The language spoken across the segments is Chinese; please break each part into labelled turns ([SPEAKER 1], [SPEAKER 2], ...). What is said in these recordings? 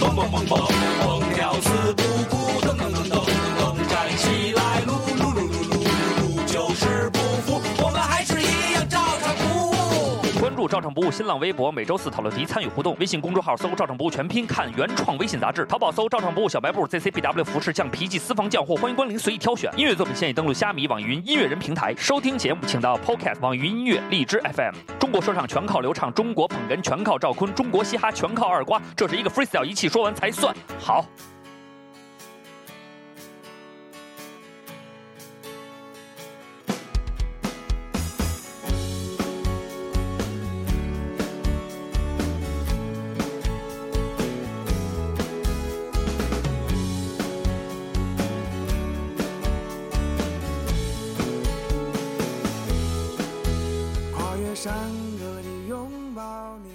[SPEAKER 1] 蹦蹦蹦，蹦跳四不顾，噔噔噔噔噔，站起来，撸撸撸撸撸撸，就是不服，我们还是一样照常服务。
[SPEAKER 2] 关注“照常不误”新浪微博，每周四讨论题参与互动。微信公众号搜“照常不误全拼”，看原创微信杂志。淘宝搜“照常不误小白布 ”，ZCBW 服饰匠、皮记私房匠货，欢迎光临，随意挑选。音乐作品现已登录虾米、网易云音乐人平台收听节目，请到 Podcast、网易云音乐、荔枝 FM。中国说唱全靠刘畅，中国捧哏全靠赵坤，中国嘻哈全靠二瓜。这是一个 freestyle，一气说完才算好。
[SPEAKER 3] 二月山歌里拥抱你。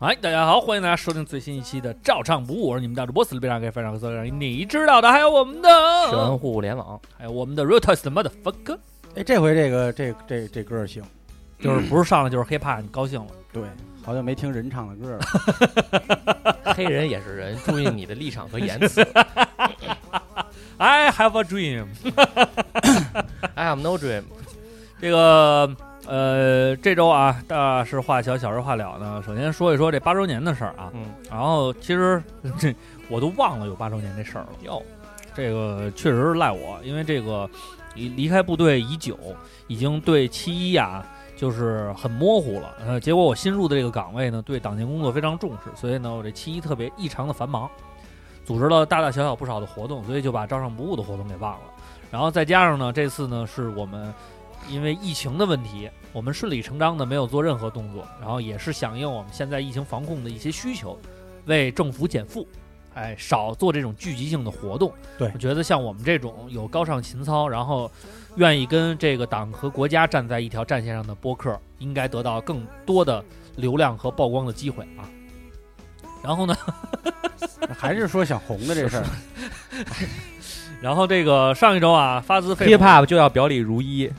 [SPEAKER 4] 哎，大家好，欢迎大家收听最新一期的《照唱不误》，我是你们大主播死里边上给非常和让你知道的，还有我们的，
[SPEAKER 5] 神户联网，
[SPEAKER 4] 还有我们的 Reuters 的 motherfucker，
[SPEAKER 6] 哎，这回这个这这这歌儿行，
[SPEAKER 4] 就是不是上来就是 hiphop，你高兴了？
[SPEAKER 6] 对，好久没听人唱的歌儿了。
[SPEAKER 5] 黑人也是人，注意你的立场和言辞。
[SPEAKER 4] I have a dream，
[SPEAKER 5] I have 哎 no dream，
[SPEAKER 4] 这个呃，这周啊，大事化小，小事化了呢。首先说一说这八周年的事儿啊，
[SPEAKER 5] 嗯，
[SPEAKER 4] 然后其实这我都忘了有八周年这事儿了。
[SPEAKER 5] 哟，
[SPEAKER 4] 这个确实是赖我，因为这个离离开部队已久，已经对七一啊就是很模糊了。呃，结果我新入的这个岗位呢，对党建工作非常重视，所以呢，我这七一特别异常的繁忙，组织了大大小小不少的活动，所以就把照上不误的活动给忘了。然后再加上呢，这次呢是我们因为疫情的问题，我们顺理成章的没有做任何动作，然后也是响应我们现在疫情防控的一些需求，为政府减负。哎，少做这种聚集性的活动。
[SPEAKER 6] 对
[SPEAKER 4] 我觉得像我们这种有高尚情操，然后愿意跟这个党和国家站在一条战线上的播客，应该得到更多的流量和曝光的机会啊。然后呢，
[SPEAKER 6] 还是说想红的这事儿，
[SPEAKER 4] 然后这个上一周啊，发自肺腑，
[SPEAKER 5] hiphop 就要表里如一，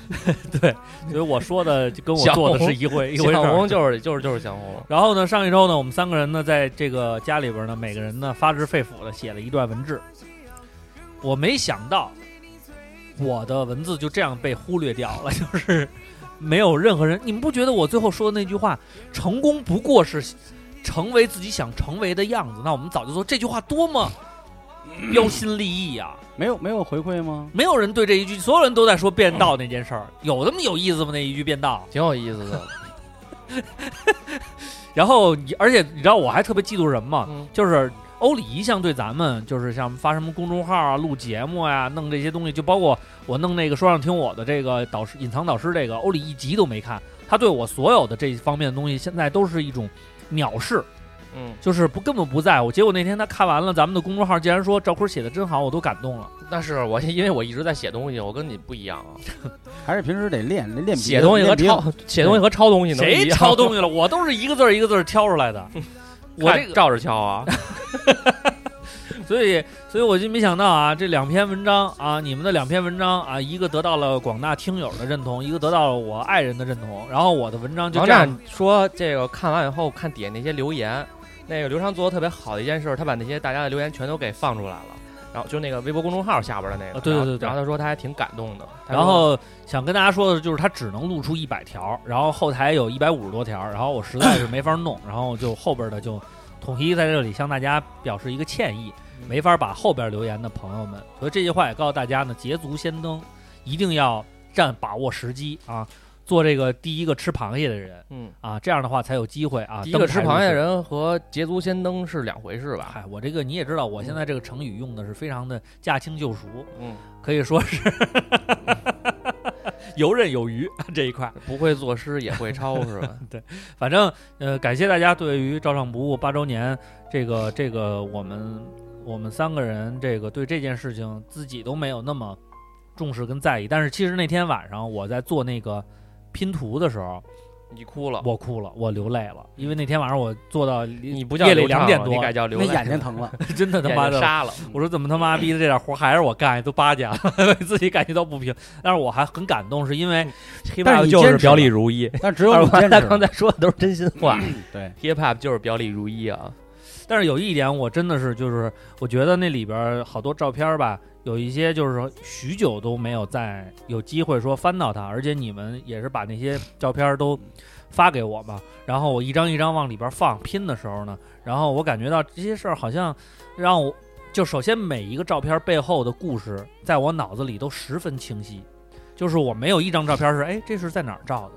[SPEAKER 4] 对，所以我说的就跟我
[SPEAKER 5] 小
[SPEAKER 4] 做的
[SPEAKER 5] 红
[SPEAKER 4] 是一回一回事
[SPEAKER 5] 小
[SPEAKER 4] 儿
[SPEAKER 5] 红。就是就是就是小红，
[SPEAKER 4] 然后呢，上一周呢，我们三个人呢，在这个家里边呢，每个人呢发自肺腑的写了一段文字。我没想到，我的文字就这样被忽略掉了， 就是没有任何人。你们不觉得我最后说的那句话“成功不过是成为自己想成为的样子”？那我们早就说这句话多么 标新立异啊！
[SPEAKER 6] 没有没有回馈吗？
[SPEAKER 4] 没有人对这一句，所有人都在说变道那件事儿，有那么有意思吗？那一句变道。
[SPEAKER 5] 嗯挺有意思的。
[SPEAKER 4] 然后你，而且你知道我还特别嫉妒人吗？
[SPEAKER 5] 嗯
[SPEAKER 4] 就是呃欧里一向对咱们，就是像发什么公众号啊、录节目呀、弄这些东西，就包括我弄那个说让听我的这个导师隐藏导师这个，欧里一集都没看。他对我所有的这方面的东西，现在都是一种藐视，
[SPEAKER 5] 嗯，
[SPEAKER 4] 就是不根本不在乎。结果那天他看完了咱们的公众号，竟然说赵坤写的真好，我都感动了。
[SPEAKER 5] 但是我因为我一直在写东西，我跟你不一样啊，
[SPEAKER 6] 还是平时得练练笔子
[SPEAKER 5] 写东西和
[SPEAKER 6] 练笔
[SPEAKER 5] 抄
[SPEAKER 6] 子
[SPEAKER 5] 写东西和抄东西能一
[SPEAKER 4] 谁
[SPEAKER 5] 样
[SPEAKER 4] 抄东？西了？我都是一个字儿一个字儿挑出来的。我这
[SPEAKER 5] 看
[SPEAKER 4] 个
[SPEAKER 5] 照着抄啊，
[SPEAKER 4] 所以，所以我就没想到啊，这两篇文章啊，你们的两篇文章啊，一个得到了广大听友的认同，一个得到了我爱人的认同，然后我的文章就
[SPEAKER 5] 王
[SPEAKER 4] 这样
[SPEAKER 5] 战说这个看完以后看底下那些留言，那个刘畅做的特别好的一件事，他把那些大家的留言全都给放出来了。然后就那个微博公众号下边的那个，
[SPEAKER 4] 啊对对对对
[SPEAKER 5] 然后然后他说他还挺感动的，他
[SPEAKER 4] 然
[SPEAKER 5] 说
[SPEAKER 4] 后想跟大家说的就是，他只能录出一百条，然后后台有一百五十多条，然后我实在是没 法弄，然后就后边的就统一在这里向大家表示一个歉意，
[SPEAKER 5] 嗯
[SPEAKER 4] 没法把后边留言的朋友们，所以这句话也告诉大家呢，捷足先登，一定要占把握时机啊，做这个第一个吃螃蟹的人
[SPEAKER 5] 嗯，
[SPEAKER 4] 啊，这样的话才有机会啊。
[SPEAKER 5] 第一个吃
[SPEAKER 4] 登台入
[SPEAKER 5] 螃蟹的
[SPEAKER 4] 室
[SPEAKER 5] 人和捷足先登是两回事吧？
[SPEAKER 4] 嗨，哎我这个你也知道，我现在这个成语用的是非常的驾轻就熟，
[SPEAKER 5] 嗯，
[SPEAKER 4] 可以说是游刃有余这一块。
[SPEAKER 5] 不会作诗也会抄是吧？
[SPEAKER 4] 反正呃，感谢大家对于《照上不误》八周年这个这个我们我们三个人这个对这件事情自己都没有那么重视跟在意，但是其实那天晚上我在做那个拼图的时候，
[SPEAKER 5] 你哭了，
[SPEAKER 4] 我哭了，我流泪了，因为那天晚上我做到
[SPEAKER 5] 哦你
[SPEAKER 4] 你
[SPEAKER 5] 不叫
[SPEAKER 4] 夜里
[SPEAKER 5] 刘畅
[SPEAKER 4] 两点
[SPEAKER 5] 了
[SPEAKER 4] 多
[SPEAKER 5] 你，改叫刘
[SPEAKER 6] 那
[SPEAKER 5] 亮
[SPEAKER 6] 眼睛 疼了。
[SPEAKER 4] 真的他
[SPEAKER 5] 眼
[SPEAKER 4] 妈
[SPEAKER 5] 睛
[SPEAKER 4] 的
[SPEAKER 5] 杀了。
[SPEAKER 6] 嗯
[SPEAKER 4] 我说怎么他妈逼的这点活还是我干，都巴结了， 为自己感觉到不平。但是我还很感动，是因为
[SPEAKER 6] 嗯
[SPEAKER 4] hiphop
[SPEAKER 6] 但是你
[SPEAKER 4] 就
[SPEAKER 6] 坚持了
[SPEAKER 5] 如一。
[SPEAKER 6] 但只有
[SPEAKER 5] 二
[SPEAKER 6] 你
[SPEAKER 5] 娃
[SPEAKER 6] 坚持
[SPEAKER 5] 他刚才说的都是真心话
[SPEAKER 6] 对，
[SPEAKER 5] ，hiphop 就是表里如一啊。
[SPEAKER 4] 但是有一点，我真的是就是，我觉得那里边儿好多照片儿吧，有一些就是许久都没有再有机会说翻到它，而且你们也是把那些照片儿都发给我嘛，然后我一张一张往里边儿放拼的时候呢，然后我感觉到这些事儿好像让我就首先每一个照片背后的故事，在我脑子里都十分清晰，就是我没有一张照片是哎这是在哪儿照的。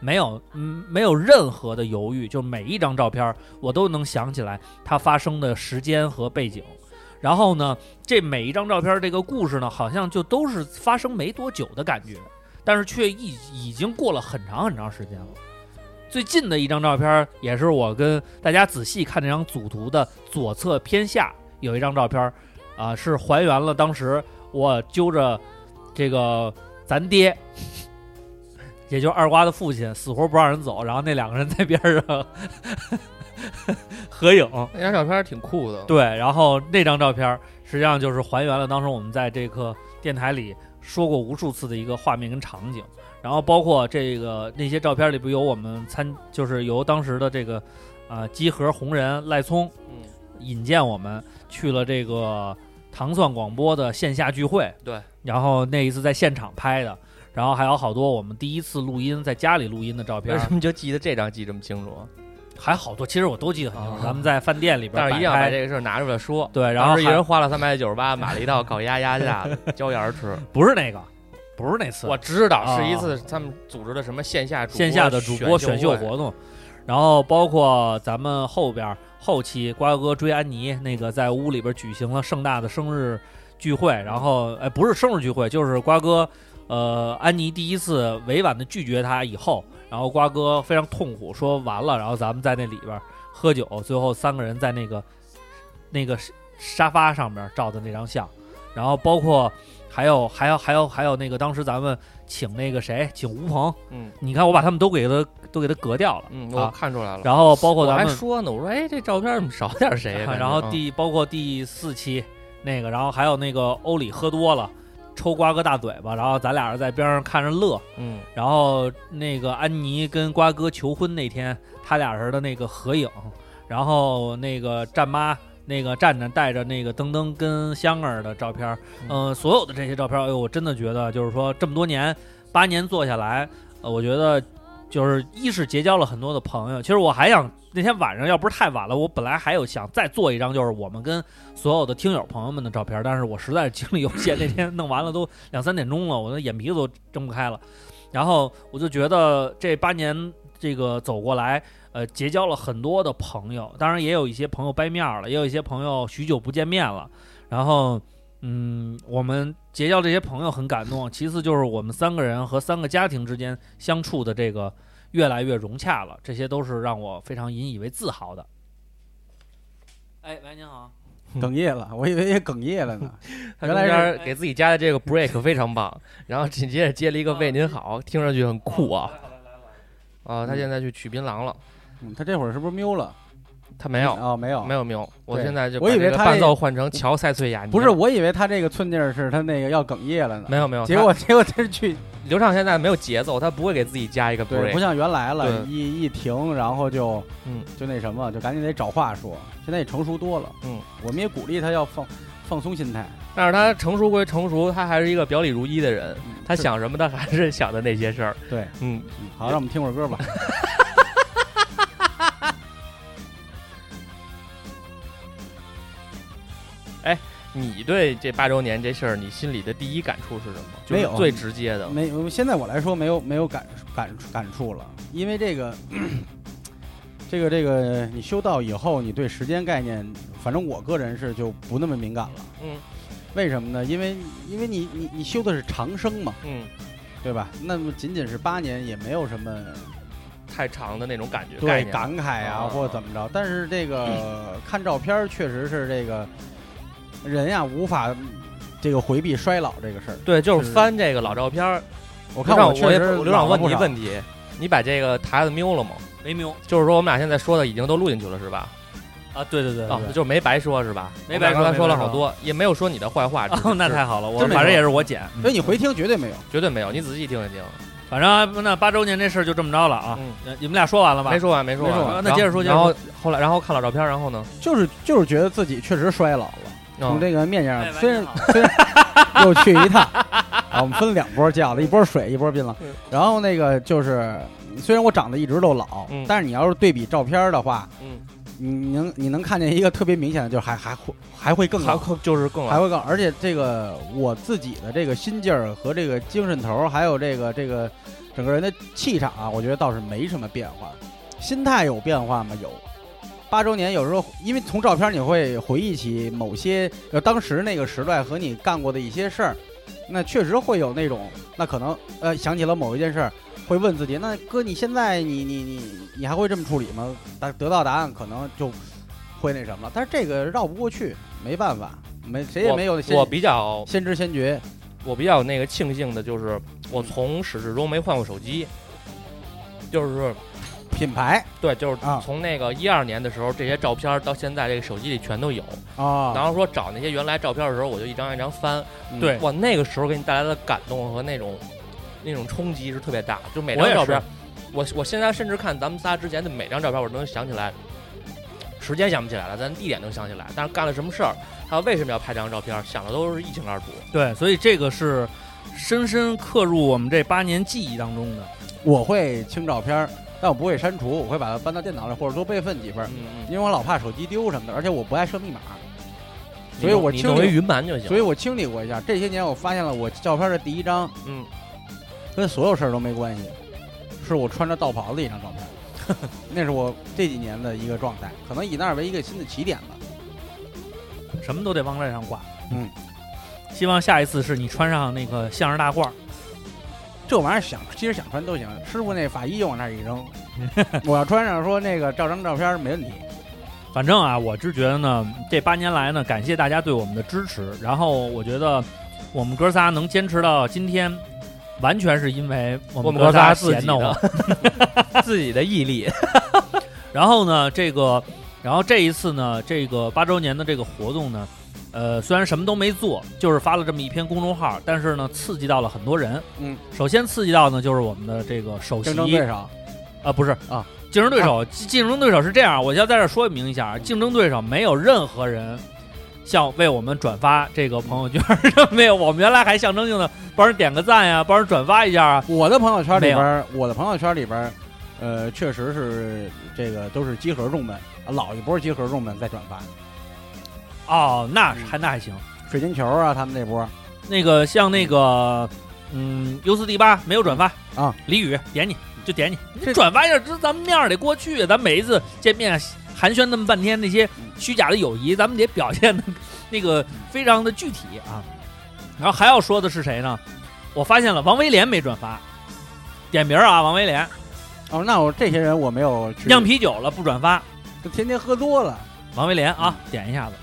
[SPEAKER 4] 没有，嗯，没有任何的犹豫，就每一张照片我都能想起来它发生的时间和背景。然后呢，这每一张照片这个故事呢，好像就都是发生没多久的感觉，但是却已已经过了很长很长时间了。最近的一张照片也是我跟大家仔细看这张组图的左侧偏下有一张照片，啊、是还原了当时我揪着这个咱爹，也就是二瓜的父亲，死活不让人走，然后那两个人在边上 合影，
[SPEAKER 5] 那张照片挺酷的，，
[SPEAKER 4] 对，然后那张照片儿实际上就是还原了当时我们在这个电台里说过无数次的一个画面跟场景，然后包括这个那些照片里不有我们参，就是由当时的这个啊、呃、集合红人赖聪
[SPEAKER 5] 嗯，
[SPEAKER 4] 引荐我们去了这个糖蒜广播的线下聚会，
[SPEAKER 5] 对，
[SPEAKER 4] 然后那一次在现场拍的，然后还有好多我们第一次录音在家里录音的照片
[SPEAKER 5] 为
[SPEAKER 4] 儿，
[SPEAKER 5] 什么就记得这张记这么清楚？
[SPEAKER 4] 还好多，其实我都记得很清楚，
[SPEAKER 5] 啊
[SPEAKER 4] 咱们在饭店里边
[SPEAKER 5] 但是
[SPEAKER 4] 摆拍，
[SPEAKER 5] 一定要把这个事儿拿出来说。
[SPEAKER 4] 对，然后
[SPEAKER 5] 当时一
[SPEAKER 4] 还
[SPEAKER 5] 人花了三百九十八买了一套烤鸭鸭架子，椒盐儿吃。
[SPEAKER 4] 不是那个，不是那次，
[SPEAKER 5] 我知道是一
[SPEAKER 4] 啊
[SPEAKER 5] 次他们组织的什么线下主播
[SPEAKER 4] 线下的主播选
[SPEAKER 5] 选
[SPEAKER 4] 秀
[SPEAKER 5] 会
[SPEAKER 4] 活动，然后包括咱们后边儿后期瓜哥追安妮那个在屋里边举行了盛大的生日聚会，然后哎不是生日聚会，就是瓜哥呃安妮第一次委婉的拒绝他以后，然后瓜哥非常痛苦说完了，然后咱们在那里边儿喝酒，最后三个人在那个那个沙沙发上面照的那张相，然后包括。还有还有还有还有那个，当时咱们请那个谁，请吴鹏，
[SPEAKER 5] 嗯
[SPEAKER 4] 你看我把他们都给他都给他革掉了，
[SPEAKER 5] 嗯，
[SPEAKER 4] 啊
[SPEAKER 5] 我看出来了。
[SPEAKER 4] 然后包括
[SPEAKER 5] 我
[SPEAKER 4] 咱
[SPEAKER 5] 还
[SPEAKER 4] 们，
[SPEAKER 5] 说呢，我说哎，这照片怎么少点哎谁呀？感觉 啊嗯
[SPEAKER 4] 然后第包括第四期那个，然后还有那个欧里喝多了抽瓜哥大嘴巴，然后咱俩人在边上看着乐，
[SPEAKER 5] 嗯，
[SPEAKER 4] 然后那个安妮跟瓜哥求婚那天，他俩人的那个合影，然后那个战妈。那个站着带着那个噔噔跟香儿的照片，嗯、所有的这些照片，哎呦，我真的觉得就是说这么多年，八年做下来，呃，我觉得就是一是结交了很多的朋友。其实我还想那天晚上要不是太晚了，我本来还有想再做一张，就是我们跟所有的听友朋友们的照片，但是我实在是精力有限，那天弄完了都两三点钟了，我的眼皮子都睁不开了。然后我就觉得这八年这个走过来，呃，结交了很多的朋友，当然也有一些朋友掰面儿了，也有一些朋友许久不见面了。然后，嗯，我们结交这些朋友很感动。其次就是我们三个人和三个家庭之间相处的这个越来越融洽了，这些都是让我非常引以为自豪的。哎，喂，您好，
[SPEAKER 6] 哽咽了，我以为也哽咽了呢。
[SPEAKER 5] 他中
[SPEAKER 6] 原来是
[SPEAKER 5] 间给自己加的这个 break 非常棒，然后紧接着接了一个
[SPEAKER 6] 哦
[SPEAKER 5] 为您好，听上去很酷啊。
[SPEAKER 6] 哦
[SPEAKER 5] 啊，他现在去取槟榔了，
[SPEAKER 6] 嗯他这会儿是不是瞄了？
[SPEAKER 5] 他没有，
[SPEAKER 6] 哦，没有，
[SPEAKER 5] 没有没有，我
[SPEAKER 6] 对
[SPEAKER 5] 现在就
[SPEAKER 6] 我以
[SPEAKER 5] 把这
[SPEAKER 6] 为
[SPEAKER 5] 个
[SPEAKER 6] 他
[SPEAKER 5] 伴
[SPEAKER 6] 那
[SPEAKER 5] 奏换成乔塞翠雅尼，
[SPEAKER 6] 不是，我以为他这个寸劲儿是他那个要哽咽了呢。
[SPEAKER 5] 没有没有，
[SPEAKER 6] 结果结果他是去
[SPEAKER 5] 他刘畅现在没有节奏，他不会给自己加一个
[SPEAKER 6] 对，不
[SPEAKER 5] break，
[SPEAKER 6] 像原来了，
[SPEAKER 5] 对
[SPEAKER 6] 一一停，然后就
[SPEAKER 5] 嗯
[SPEAKER 6] 就那什么，就赶紧得找话说。现在也成熟多了，
[SPEAKER 5] 嗯，
[SPEAKER 6] 我们也鼓励他要放放松心态。
[SPEAKER 5] 但是他成熟归成熟，他还是一个表里如一的人，
[SPEAKER 6] 嗯
[SPEAKER 5] 他
[SPEAKER 6] 是
[SPEAKER 5] 想什么他还是想的那些事儿，
[SPEAKER 6] 对，
[SPEAKER 5] 嗯，
[SPEAKER 6] 嗯好，让我们听会儿歌吧。
[SPEAKER 5] 你对这八周年这事儿，你心里的第一感触是什么？就是
[SPEAKER 6] 没有
[SPEAKER 5] 最直接的，
[SPEAKER 6] 没，有，现在我来说没有没有感感感触了，因为这个，这个这个，你修道以后，你对时间概念，反正我个人是就不那么敏感了。
[SPEAKER 5] 嗯，
[SPEAKER 6] 为什么呢？因为因为你你你修的是长生嘛，
[SPEAKER 5] 嗯，
[SPEAKER 6] 对吧？那么仅仅是八年也没有什么
[SPEAKER 5] 太长的那种感觉，概念
[SPEAKER 6] 对感慨啊
[SPEAKER 5] 啊
[SPEAKER 6] 或者怎么着，但是这个 看照片儿确实是这个人呀、无法这个回避衰老这个事儿。
[SPEAKER 5] 对，就是是翻这个老照片儿。
[SPEAKER 6] 我
[SPEAKER 5] 我
[SPEAKER 6] 看
[SPEAKER 5] 我
[SPEAKER 6] 确
[SPEAKER 5] 也
[SPEAKER 6] 实
[SPEAKER 5] 刘畅
[SPEAKER 6] 老了
[SPEAKER 5] 问
[SPEAKER 6] 不
[SPEAKER 5] 你一
[SPEAKER 6] 少
[SPEAKER 5] 问题，你把这个台子瞄了吗？
[SPEAKER 4] 没喵
[SPEAKER 5] 就是说我们俩现在说的已经都录进去了是吧？
[SPEAKER 4] 啊，对对对
[SPEAKER 5] 啊，
[SPEAKER 4] 对。
[SPEAKER 5] 就是没白说是吧？
[SPEAKER 4] 没白
[SPEAKER 5] 我们俩刚才
[SPEAKER 4] 说
[SPEAKER 5] 说
[SPEAKER 4] 没
[SPEAKER 5] 了
[SPEAKER 4] 白
[SPEAKER 5] 好多，也没有说你的坏话。只是
[SPEAKER 4] 哦，那太好了，我
[SPEAKER 6] 真没
[SPEAKER 4] 反正
[SPEAKER 6] 有
[SPEAKER 4] 也是我剪，
[SPEAKER 6] 所以你回听绝对没有。
[SPEAKER 5] 绝对没有，你仔细听一听。
[SPEAKER 4] 反正啊那八周年这事儿就这么着了啊。
[SPEAKER 5] 嗯
[SPEAKER 4] 呃你们俩说完了吧？
[SPEAKER 5] 没说完，啊没说
[SPEAKER 6] 没说
[SPEAKER 5] 完
[SPEAKER 6] 完。
[SPEAKER 4] 那接着说接着
[SPEAKER 5] 然后后来，然后看老照片，然后呢？
[SPEAKER 6] 就是就是觉得自己确实衰老了，从
[SPEAKER 5] 嗯
[SPEAKER 6] 这个面相
[SPEAKER 4] 哎
[SPEAKER 6] 上，
[SPEAKER 4] 喂
[SPEAKER 6] 虽然
[SPEAKER 4] 你好
[SPEAKER 6] 虽然又去一趟， 啊，我们分两波叫的，一波水，一波槟榔
[SPEAKER 5] 嗯。
[SPEAKER 6] 然后那个就是，虽然我长得一直都老
[SPEAKER 5] 嗯，
[SPEAKER 6] 但是你要是对比照片的话，
[SPEAKER 5] 嗯，
[SPEAKER 6] 你你能你能看见一个特别明显的，就是还还会还会更
[SPEAKER 5] 嗯还
[SPEAKER 6] 老。
[SPEAKER 5] 可就是更
[SPEAKER 6] 还
[SPEAKER 5] 晚。
[SPEAKER 6] 会更，而且这个我自己的这个心劲儿和这个精神头儿，还有这个这个整个人的气场啊，我觉得倒是没什么变化。心态有变化吗？有。八周年有时候，因为从照片你会回忆起某些呃当时那个时代和你干过的一些事儿，那确实会有那种，那可能呃想起了某一件事儿，会问自己，那哥你现在你你你你还会这么处理吗？答得到答案可能就会那什么了，但是这个绕不过去，没办法，没谁也
[SPEAKER 5] 我
[SPEAKER 6] 没有先
[SPEAKER 5] 我比较
[SPEAKER 6] 先知先觉，
[SPEAKER 5] 我比较那个庆幸的就是，我从始至终没换过手机，就是
[SPEAKER 6] 品牌
[SPEAKER 5] 对，就是
[SPEAKER 6] 啊
[SPEAKER 5] 从那个一二年的时候，这些照片到现在这个手机里全都有。
[SPEAKER 6] 啊
[SPEAKER 5] 然后说找那些原来照片的时候，我就一张一张翻。
[SPEAKER 6] 嗯
[SPEAKER 4] 对
[SPEAKER 5] 哇，那个时候给你带来的感动和那种那种冲击是特别大，就每
[SPEAKER 4] 我
[SPEAKER 5] 张
[SPEAKER 4] 也
[SPEAKER 5] 照
[SPEAKER 4] 是
[SPEAKER 5] 片，我我现在甚至看咱们仨之前的每张照片，我都能想起来，时间想不起来了，咱地点能想起来，但是干了什么事儿，还有为什么要拍这张照片，想的都是一清二楚。
[SPEAKER 4] 对，所以这个是深深刻入我们这八年记忆当中的。
[SPEAKER 6] 我会清照片儿，但我不会删除，我会把它搬到电脑里，或者多备份几份儿，
[SPEAKER 5] 嗯嗯，
[SPEAKER 6] 因为我老怕手机丢什么的，而且我不爱设密码，所以我
[SPEAKER 5] 你
[SPEAKER 6] 清
[SPEAKER 5] 弄一
[SPEAKER 6] 理，
[SPEAKER 5] 云盘就行。
[SPEAKER 6] 所以我清理过一下。这些年我发现了，我照片的第一张
[SPEAKER 5] 嗯，
[SPEAKER 6] 跟所有事儿都没关系，是我穿着道袍的一张照片，那是我这几年的一个状态，可能以那儿为一个新的起点吧。
[SPEAKER 4] 什么都得往这上挂。
[SPEAKER 6] 嗯，
[SPEAKER 4] 希望下一次是你穿上那个向日大褂儿，
[SPEAKER 6] 这玩意儿想其实想穿都行，师傅那法医往那儿一扔，我要穿上说那个照张照片儿没问题。
[SPEAKER 4] 反正啊，我是觉得呢，这八年来呢，感谢大家对我们的支持。然后我觉得我们哥仨能坚持到今天，完全是因为我
[SPEAKER 5] 我
[SPEAKER 4] 们
[SPEAKER 5] 们哥仨自
[SPEAKER 4] 闲
[SPEAKER 5] 己
[SPEAKER 4] 得慌。
[SPEAKER 5] 的自己的毅力。
[SPEAKER 4] 然后呢，这个，然后这一次呢，这个八周年的这个活动呢，呃，虽然什么都没做，就是发了这么一篇公众号，但是呢，刺激到了很多人。
[SPEAKER 6] 嗯，
[SPEAKER 4] 首先刺激到呢，就是我们的这个首席
[SPEAKER 6] 竞争对手
[SPEAKER 4] 啊，不是
[SPEAKER 6] 啊，
[SPEAKER 4] 竞争对手，竞竞争对手是这样，我要在这儿说明一下，竞争对手没有任何人像为我们转发这个朋友圈儿， 没有，我们原来还象征性的帮人点个赞呀，帮人转发一下啊，
[SPEAKER 6] 我的朋友圈里
[SPEAKER 4] 没有
[SPEAKER 6] 边儿，我的朋友圈里边儿，呃，确实是这个都是集合众们，啊老一波集合众们在转发
[SPEAKER 4] 哦，那是还
[SPEAKER 6] 嗯
[SPEAKER 4] 那还行，
[SPEAKER 6] 水晶球啊，他们那波
[SPEAKER 4] 那个像那个嗯 U 四 D 八没有转发
[SPEAKER 6] 啊，
[SPEAKER 4] 李宇点你就点你，你
[SPEAKER 6] 这
[SPEAKER 4] 转发一下，这咱们面儿得过去，咱每一次见面寒暄那么半天，那些
[SPEAKER 6] 嗯
[SPEAKER 4] 虚假的友谊，咱们得表现的那个非常的具体啊。然后还要说的是谁呢？我发现了王威廉没转发，点名儿啊，王威廉
[SPEAKER 6] 哦，那我这些人我没有去，
[SPEAKER 4] 酿啤酒了不转发，
[SPEAKER 6] 就天天喝多了，
[SPEAKER 4] 王威廉啊
[SPEAKER 6] 嗯
[SPEAKER 4] 点一下子。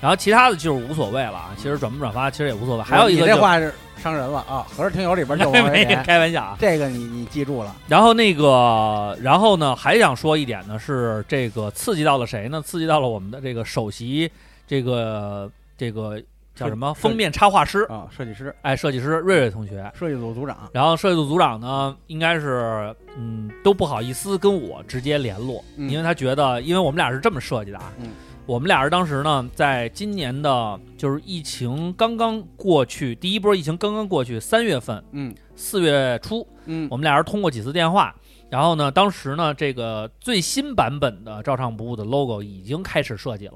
[SPEAKER 4] 然后其他的就是无所谓了啊，其实转不转发其实也无所谓。还有一个
[SPEAKER 6] 你这
[SPEAKER 4] 就
[SPEAKER 6] 话是伤人了啊，合着听友里边就王
[SPEAKER 4] 没
[SPEAKER 6] 瑞
[SPEAKER 4] 有
[SPEAKER 6] 莲，
[SPEAKER 4] 开玩笑啊，
[SPEAKER 6] 这个你你记住了，
[SPEAKER 4] 然后那个，然后呢，还想说一点呢，是这个刺激到了谁呢？刺激到了我们的这个首席，这个这个叫什么
[SPEAKER 6] 设计
[SPEAKER 4] 封面插画师，
[SPEAKER 6] 啊，设计师、
[SPEAKER 4] 哎，设计师瑞瑞同学。
[SPEAKER 6] 设计组组长，
[SPEAKER 4] 然后设计组组长呢，应该是嗯都不好意思跟我直接联络，
[SPEAKER 6] 嗯
[SPEAKER 4] 因为他觉得，因为我们俩是这么设计的啊，
[SPEAKER 6] 嗯
[SPEAKER 4] 我们俩是当时呢，在今年的就是疫情刚刚过去，第一波疫情刚刚过去，三月份
[SPEAKER 6] 嗯
[SPEAKER 4] 四月初，
[SPEAKER 6] 嗯
[SPEAKER 4] 我们俩人通过几次电话，然后呢，当时呢，这个最新版本的照唱不误的 logo 已经开始设计了，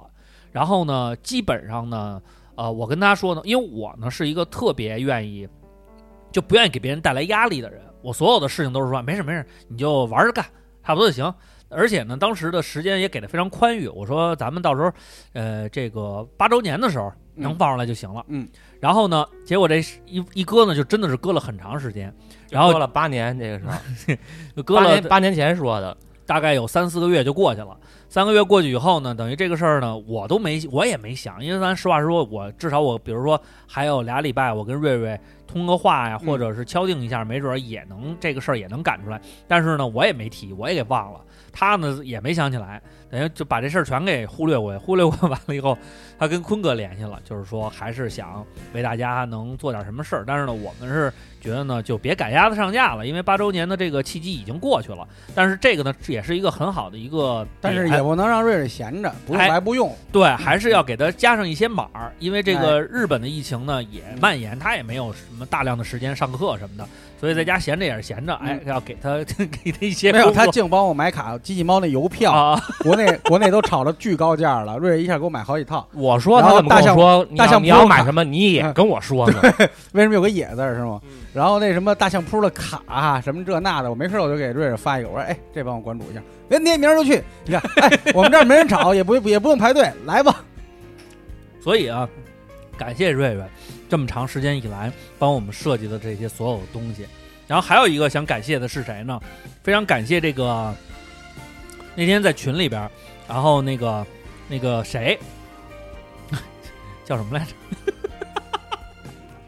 [SPEAKER 4] 然后呢，基本上呢，呃，我跟他说呢，因为我呢是一个特别愿意，就不愿意给别人带来压力的人，我所有的事情都是说没事没事，你就玩着干，差不多就行。而且呢，当时的时间也给的非常宽裕，我说咱们到时候，呃，这个八周年的时候能
[SPEAKER 6] 嗯
[SPEAKER 4] 放出来就行了。
[SPEAKER 6] 嗯
[SPEAKER 4] 然后呢，结果这一一搁呢，就真的是搁了很长时间，然后
[SPEAKER 5] 说了八年，这个 是
[SPEAKER 4] 就搁
[SPEAKER 5] 八
[SPEAKER 4] 了
[SPEAKER 5] 年八年前说的，
[SPEAKER 4] 大概有三四个月就过去了。三个月过去以后呢，等于这个事儿呢，我都没我也没想，因为咱实话实说，我至少我比如说还有俩礼拜，我跟瑞瑞通个话呀，
[SPEAKER 6] 嗯
[SPEAKER 4] 或者是敲定一下，没准儿也能这个事儿也能赶出来。但是呢，我也没提，我也给忘了，他呢也没想起来。等于就把这事儿全给忽略过去，忽略过去完了以后，他跟坤哥联系了，就是说还是想为大家能做点什么事儿。但是呢，我们是觉得呢，就别赶鸭子上架了，因为八周年的这个契机已经过去了。但是这个呢，也是一个很好的一个点，
[SPEAKER 6] 但是也不能让瑞瑞闲着，不用
[SPEAKER 4] 哎
[SPEAKER 6] 白不用。
[SPEAKER 4] 对，还是要给它加上一些码儿，因为
[SPEAKER 5] 哎
[SPEAKER 4] 这个日本的疫情呢也蔓延，他也没有什么大量的时间上课什么的，所以在家闲着也是闲着，哎，
[SPEAKER 5] 嗯
[SPEAKER 4] 要给他 给他一些
[SPEAKER 6] 没有，
[SPEAKER 4] 工作
[SPEAKER 6] 他净帮我买卡，机器猫那邮票，
[SPEAKER 4] 啊，
[SPEAKER 6] 国内国内都炒到巨高价了，瑞瑞一下给我买好几套。
[SPEAKER 5] 我 说
[SPEAKER 6] 然
[SPEAKER 5] 他
[SPEAKER 6] 后
[SPEAKER 5] 怎么跟我说你
[SPEAKER 6] 大
[SPEAKER 5] 要
[SPEAKER 6] 象
[SPEAKER 5] 你
[SPEAKER 6] 大象
[SPEAKER 5] 要
[SPEAKER 6] 不用
[SPEAKER 5] 买
[SPEAKER 6] 看
[SPEAKER 5] 什么，你也跟我说呢。
[SPEAKER 6] 为什么有个“野”字儿是吗？然后那什么大相扑的卡啊什么这那的，我没事我就给瑞瑞发一个，我说哎，这帮我关注一下，别明儿就去。你看，哎，我们这儿没人吵，也不也不用排队，来吧。
[SPEAKER 4] 所以啊，感谢瑞瑞这么长时间以来帮我们设计的这些所有东西。然后还有一个想感谢的是谁呢？非常感谢这个那天在群里边儿，然后那个那个谁 叫什么来着？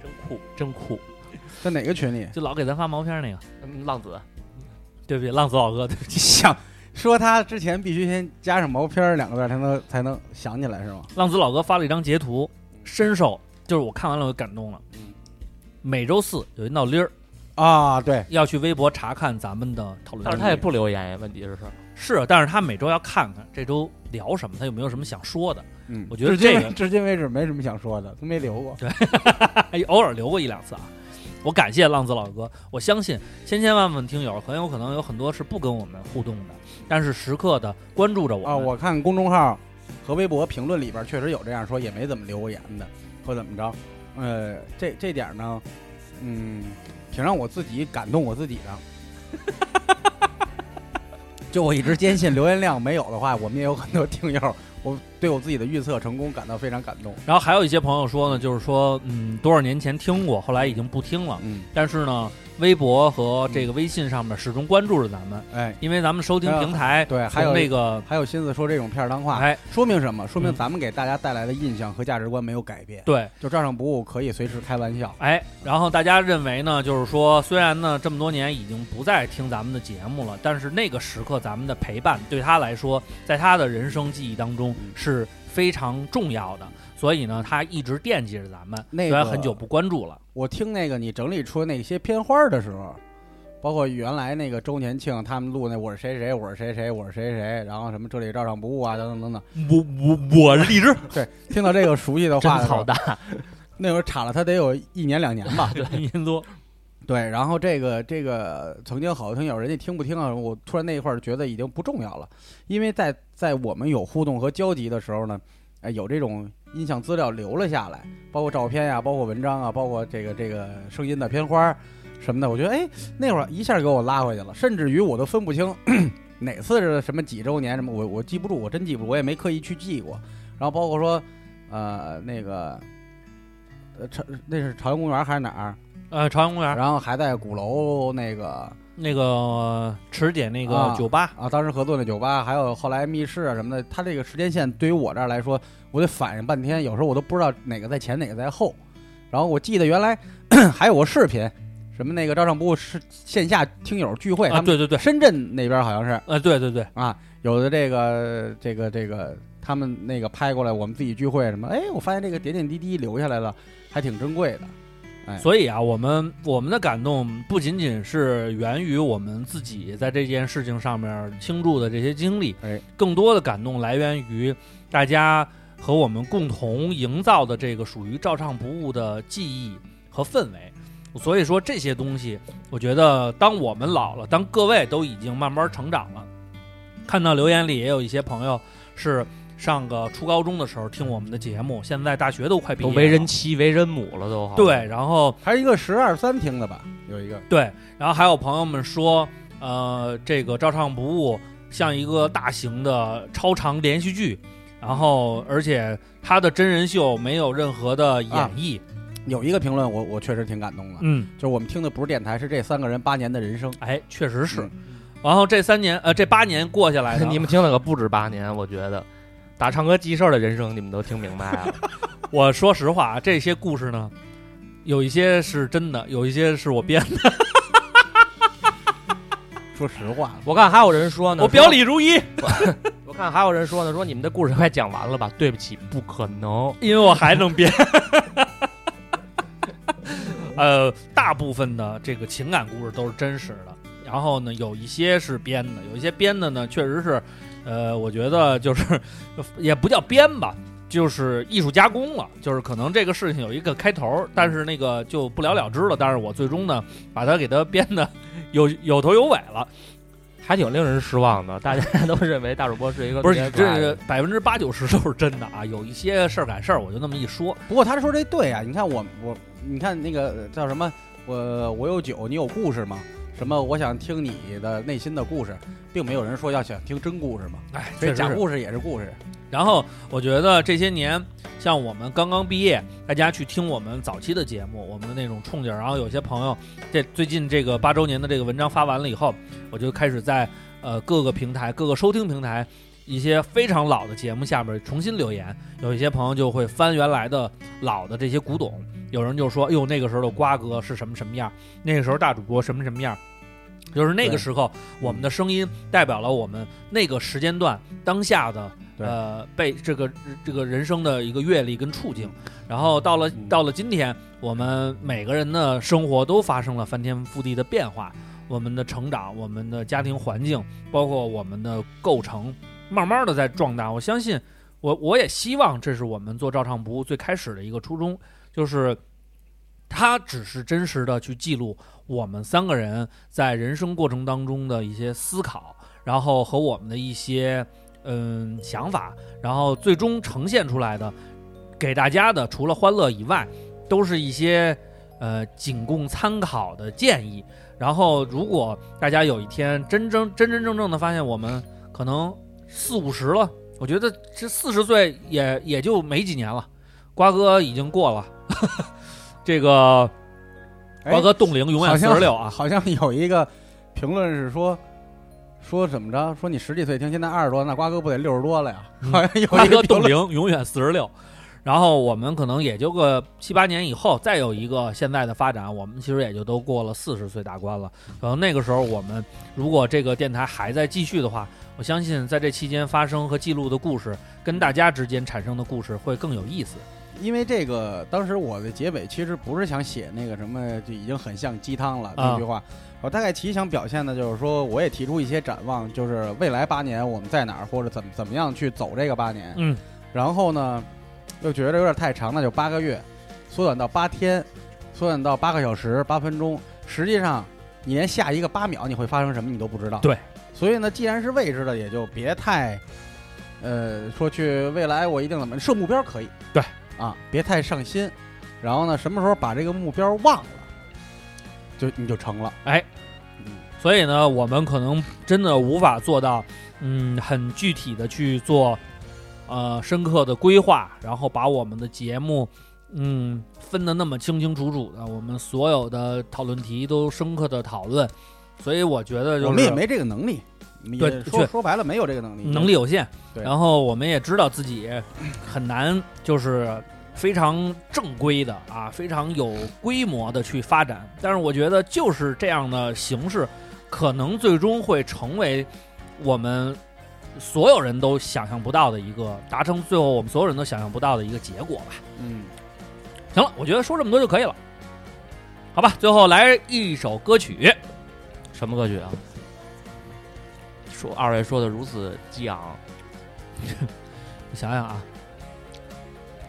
[SPEAKER 5] 真酷，真酷，
[SPEAKER 6] 在哪个群里？
[SPEAKER 4] 就老给咱发毛片儿那个，
[SPEAKER 5] 嗯 浪子，
[SPEAKER 4] 对不起，浪子老哥，对不起。
[SPEAKER 6] 想说他之前必须先加上“毛片儿”两个字儿才能才能想起来是吗？
[SPEAKER 4] 浪子老哥发了一张截图，深受，就是我看完了我就感动了。每周四有一闹铃儿，
[SPEAKER 6] 啊，对，
[SPEAKER 4] 要去微博查看咱们的讨论。
[SPEAKER 5] 但是他也不留言呀。问题是，
[SPEAKER 4] 是，啊但是他每周要看看这周聊什么，他有没有什么想说的。
[SPEAKER 6] 嗯，
[SPEAKER 4] 我觉得
[SPEAKER 6] 至今
[SPEAKER 4] 这个
[SPEAKER 6] 至今为止没什么想说的，都没留过。
[SPEAKER 4] 哎，偶尔留过一两次啊。我感谢浪子老哥，我相信千千万万听友很有可能有很多是不跟我们互动的，但是时刻的关注着我们。
[SPEAKER 6] 啊，我看公众号和微博评论里边确实有这样说，也没怎么留过言的，或怎么着。呃，这这点儿呢，嗯，挺让我自己感动我自己的。 就我一直坚信留言量没有的话，我们也有很多听友，我对我自己的预测成功感到非常感动。
[SPEAKER 4] 然后还有一些朋友说呢，就是说，嗯，多少年前听过，后来已经不听了，
[SPEAKER 6] 嗯，
[SPEAKER 4] 但是呢，微博和这个微信上面始终关注着咱们，
[SPEAKER 6] 哎，
[SPEAKER 4] 因为咱们收听平台
[SPEAKER 6] 啊对，还有
[SPEAKER 4] 从那个
[SPEAKER 6] 还有心思说这种片儿当话，
[SPEAKER 4] 哎，
[SPEAKER 6] 说明什么？说明
[SPEAKER 4] 嗯
[SPEAKER 6] 咱们给大家带来的印象和价值观没有改变。
[SPEAKER 4] 对
[SPEAKER 6] 就照常不误，可以随时开玩笑。
[SPEAKER 4] 哎，然后大家认为呢，就是说，虽然呢这么多年已经不再听咱们的节目了，但是那个时刻咱们的陪伴对他来说，在他的人生记忆当中是非常重要的，所以呢，他一直惦记着咱们，
[SPEAKER 6] 那个
[SPEAKER 4] 虽然很久不关注了，
[SPEAKER 6] 我听那个你整理出那些片花儿的时候，包括原来那个周年庆他们录那我是谁谁我是谁谁我是谁谁，然后什么这里照常不误啊等等等等，
[SPEAKER 4] 我我我是荔枝，
[SPEAKER 6] 听到这个熟悉 的
[SPEAKER 5] 真
[SPEAKER 6] 话的时
[SPEAKER 5] 操
[SPEAKER 6] 候，
[SPEAKER 5] 蛋，
[SPEAKER 6] 那会儿岔了他得有一年两年吧。
[SPEAKER 4] 对， 一年多，
[SPEAKER 6] 对，然后这个这个曾经好多听友人家听不听啊，我突然那一块儿觉得已经不重要了，因为在在我们有互动和交集的时候呢，哎，有这种音像资料留了下来，包括照片呀、包括文章啊，包括这个这个声音的片花儿什么的，我觉得哎，那会儿一下给我拉回去了，甚至于我都分不清 哪次是什么几周年什么，我我记不住，我真记不住，我也没刻意去记过。然后包括说，呃，那个，呃，朝那是朝阳公园还是哪儿？
[SPEAKER 4] 呃，朝阳公园
[SPEAKER 6] 然后还在鼓楼那个啊，
[SPEAKER 4] 那个池姐那个
[SPEAKER 6] 啊
[SPEAKER 4] 酒吧，
[SPEAKER 6] 当时合作那酒吧，还有后来密室啊什么的，它这个时间线对于我这儿来说，我得反应半天，有时候我都不知道哪个在前，哪个在后。然后我记得原来 还有个视频，什么那个照上不误是线下听友聚会，
[SPEAKER 4] 啊，
[SPEAKER 6] 他们
[SPEAKER 4] 对对对，
[SPEAKER 6] 深圳那边好像是
[SPEAKER 4] 呃，对对对，
[SPEAKER 6] 啊，有的这个这个这个他们那个拍过来，我们自己聚会什么，哎，我发现这个点点滴滴留下来了，还挺珍贵的。
[SPEAKER 4] 所以啊，我们我们的感动不仅仅是源于我们自己在这件事情上面倾注的这些经历，
[SPEAKER 6] 哎，
[SPEAKER 4] 更多的感动来源于大家和我们共同营造的这个属于照唱不误的记忆和氛围。所以说这些东西，我觉得当我们老了，当各位都已经慢慢成长了，看到留言里也有一些朋友是上个初高中的时候听我们的节目，现在大学都快毕
[SPEAKER 5] 都
[SPEAKER 4] 业了，
[SPEAKER 5] 为人妻为人母了都。
[SPEAKER 4] 对，，然后。
[SPEAKER 6] 还是一个十二三听的吧，有一个
[SPEAKER 4] 对，然后还有朋友们说，呃，这个照唱不误像一个大型的超长连续剧，然后而且它的真人秀没有任何的演
[SPEAKER 6] 啊
[SPEAKER 4] 绎，
[SPEAKER 6] 有一个评论我我确实挺感动的。
[SPEAKER 4] 嗯，
[SPEAKER 6] 就是我们听的不是电台，是这三个人八年的人生。
[SPEAKER 4] 哎，确实是。然后这三年，呃，这八年过下来 呢，
[SPEAKER 5] 你们听了可不止八年，我觉得。打唱歌记事儿的人生，你们都听明白了。
[SPEAKER 4] 我说实话啊，这些故事呢，有一些是真的，有一些是我编的，
[SPEAKER 6] 说实话，
[SPEAKER 5] 我看还有人说呢，
[SPEAKER 4] 我表里如一。
[SPEAKER 5] 说。我看还有人说呢，说你们的故事快讲完了吧？对不起，不可能。
[SPEAKER 4] 因为我还能编。 呃，大部分的这个情感故事都是真实的，然后呢，有一些是编的，有一些编的呢，确实是，呃，我觉得就是呃也不叫编吧，就是艺术加工了，就是可能这个事情有一个开头，但是那个就不了了之了。但是我最终呢，把它给它编的有 有头有尾了，
[SPEAKER 5] 还挺令人失望的，大家 都认为大主播是一个
[SPEAKER 4] 不
[SPEAKER 5] 特别
[SPEAKER 4] 是
[SPEAKER 5] 可爱
[SPEAKER 4] 这
[SPEAKER 5] 的
[SPEAKER 4] 个百分之八九十都是真的啊，有一些事儿赶事儿，我就那么一说，
[SPEAKER 6] 不过他说这对啊，你看我我你看那个呃叫什么，我我有酒，你有故事吗？什么？我想听你的内心的故事，并没有人说要想听真故事嘛。
[SPEAKER 4] 哎，
[SPEAKER 6] 所以
[SPEAKER 4] 确实
[SPEAKER 6] 假
[SPEAKER 4] 是
[SPEAKER 6] 故事也是故事。
[SPEAKER 4] 然后我觉得这些年，像我们刚刚毕业，大家去听我们早期的节目，我们那种冲劲儿。然后有些朋友，这最近这个八周年的这个文章发完了以后，我就开始在呃各个平台、各个收听平台一些非常老的节目下面重新留言。有一些朋友就会翻原来的老的这些古董，有人就说：“哎呦，那个时候的瓜哥是什么什么样？那个时候大主播什么什么样？”就是那个
[SPEAKER 6] 对
[SPEAKER 4] 时候，我们的声音代表了我们那个时间段当下的
[SPEAKER 6] 对
[SPEAKER 4] 呃被这个这个人生的一个阅历跟处境。然后到了
[SPEAKER 6] 嗯
[SPEAKER 4] 到了今天，我们每个人的生活都发生了翻天覆地的变化，我们的成长、我们的家庭环境，包括我们的构成，慢慢的在壮大。我相信，我我也希望这是我们做照唱不误最开始的一个初衷，就是它只是真实的去记录我们三个人在人生过程当中的一些思考，然后和我们的一些嗯想法，然后最终呈现出来的给大家的，除了欢乐以外，都是一些呃仅供参考的建议。然后，如果大家有一天真正真真正正的发现我们可能四五十了，我觉得这四十岁也也就没几年了，瓜哥已经过了， 这个瓜哎哥冻龄永
[SPEAKER 6] 哎好
[SPEAKER 4] 远四
[SPEAKER 6] 像
[SPEAKER 4] 十六啊，
[SPEAKER 6] 好像有一个评论是说。说怎么着？说你十几岁听，现在二十多，那瓜哥不得六十多了呀？好像有一
[SPEAKER 4] 嗯 瓜哥
[SPEAKER 6] 个评
[SPEAKER 4] 冻
[SPEAKER 6] 论，
[SPEAKER 4] 龄永远四十六。然后我们可能也就个七八年以后，再有一个现在的发展，我们其实也就都过了四十岁大关了。可能那个时候，我们如果这个电台还在继续的话，我相信在这期间发生和记录的故事，跟大家之间产生的故事会更有意思。
[SPEAKER 6] 因为这个，当时我的结尾其实不是想写那个什么，就已经很像鸡汤了
[SPEAKER 4] 啊
[SPEAKER 6] 那句话。我大概其想表现的就是说，我也提出一些展望，就是未来八年我们在哪儿，或者怎么怎么样去走这个八年。
[SPEAKER 4] 嗯，
[SPEAKER 6] 然后呢，又觉得有点太长，那就八个月，缩短到八天，缩短到八个小时、八分钟。实际上，你连下一个八秒你会发生什么你都不知道。
[SPEAKER 4] 对，
[SPEAKER 6] 所以呢，既然是未知的，也就别太，呃，说去未来我一定怎么设目标可以。
[SPEAKER 4] 对，
[SPEAKER 6] 啊，别太上心。然后呢，什么时候把这个目标忘了，就你就成了。
[SPEAKER 4] 所以呢，我们可能真的无法做到，嗯，很具体的去做，呃，深刻的规划，然后把我们的节目，嗯，分得那么清清楚楚的，我们所有的讨论题都深刻的讨论。所以我觉得就是
[SPEAKER 6] 我们也没这个能力。也
[SPEAKER 4] 对
[SPEAKER 6] 说
[SPEAKER 4] 确
[SPEAKER 6] 说白了，没有这个能力。
[SPEAKER 4] 能力有限，
[SPEAKER 6] 嗯对
[SPEAKER 4] 然后我们也知道自己很难，就是非常正规的啊，非常有规模的去发展。但是我觉得就是这样的形式，可能最终会成为我们所有人都想象不到的一个达成，最后我们所有人都想象不到的一个结果吧。
[SPEAKER 6] 嗯，
[SPEAKER 4] 行了，我觉得说这么多就可以了，好吧？最后来一首歌曲，
[SPEAKER 5] 什么歌曲啊？说二位说的如此激昂，
[SPEAKER 4] 我想想啊，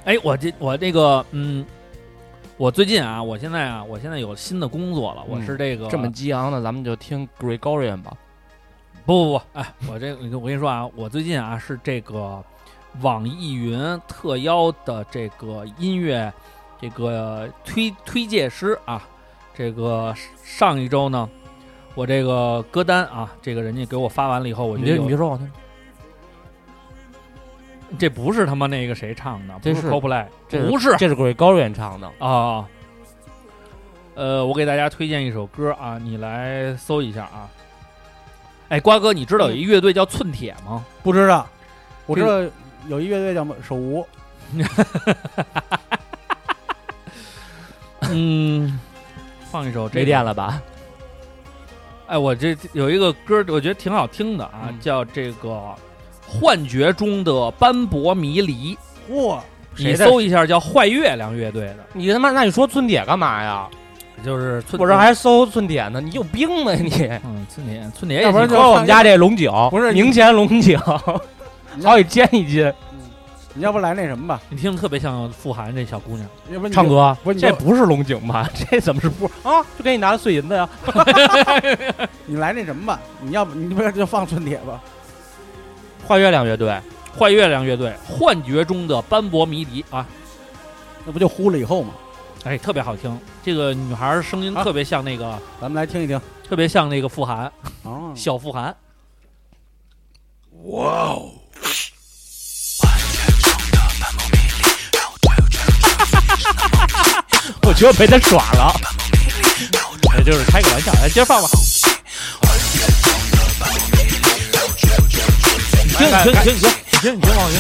[SPEAKER 4] 哎，我这我这个嗯，我最近啊，我现在啊，我现在有新的工作了，我是这个、
[SPEAKER 5] 嗯这么激昂的，咱们就听 Gregorian 吧。
[SPEAKER 4] 不不不，哎，我这个我跟你说啊，我最近啊是这个网易云特邀的这个音乐这个推推介师啊，这个上一周呢，我这个歌单啊，这个人家给我发完了以后，我
[SPEAKER 5] 你
[SPEAKER 4] 觉得
[SPEAKER 5] 别你
[SPEAKER 4] 有
[SPEAKER 5] 别说我听，
[SPEAKER 4] 这不是他妈那个谁唱的，
[SPEAKER 5] 这
[SPEAKER 4] 不是
[SPEAKER 5] 是
[SPEAKER 4] Coldplay，
[SPEAKER 5] 这
[SPEAKER 4] 不是
[SPEAKER 5] 这是 Gregorian 唱的，
[SPEAKER 4] 啊，呃，我给大家推荐一首歌啊，你来搜一下啊。哎，瓜哥，你知道
[SPEAKER 5] 嗯
[SPEAKER 4] 有一乐队叫寸铁吗？
[SPEAKER 6] 不知道，我
[SPEAKER 4] 这
[SPEAKER 6] 知道有一乐队叫手无，
[SPEAKER 4] 嗯，放一首这
[SPEAKER 5] 没
[SPEAKER 4] 个
[SPEAKER 5] 电了吧？
[SPEAKER 4] 哎，我这有一个歌，我觉得挺好听的啊，
[SPEAKER 5] 嗯
[SPEAKER 4] 叫这个《幻觉中的斑驳迷离，
[SPEAKER 6] 哇，
[SPEAKER 4] 你
[SPEAKER 5] 谁的
[SPEAKER 4] 搜一下叫坏月亮乐队的，
[SPEAKER 5] 你他妈，那你说村铁干嘛呀？
[SPEAKER 4] 就是村
[SPEAKER 5] 我这还搜村铁呢，你有病吧你？
[SPEAKER 4] 嗯村铁村铁也
[SPEAKER 5] 要不然
[SPEAKER 4] 挺
[SPEAKER 5] 就
[SPEAKER 4] 高
[SPEAKER 5] 我们家这龙井，
[SPEAKER 6] 不是你
[SPEAKER 5] 明前 龙井，好几斤一斤，
[SPEAKER 6] 你要不来那什么吧？
[SPEAKER 4] 你听着特别像富含这小姑娘，
[SPEAKER 6] 要不你就
[SPEAKER 5] 唱歌
[SPEAKER 6] 不是你
[SPEAKER 5] 这
[SPEAKER 6] 就
[SPEAKER 5] 不是龙井吧？ 这怎么是不啊？就给你拿了碎银子呀？
[SPEAKER 6] 你来那什么吧？你要不你不是就放春铁吧？
[SPEAKER 5] 坏月亮乐队，
[SPEAKER 4] 坏月亮乐队，幻觉中的斑驳迷离啊，
[SPEAKER 6] 那不就呼了以后吗？
[SPEAKER 4] 哎，特别好听。这个女孩儿声音
[SPEAKER 6] 啊
[SPEAKER 4] 特别像那个，
[SPEAKER 6] 咱们来听一听
[SPEAKER 4] 特别像那个富含
[SPEAKER 2] 嗯
[SPEAKER 6] 啊
[SPEAKER 4] 小富含。
[SPEAKER 5] 我觉得被他耍了。这就是开个玩笑，哎，接着放吧。
[SPEAKER 4] 停
[SPEAKER 5] 哎
[SPEAKER 4] 停停停停，你听放心，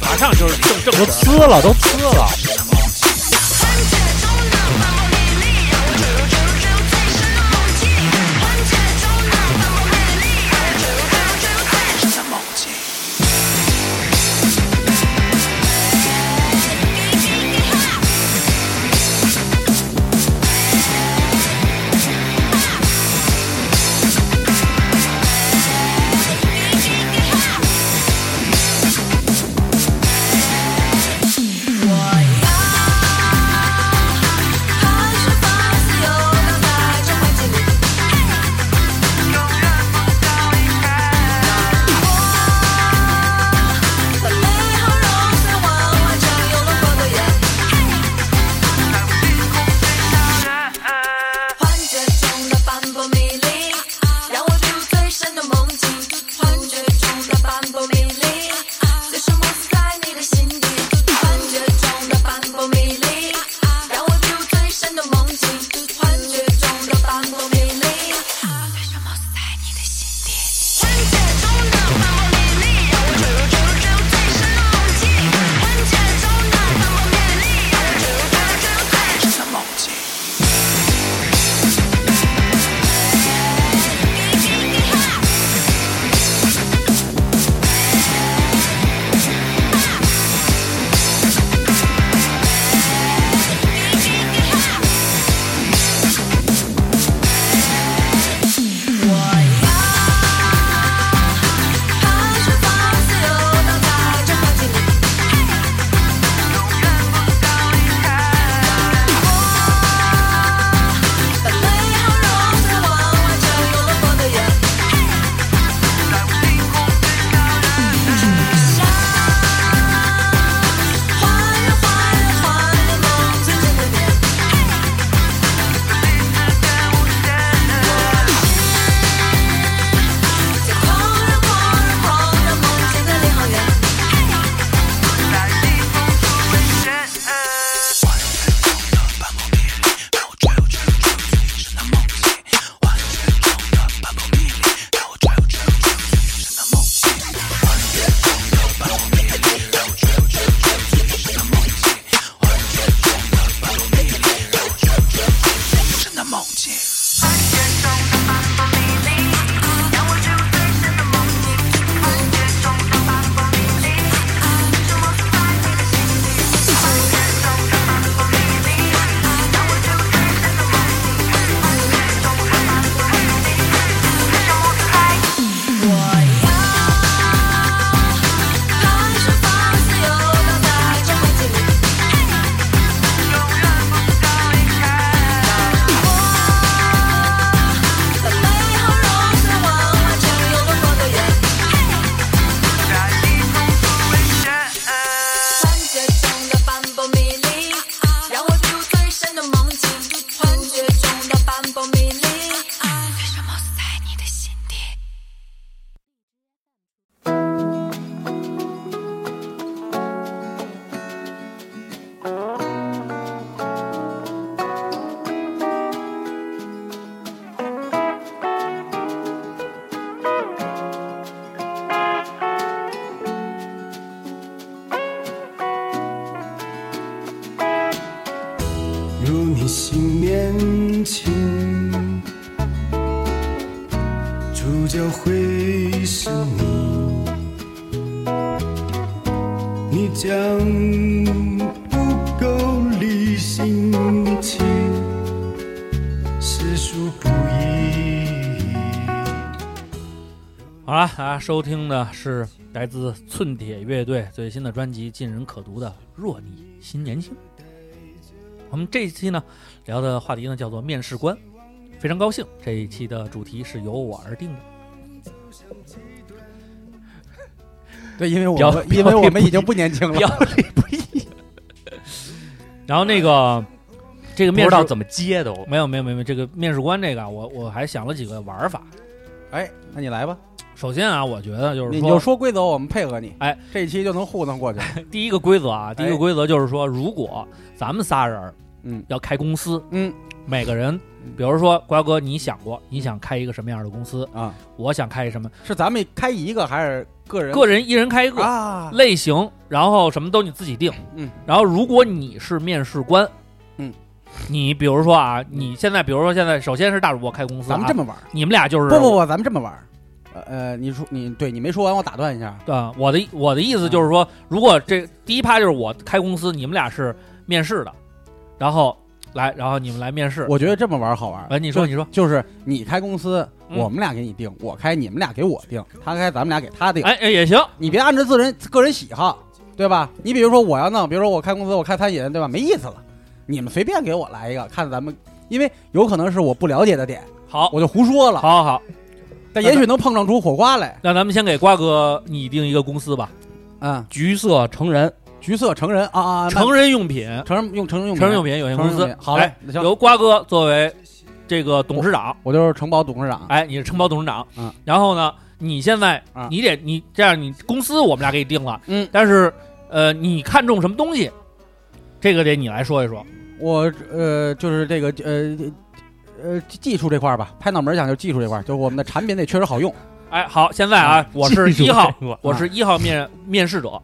[SPEAKER 4] 马上就是正正
[SPEAKER 5] 都
[SPEAKER 4] 式。
[SPEAKER 5] 呲了，都呲了。
[SPEAKER 7] 幻觉中的斑驳迷离，让我进入最深的梦境。幻觉中的斑驳迷离，随时摩挲在你的心底。幻觉中的斑驳迷离，让我进入最深的梦境。幻觉中的斑驳迷离，随时摩挲在你的心底。幻觉中的斑驳迷离，让我坠入坠入坠入最深的梦境。幻觉中的斑驳迷离，让我坠入坠入坠入最深的梦境。还是放肆游荡在这幻境里，永远不想离开。我把美好融在我怀中，游落我的眼，在我灵魂最高的山。花呀花呀花呀，梦最真的面，在狂热狂热狂热梦境的领航员。还是放肆游荡在这幻境里，永远不想离开。我把美好融在我怀中，游落我的眼，在逆风中危险。幻觉中的斑驳迷离，让我进入最深的梦境。幻觉中的斑驳迷离，啊随时摩挲在你的心底。
[SPEAKER 3] 如你心面前，主角会是你。
[SPEAKER 8] 你将不够理性，一切实属不易。
[SPEAKER 4] 好了，大家收听的是来自寸铁乐队最新的专辑《尽人可读》的《若你心年轻》。我们这一期呢聊的话题呢叫做面试官，非常高兴这一期的主题是由我而定的。
[SPEAKER 6] 对，因为
[SPEAKER 4] 标
[SPEAKER 6] 我们因
[SPEAKER 4] 标
[SPEAKER 6] 为
[SPEAKER 4] 题
[SPEAKER 6] 我们
[SPEAKER 4] 不
[SPEAKER 6] 已经不年轻了，
[SPEAKER 4] 表里不一。然后那个这个
[SPEAKER 2] 不
[SPEAKER 4] 面
[SPEAKER 2] 知
[SPEAKER 4] 试
[SPEAKER 2] 道怎么接都。
[SPEAKER 4] 没有没有没有没有这个面试官这个啊，我我还想了几个玩法。
[SPEAKER 6] 哎，那你来吧，
[SPEAKER 4] 首先啊，我觉得就是
[SPEAKER 6] 你就
[SPEAKER 4] 说，
[SPEAKER 6] 说规则，我们配合你，
[SPEAKER 4] 哎，
[SPEAKER 6] 这一期就能糊弄过去。
[SPEAKER 4] 第一个规则啊，第一个
[SPEAKER 6] 哎
[SPEAKER 4] 规则就是说，如果咱们仨人儿
[SPEAKER 6] 嗯
[SPEAKER 4] 要开公司，
[SPEAKER 6] 嗯
[SPEAKER 4] 每个人，比如说瓜哥，你想过你想开一个什么样的公司？
[SPEAKER 6] 啊，
[SPEAKER 4] 我想开什么？
[SPEAKER 6] 是咱们开一个还是个人
[SPEAKER 4] 个人一人开一个
[SPEAKER 6] 啊？
[SPEAKER 4] 类型，然后什么都你自己定。
[SPEAKER 6] 嗯，
[SPEAKER 4] 然后如果你是面试官，
[SPEAKER 6] 嗯，
[SPEAKER 4] 你比如说啊，你现在比如说现在首先是大主播开公司、啊，
[SPEAKER 6] 咱们这么玩儿，
[SPEAKER 4] 你们俩就是
[SPEAKER 6] 不不不，咱们这么玩儿，呃呃，你说你对你没说完，我打断一下，
[SPEAKER 4] 啊、我的我的意思就是说，如果这第一趴就是我开公司，你们俩是面试的，然后来，然后你们来面试。
[SPEAKER 6] 我觉得这么玩儿好玩儿。
[SPEAKER 4] 哎你说
[SPEAKER 6] 就
[SPEAKER 4] 你说，
[SPEAKER 6] 就是你开公司，
[SPEAKER 4] 嗯
[SPEAKER 6] 我们俩给你定，我开你们俩给我定，他开咱们俩给他定。
[SPEAKER 4] 哎哎也行，
[SPEAKER 6] 你别按照自人个人喜好，对吧？你比如说我要弄，比如说我开公司，我开餐饮，对吧？没意思了，你们随便给我来一个，看咱们，因为有可能是我不了解的点，
[SPEAKER 4] 好，
[SPEAKER 6] 我就胡说了，
[SPEAKER 4] 好好，
[SPEAKER 6] 但也许能碰撞出火花来。
[SPEAKER 4] 那咱们先给瓜哥拟定一个公司吧，
[SPEAKER 6] 嗯，
[SPEAKER 5] 橘色成人，
[SPEAKER 6] 橘色成人啊啊，啊
[SPEAKER 4] 成人用品，
[SPEAKER 6] 那成人用成人用
[SPEAKER 4] 成人用
[SPEAKER 6] 品，
[SPEAKER 4] 品有限
[SPEAKER 6] 成
[SPEAKER 4] 公
[SPEAKER 6] 人
[SPEAKER 4] 司
[SPEAKER 6] 用。好嘞
[SPEAKER 4] 哎，
[SPEAKER 6] 那行，
[SPEAKER 4] 由瓜哥作为这个董事长，
[SPEAKER 6] 我就是城堡董事长。
[SPEAKER 4] 哎，你是承包董事长，
[SPEAKER 6] 嗯，
[SPEAKER 4] 然后呢，你现在
[SPEAKER 6] 啊
[SPEAKER 4] 你得你这样，你公司我们俩给你定了，
[SPEAKER 6] 嗯，
[SPEAKER 4] 但是呃，你看中什么东西，这个得你来说一说。
[SPEAKER 6] 我呃，就是这个呃。呃，技术这块儿吧，拍脑门儿讲就是技术这块儿，就是我们的产品得确实好用。
[SPEAKER 4] 哎，好，现在啊，我是
[SPEAKER 2] 记住
[SPEAKER 4] 一号
[SPEAKER 2] 这个，
[SPEAKER 4] 我是一号面面试者，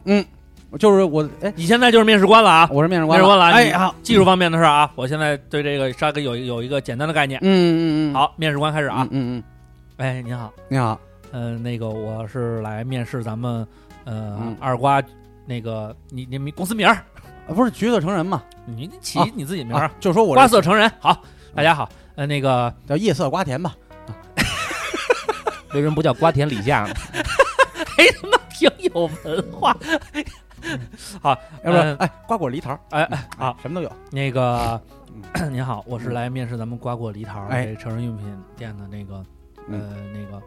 [SPEAKER 6] 就是我，哎，
[SPEAKER 4] 你现在就是面试官了啊。
[SPEAKER 6] 我是面试
[SPEAKER 4] 面
[SPEAKER 6] 官
[SPEAKER 4] 试
[SPEAKER 6] 了，
[SPEAKER 4] 官了，
[SPEAKER 6] 哎
[SPEAKER 4] 你
[SPEAKER 6] 好，
[SPEAKER 4] 技术方面的事儿
[SPEAKER 6] 嗯
[SPEAKER 4] 啊，我现在对这个沙哥有有一个简单的概念。
[SPEAKER 6] 嗯嗯嗯，
[SPEAKER 4] 好，面试官开始啊，
[SPEAKER 6] 嗯嗯
[SPEAKER 4] 哎，您好，
[SPEAKER 6] 嗯，你好，
[SPEAKER 4] 嗯，那个我是来面试咱们呃
[SPEAKER 6] 嗯
[SPEAKER 4] 二瓜那个你你公司名儿，
[SPEAKER 6] 啊不是橘色成人嘛？
[SPEAKER 4] 你你起
[SPEAKER 6] 啊
[SPEAKER 4] 你自己名儿，
[SPEAKER 6] 就说我嗯
[SPEAKER 4] 瓜
[SPEAKER 6] 这
[SPEAKER 4] 色成人。好，大家好，呃，那个
[SPEAKER 6] 叫夜色瓜田吧，
[SPEAKER 5] 为什么不叫瓜田李下呢？
[SPEAKER 4] 哎他妈挺有文化，
[SPEAKER 6] 要不
[SPEAKER 4] 嗯
[SPEAKER 6] 然哎瓜果梨桃，
[SPEAKER 4] 哎哎好，
[SPEAKER 6] 什么都有。
[SPEAKER 4] 那个 您好，我是来面试咱们瓜果梨桃儿
[SPEAKER 6] 哎嗯
[SPEAKER 4] 这成人用品店的那个呃那个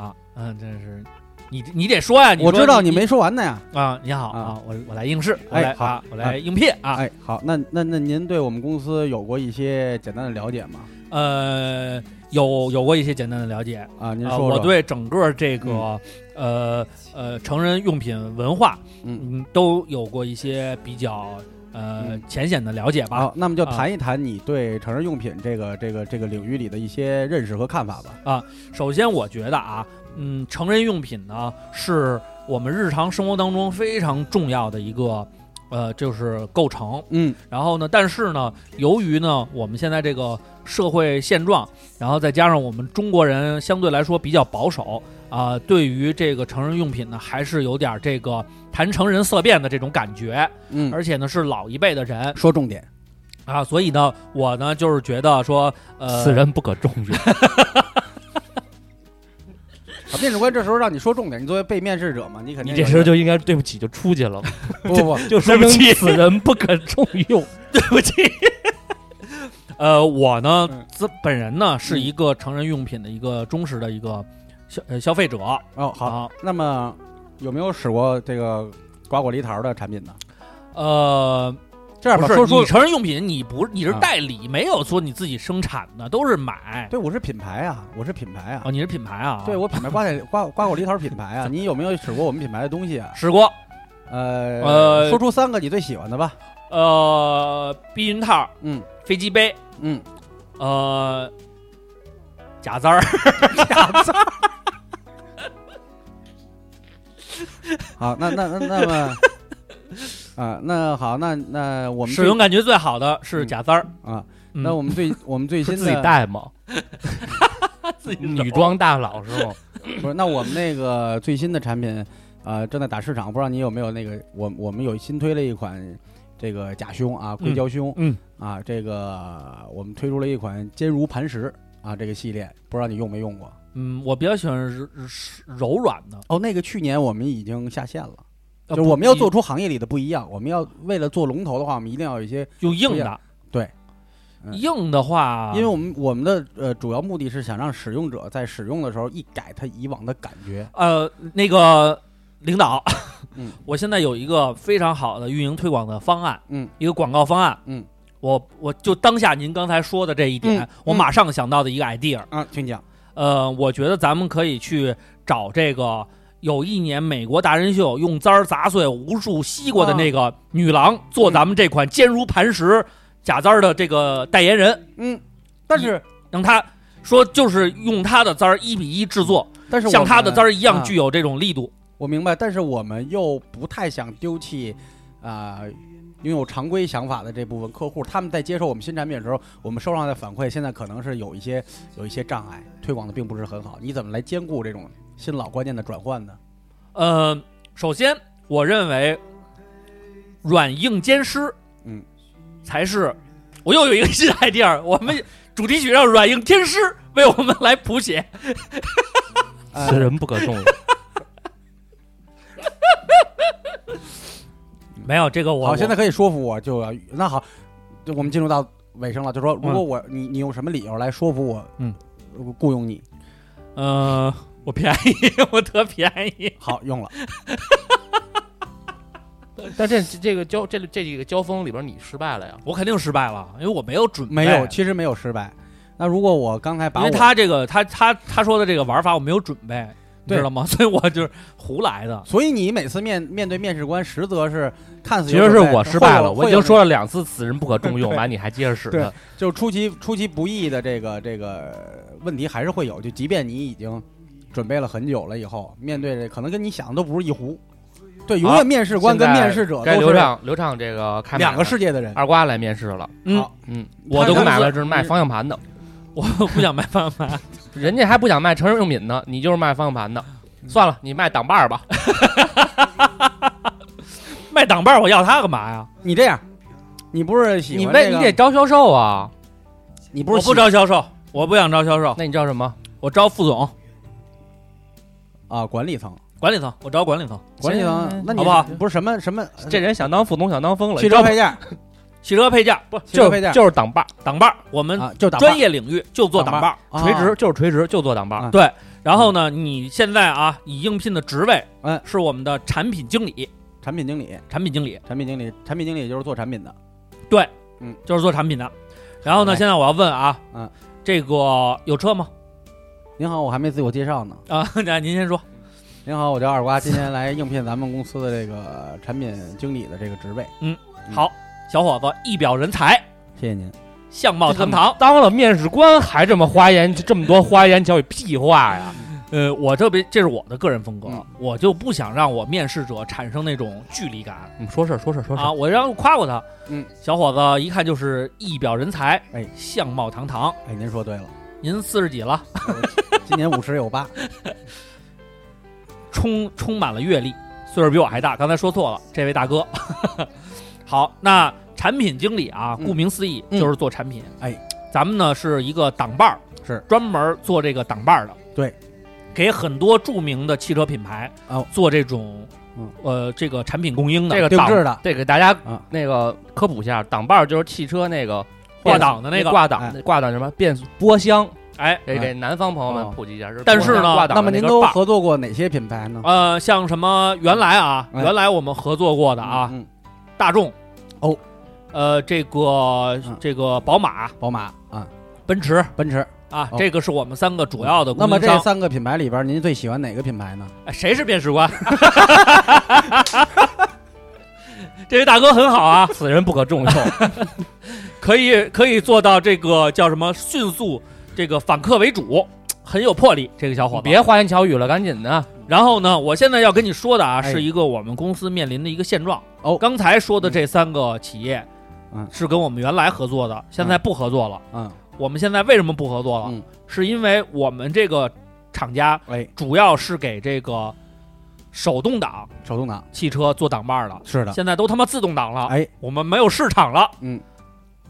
[SPEAKER 4] 啊嗯，这是你你得说呀，你
[SPEAKER 6] 我
[SPEAKER 4] 说
[SPEAKER 6] 知道
[SPEAKER 4] 你
[SPEAKER 6] 你没说完呢呀。
[SPEAKER 4] 啊，你好
[SPEAKER 6] 啊
[SPEAKER 4] 啊，我我来应试，我
[SPEAKER 6] 哎
[SPEAKER 4] 来
[SPEAKER 6] 好
[SPEAKER 4] 啊，我来应聘啊，
[SPEAKER 6] 哎，好，那那那您对我们公司有过一些简单的了解吗？
[SPEAKER 4] 呃，有有过一些简单的了解。
[SPEAKER 6] 啊，您
[SPEAKER 4] 啊，
[SPEAKER 6] 说说。
[SPEAKER 4] 我对整个这个、呃呃成人用品文化，
[SPEAKER 6] 嗯
[SPEAKER 4] 嗯，都有过一些比较呃、
[SPEAKER 6] 嗯
[SPEAKER 4] 浅显的了解吧。
[SPEAKER 6] 好，那么就
[SPEAKER 4] 啊
[SPEAKER 6] 谈一谈你对成人用品这个这个这个领域里的一些认识和看法吧。
[SPEAKER 4] 首先，我觉得啊，嗯，成人用品呢是我们日常生活当中非常重要的一个呃，就是构成。
[SPEAKER 6] 嗯
[SPEAKER 4] 然后呢，但是呢，由于呢我们现在这个社会现状，然后再加上我们中国人相对来说比较保守啊、对于这个成人用品呢，还是有点这个谈成人色变的这种感觉，
[SPEAKER 6] 嗯，
[SPEAKER 4] 而且呢是老一辈的人
[SPEAKER 6] 说重点。
[SPEAKER 4] 啊，所以呢，我呢就是觉得说，呃，
[SPEAKER 5] 此人不可重用。
[SPEAKER 6] 好面试官这时候让你说重点，你作为被面试者嘛，你肯
[SPEAKER 5] 你
[SPEAKER 6] 定
[SPEAKER 5] 这时候就应该对不起，就出去了，
[SPEAKER 6] 不不不，
[SPEAKER 5] 就说明此人不可重用。
[SPEAKER 4] 对不起。呃，我呢
[SPEAKER 6] 嗯，
[SPEAKER 4] 自本人呢是一个成人用品的一个忠实的一个消呃消费者。
[SPEAKER 6] 哦好，
[SPEAKER 4] 啊，
[SPEAKER 6] 那么有没有使过这个瓜果梨桃的产品呢？
[SPEAKER 4] 呃，
[SPEAKER 6] 这样吧，
[SPEAKER 4] 不是
[SPEAKER 6] 说说
[SPEAKER 4] 你成人用品，你不你是
[SPEAKER 6] 啊
[SPEAKER 4] 代理，没有说你自己生产的，都是买。
[SPEAKER 6] 对，我是品牌啊，我是品牌啊。
[SPEAKER 4] 哦，你是品牌啊？
[SPEAKER 6] 对我品牌瓜果瓜瓜果梨桃品牌啊，你有没有使过我们品牌的东西啊？
[SPEAKER 4] 使过。
[SPEAKER 6] 呃
[SPEAKER 4] 呃
[SPEAKER 6] 说出三个你最喜欢的吧。
[SPEAKER 4] 呃，避孕套、
[SPEAKER 6] 嗯
[SPEAKER 4] 飞机杯，
[SPEAKER 6] 嗯，
[SPEAKER 4] 呃，假簪儿。
[SPEAKER 6] 好，那那那那么啊、那好，那那我们
[SPEAKER 4] 使
[SPEAKER 6] 最
[SPEAKER 4] 用感觉最好的是假簪儿，
[SPEAKER 6] 啊，
[SPEAKER 4] 嗯
[SPEAKER 6] 那我们最我们最
[SPEAKER 5] 是
[SPEAKER 6] 新
[SPEAKER 5] 自己
[SPEAKER 6] 的
[SPEAKER 5] 带吗？
[SPEAKER 4] 自己
[SPEAKER 5] 女
[SPEAKER 4] 揉
[SPEAKER 5] 装大佬是吗？
[SPEAKER 6] 不是，那我们那个最新的产品呃，正在打市场，不知道你有没有那个，我我们有新推了一款这个假胸啊，硅胶胸，
[SPEAKER 4] 嗯
[SPEAKER 6] 啊，这个我们推出了一款坚如磐石啊这个系列，不知道你用没用过？
[SPEAKER 4] 嗯，我比较喜欢柔柔软的，
[SPEAKER 6] 哦，那个去年我们已经下线了。
[SPEAKER 4] 呃
[SPEAKER 6] 就是我们要做
[SPEAKER 4] 不
[SPEAKER 6] 出行业里的不一样，我们要为了做龙头的话，我们一定要有一些，
[SPEAKER 4] 用硬的，
[SPEAKER 6] 对嗯
[SPEAKER 4] 硬的话，
[SPEAKER 6] 因为我们我们的呃主要目的是想让使用者在使用的时候一改他以往的感觉。
[SPEAKER 4] 呃，那个领导，
[SPEAKER 6] 嗯
[SPEAKER 4] 我现在有一个非常好的运营推广的方案，
[SPEAKER 6] 嗯，
[SPEAKER 4] 一个广告方案，
[SPEAKER 6] 嗯，
[SPEAKER 4] 我我就当下您刚才说的这一点，
[SPEAKER 6] 嗯
[SPEAKER 4] 我
[SPEAKER 6] 嗯
[SPEAKER 4] 马上想到的一个 idea，
[SPEAKER 6] 啊，请讲。
[SPEAKER 4] 呃，我觉得咱们可以去找这个有一年美国达人秀用簪儿砸碎无数西瓜的那个女
[SPEAKER 6] 嗯
[SPEAKER 4] 郎，做咱们这款坚如磐石假簪儿的这个代言人，
[SPEAKER 6] 嗯，但是
[SPEAKER 4] 让她说就是用她的簪儿一比一制作，
[SPEAKER 6] 但是
[SPEAKER 4] 像
[SPEAKER 6] 我
[SPEAKER 4] 她
[SPEAKER 6] 们
[SPEAKER 4] 的簪儿一样
[SPEAKER 6] 啊
[SPEAKER 4] 具有这种力度。
[SPEAKER 6] 我明白，但是我们又不太想丢弃，啊、拥有常规想法的这部分客户，他们在接受我们新产品的时候，我们收上来的反馈，现在可能是有一些有一些障碍，推广的并不是很好。你怎么来兼顾这种新老观念的转换呢？
[SPEAKER 4] 呃，首先我认为软硬兼施，
[SPEAKER 6] 嗯，
[SPEAKER 4] 才是我又有一个新 idea，我们主题曲让软硬兼施为我们来谱写。
[SPEAKER 6] 呃
[SPEAKER 4] 呃
[SPEAKER 5] 此人不可纵容。
[SPEAKER 4] 没有这个我，
[SPEAKER 6] 嗯好，
[SPEAKER 4] 我
[SPEAKER 6] 现在可以说服我就要那好，就我们进入到尾声了，就说
[SPEAKER 5] 嗯
[SPEAKER 6] 如果我、你你用什么理由来说服我，
[SPEAKER 4] 嗯
[SPEAKER 6] 呃，雇 佣你？
[SPEAKER 4] 呃，我便宜， 我特便宜。
[SPEAKER 6] 好，用了，
[SPEAKER 5] 但这这个交这这几个交锋里边，你失败了呀？
[SPEAKER 4] 我肯定失败了，因为我没有准备，
[SPEAKER 6] 没
[SPEAKER 5] 哎
[SPEAKER 6] 有，其实没有失败。那如果我刚才把
[SPEAKER 4] 因
[SPEAKER 6] 我
[SPEAKER 4] 为他这个他他他说的这个玩法我没有准备，你
[SPEAKER 6] 对
[SPEAKER 4] 知道吗？ 所以我就是胡来的。
[SPEAKER 6] 所以你每次面面对面试官，实则是看似
[SPEAKER 5] 其实是
[SPEAKER 6] 有准备
[SPEAKER 5] 我失败了，
[SPEAKER 6] 会有
[SPEAKER 5] 我已经说了两次“此人不可重用”，完你还接着使
[SPEAKER 6] 对
[SPEAKER 5] 他。
[SPEAKER 6] 就出其出其不意的这个这个呃问题还是会有，就即便你已经准备了很久了以后，面对这可能跟你想的都不是一壶。对，永
[SPEAKER 5] 好
[SPEAKER 6] 远面试官跟
[SPEAKER 5] 现在
[SPEAKER 6] 面试者
[SPEAKER 5] 该
[SPEAKER 6] 都
[SPEAKER 5] 刘
[SPEAKER 6] 是
[SPEAKER 5] 畅刘畅这个开麦
[SPEAKER 6] 两个
[SPEAKER 5] 了
[SPEAKER 6] 世界的人。
[SPEAKER 5] 二瓜来面试了。
[SPEAKER 4] 嗯
[SPEAKER 6] 好，
[SPEAKER 5] 嗯，
[SPEAKER 4] 我的
[SPEAKER 5] 他
[SPEAKER 4] 公
[SPEAKER 5] 买了
[SPEAKER 4] 司
[SPEAKER 5] 是卖方向盘的，
[SPEAKER 4] 我不想卖方向盘，
[SPEAKER 5] 人家还不想卖成人用品呢，你就是卖方向盘的。
[SPEAKER 6] 嗯
[SPEAKER 5] 算了，你卖挡把儿吧。
[SPEAKER 4] 卖挡把儿我要它干嘛呀？
[SPEAKER 6] 你这样，你不是喜
[SPEAKER 5] 你
[SPEAKER 6] 欢、
[SPEAKER 5] 为
[SPEAKER 6] 这个、
[SPEAKER 5] 你得招销售啊。
[SPEAKER 6] 你不
[SPEAKER 4] 我
[SPEAKER 6] 是
[SPEAKER 4] 不
[SPEAKER 6] 喜
[SPEAKER 4] 招销售，我不想招销售，
[SPEAKER 5] 那你招什么？
[SPEAKER 4] 我招副总、
[SPEAKER 6] 啊管理层，
[SPEAKER 4] 管理层，我招管理层。
[SPEAKER 6] 管理层，那你
[SPEAKER 4] 好不好
[SPEAKER 6] 不是什么什么
[SPEAKER 5] 这人想当副总，想当疯了。
[SPEAKER 6] 呃汽车
[SPEAKER 5] 招
[SPEAKER 6] 配件
[SPEAKER 4] 汽车配件不
[SPEAKER 6] 汽车
[SPEAKER 5] 就
[SPEAKER 6] 配
[SPEAKER 5] 是
[SPEAKER 6] 件
[SPEAKER 5] 就是挡把儿，
[SPEAKER 4] 挡把儿，我们
[SPEAKER 6] 啊，就打
[SPEAKER 4] 专业领域就做挡
[SPEAKER 6] 挡把
[SPEAKER 4] 把儿。
[SPEAKER 6] 棒
[SPEAKER 5] 垂
[SPEAKER 6] 啊
[SPEAKER 5] 直就是垂直，就做挡把儿
[SPEAKER 6] 啊。
[SPEAKER 4] 然后呢，你现在啊，你应聘的职位，
[SPEAKER 6] 嗯
[SPEAKER 4] 是我们的产品经理，
[SPEAKER 6] 产品经理，
[SPEAKER 4] 产品经理。
[SPEAKER 6] 产品经理，产品经理就是做产品的，
[SPEAKER 4] 就是做产品的。然后呢，
[SPEAKER 6] 好嘞
[SPEAKER 4] 现在我要问啊，
[SPEAKER 6] 哎嗯，
[SPEAKER 4] 这个有车吗？
[SPEAKER 6] 您好，我还没自我介绍呢。
[SPEAKER 4] 啊，那您先说。
[SPEAKER 6] 您好，我叫二瓜，今天来应聘咱们公司的这个产品经理的这个职位。嗯
[SPEAKER 4] 好，小伙子一表人才，
[SPEAKER 6] 谢谢您。
[SPEAKER 4] 相貌堂
[SPEAKER 6] 嗯
[SPEAKER 4] 堂。
[SPEAKER 5] 哦当了面试官还这么花言这么多花言巧语，屁话呀！
[SPEAKER 4] 呃，我特别，这是我的个人风格
[SPEAKER 6] 嗯，
[SPEAKER 4] 我就不想让我面试者产生那种距离感
[SPEAKER 5] 你嗯说事儿，说事儿，说事
[SPEAKER 4] 啊。
[SPEAKER 5] 儿。
[SPEAKER 4] 我让夸过他，
[SPEAKER 6] 嗯，
[SPEAKER 4] 小伙子一看就是一表人才，
[SPEAKER 6] 哎
[SPEAKER 4] 相貌堂堂。
[SPEAKER 6] 哎，您说对了，
[SPEAKER 4] 您四十几了，
[SPEAKER 6] 今年五十有 八。
[SPEAKER 4] 充充满了阅历，岁数比我还大。刚才说错了，这位大哥。 好，那产品经理啊，
[SPEAKER 6] 嗯
[SPEAKER 4] 顾名思义、
[SPEAKER 6] 嗯
[SPEAKER 4] 就是做产品。
[SPEAKER 6] 哎，
[SPEAKER 4] 咱们呢是一个挡把儿，
[SPEAKER 6] 是
[SPEAKER 4] 专门做这个挡把儿的。
[SPEAKER 6] 对，
[SPEAKER 4] 给很多著名的汽车品牌
[SPEAKER 6] 哦
[SPEAKER 4] 做这种
[SPEAKER 6] 嗯。
[SPEAKER 4] 呃，这个产品供应的
[SPEAKER 5] 这个
[SPEAKER 6] 定
[SPEAKER 5] 挡
[SPEAKER 6] 制的
[SPEAKER 5] 得给大家
[SPEAKER 6] 啊
[SPEAKER 5] 那个科普一下，挡把儿就是汽车那个
[SPEAKER 4] 挂挡的那
[SPEAKER 5] 那
[SPEAKER 4] 个，
[SPEAKER 5] 挂挡
[SPEAKER 6] 哎
[SPEAKER 5] 挂挡什么变速波箱，
[SPEAKER 4] 哎，
[SPEAKER 5] 给给南方朋友们普及一下。
[SPEAKER 4] 但是呢
[SPEAKER 5] 挂挡
[SPEAKER 6] 那
[SPEAKER 5] 的
[SPEAKER 6] 么您
[SPEAKER 5] 个
[SPEAKER 6] 都
[SPEAKER 5] 把儿
[SPEAKER 6] 合作过哪些品牌呢？
[SPEAKER 4] 呃，像什么原来啊，
[SPEAKER 6] 哎
[SPEAKER 4] 原来我们合作过的啊，
[SPEAKER 6] 嗯，
[SPEAKER 4] 大众，
[SPEAKER 6] 哦，
[SPEAKER 4] 呃，这个
[SPEAKER 6] 嗯
[SPEAKER 4] 这个宝马、
[SPEAKER 6] 宝马啊，
[SPEAKER 4] 奔驰
[SPEAKER 6] 奔驰。
[SPEAKER 4] 啊，
[SPEAKER 6] 哦
[SPEAKER 4] 这个是我们三个主要的供
[SPEAKER 6] 那么
[SPEAKER 4] 应
[SPEAKER 6] 这
[SPEAKER 4] 商。
[SPEAKER 6] 三个品牌里边，您最喜欢哪个品牌呢？
[SPEAKER 4] 哎谁是面试官？ 这位大哥很好啊，
[SPEAKER 5] 此人不可 重用。
[SPEAKER 4] 可以可以做到这个叫什么迅速这个反客为主，很有魄力。这个小伙子，
[SPEAKER 5] 别花言巧语了，赶紧的。
[SPEAKER 4] 然后呢，我现在要跟你说的啊，
[SPEAKER 6] 哎
[SPEAKER 4] 是一个我们公司面临的一个现状。
[SPEAKER 6] 哦
[SPEAKER 4] 刚才说的这三个企业，
[SPEAKER 6] 嗯
[SPEAKER 4] 是跟我们原来合作的，现在不合作了。
[SPEAKER 6] 嗯，
[SPEAKER 4] 我们现在为什么不合作了？
[SPEAKER 6] 嗯
[SPEAKER 4] 是因为我们这个厂家
[SPEAKER 6] 哎，
[SPEAKER 4] 主要是给这个手动挡
[SPEAKER 6] 手动挡，
[SPEAKER 4] 汽车做挡把儿了，
[SPEAKER 6] 是的，
[SPEAKER 4] 现在都他妈自动挡了，
[SPEAKER 6] 哎，
[SPEAKER 4] 我们没有市场了。
[SPEAKER 6] 嗯，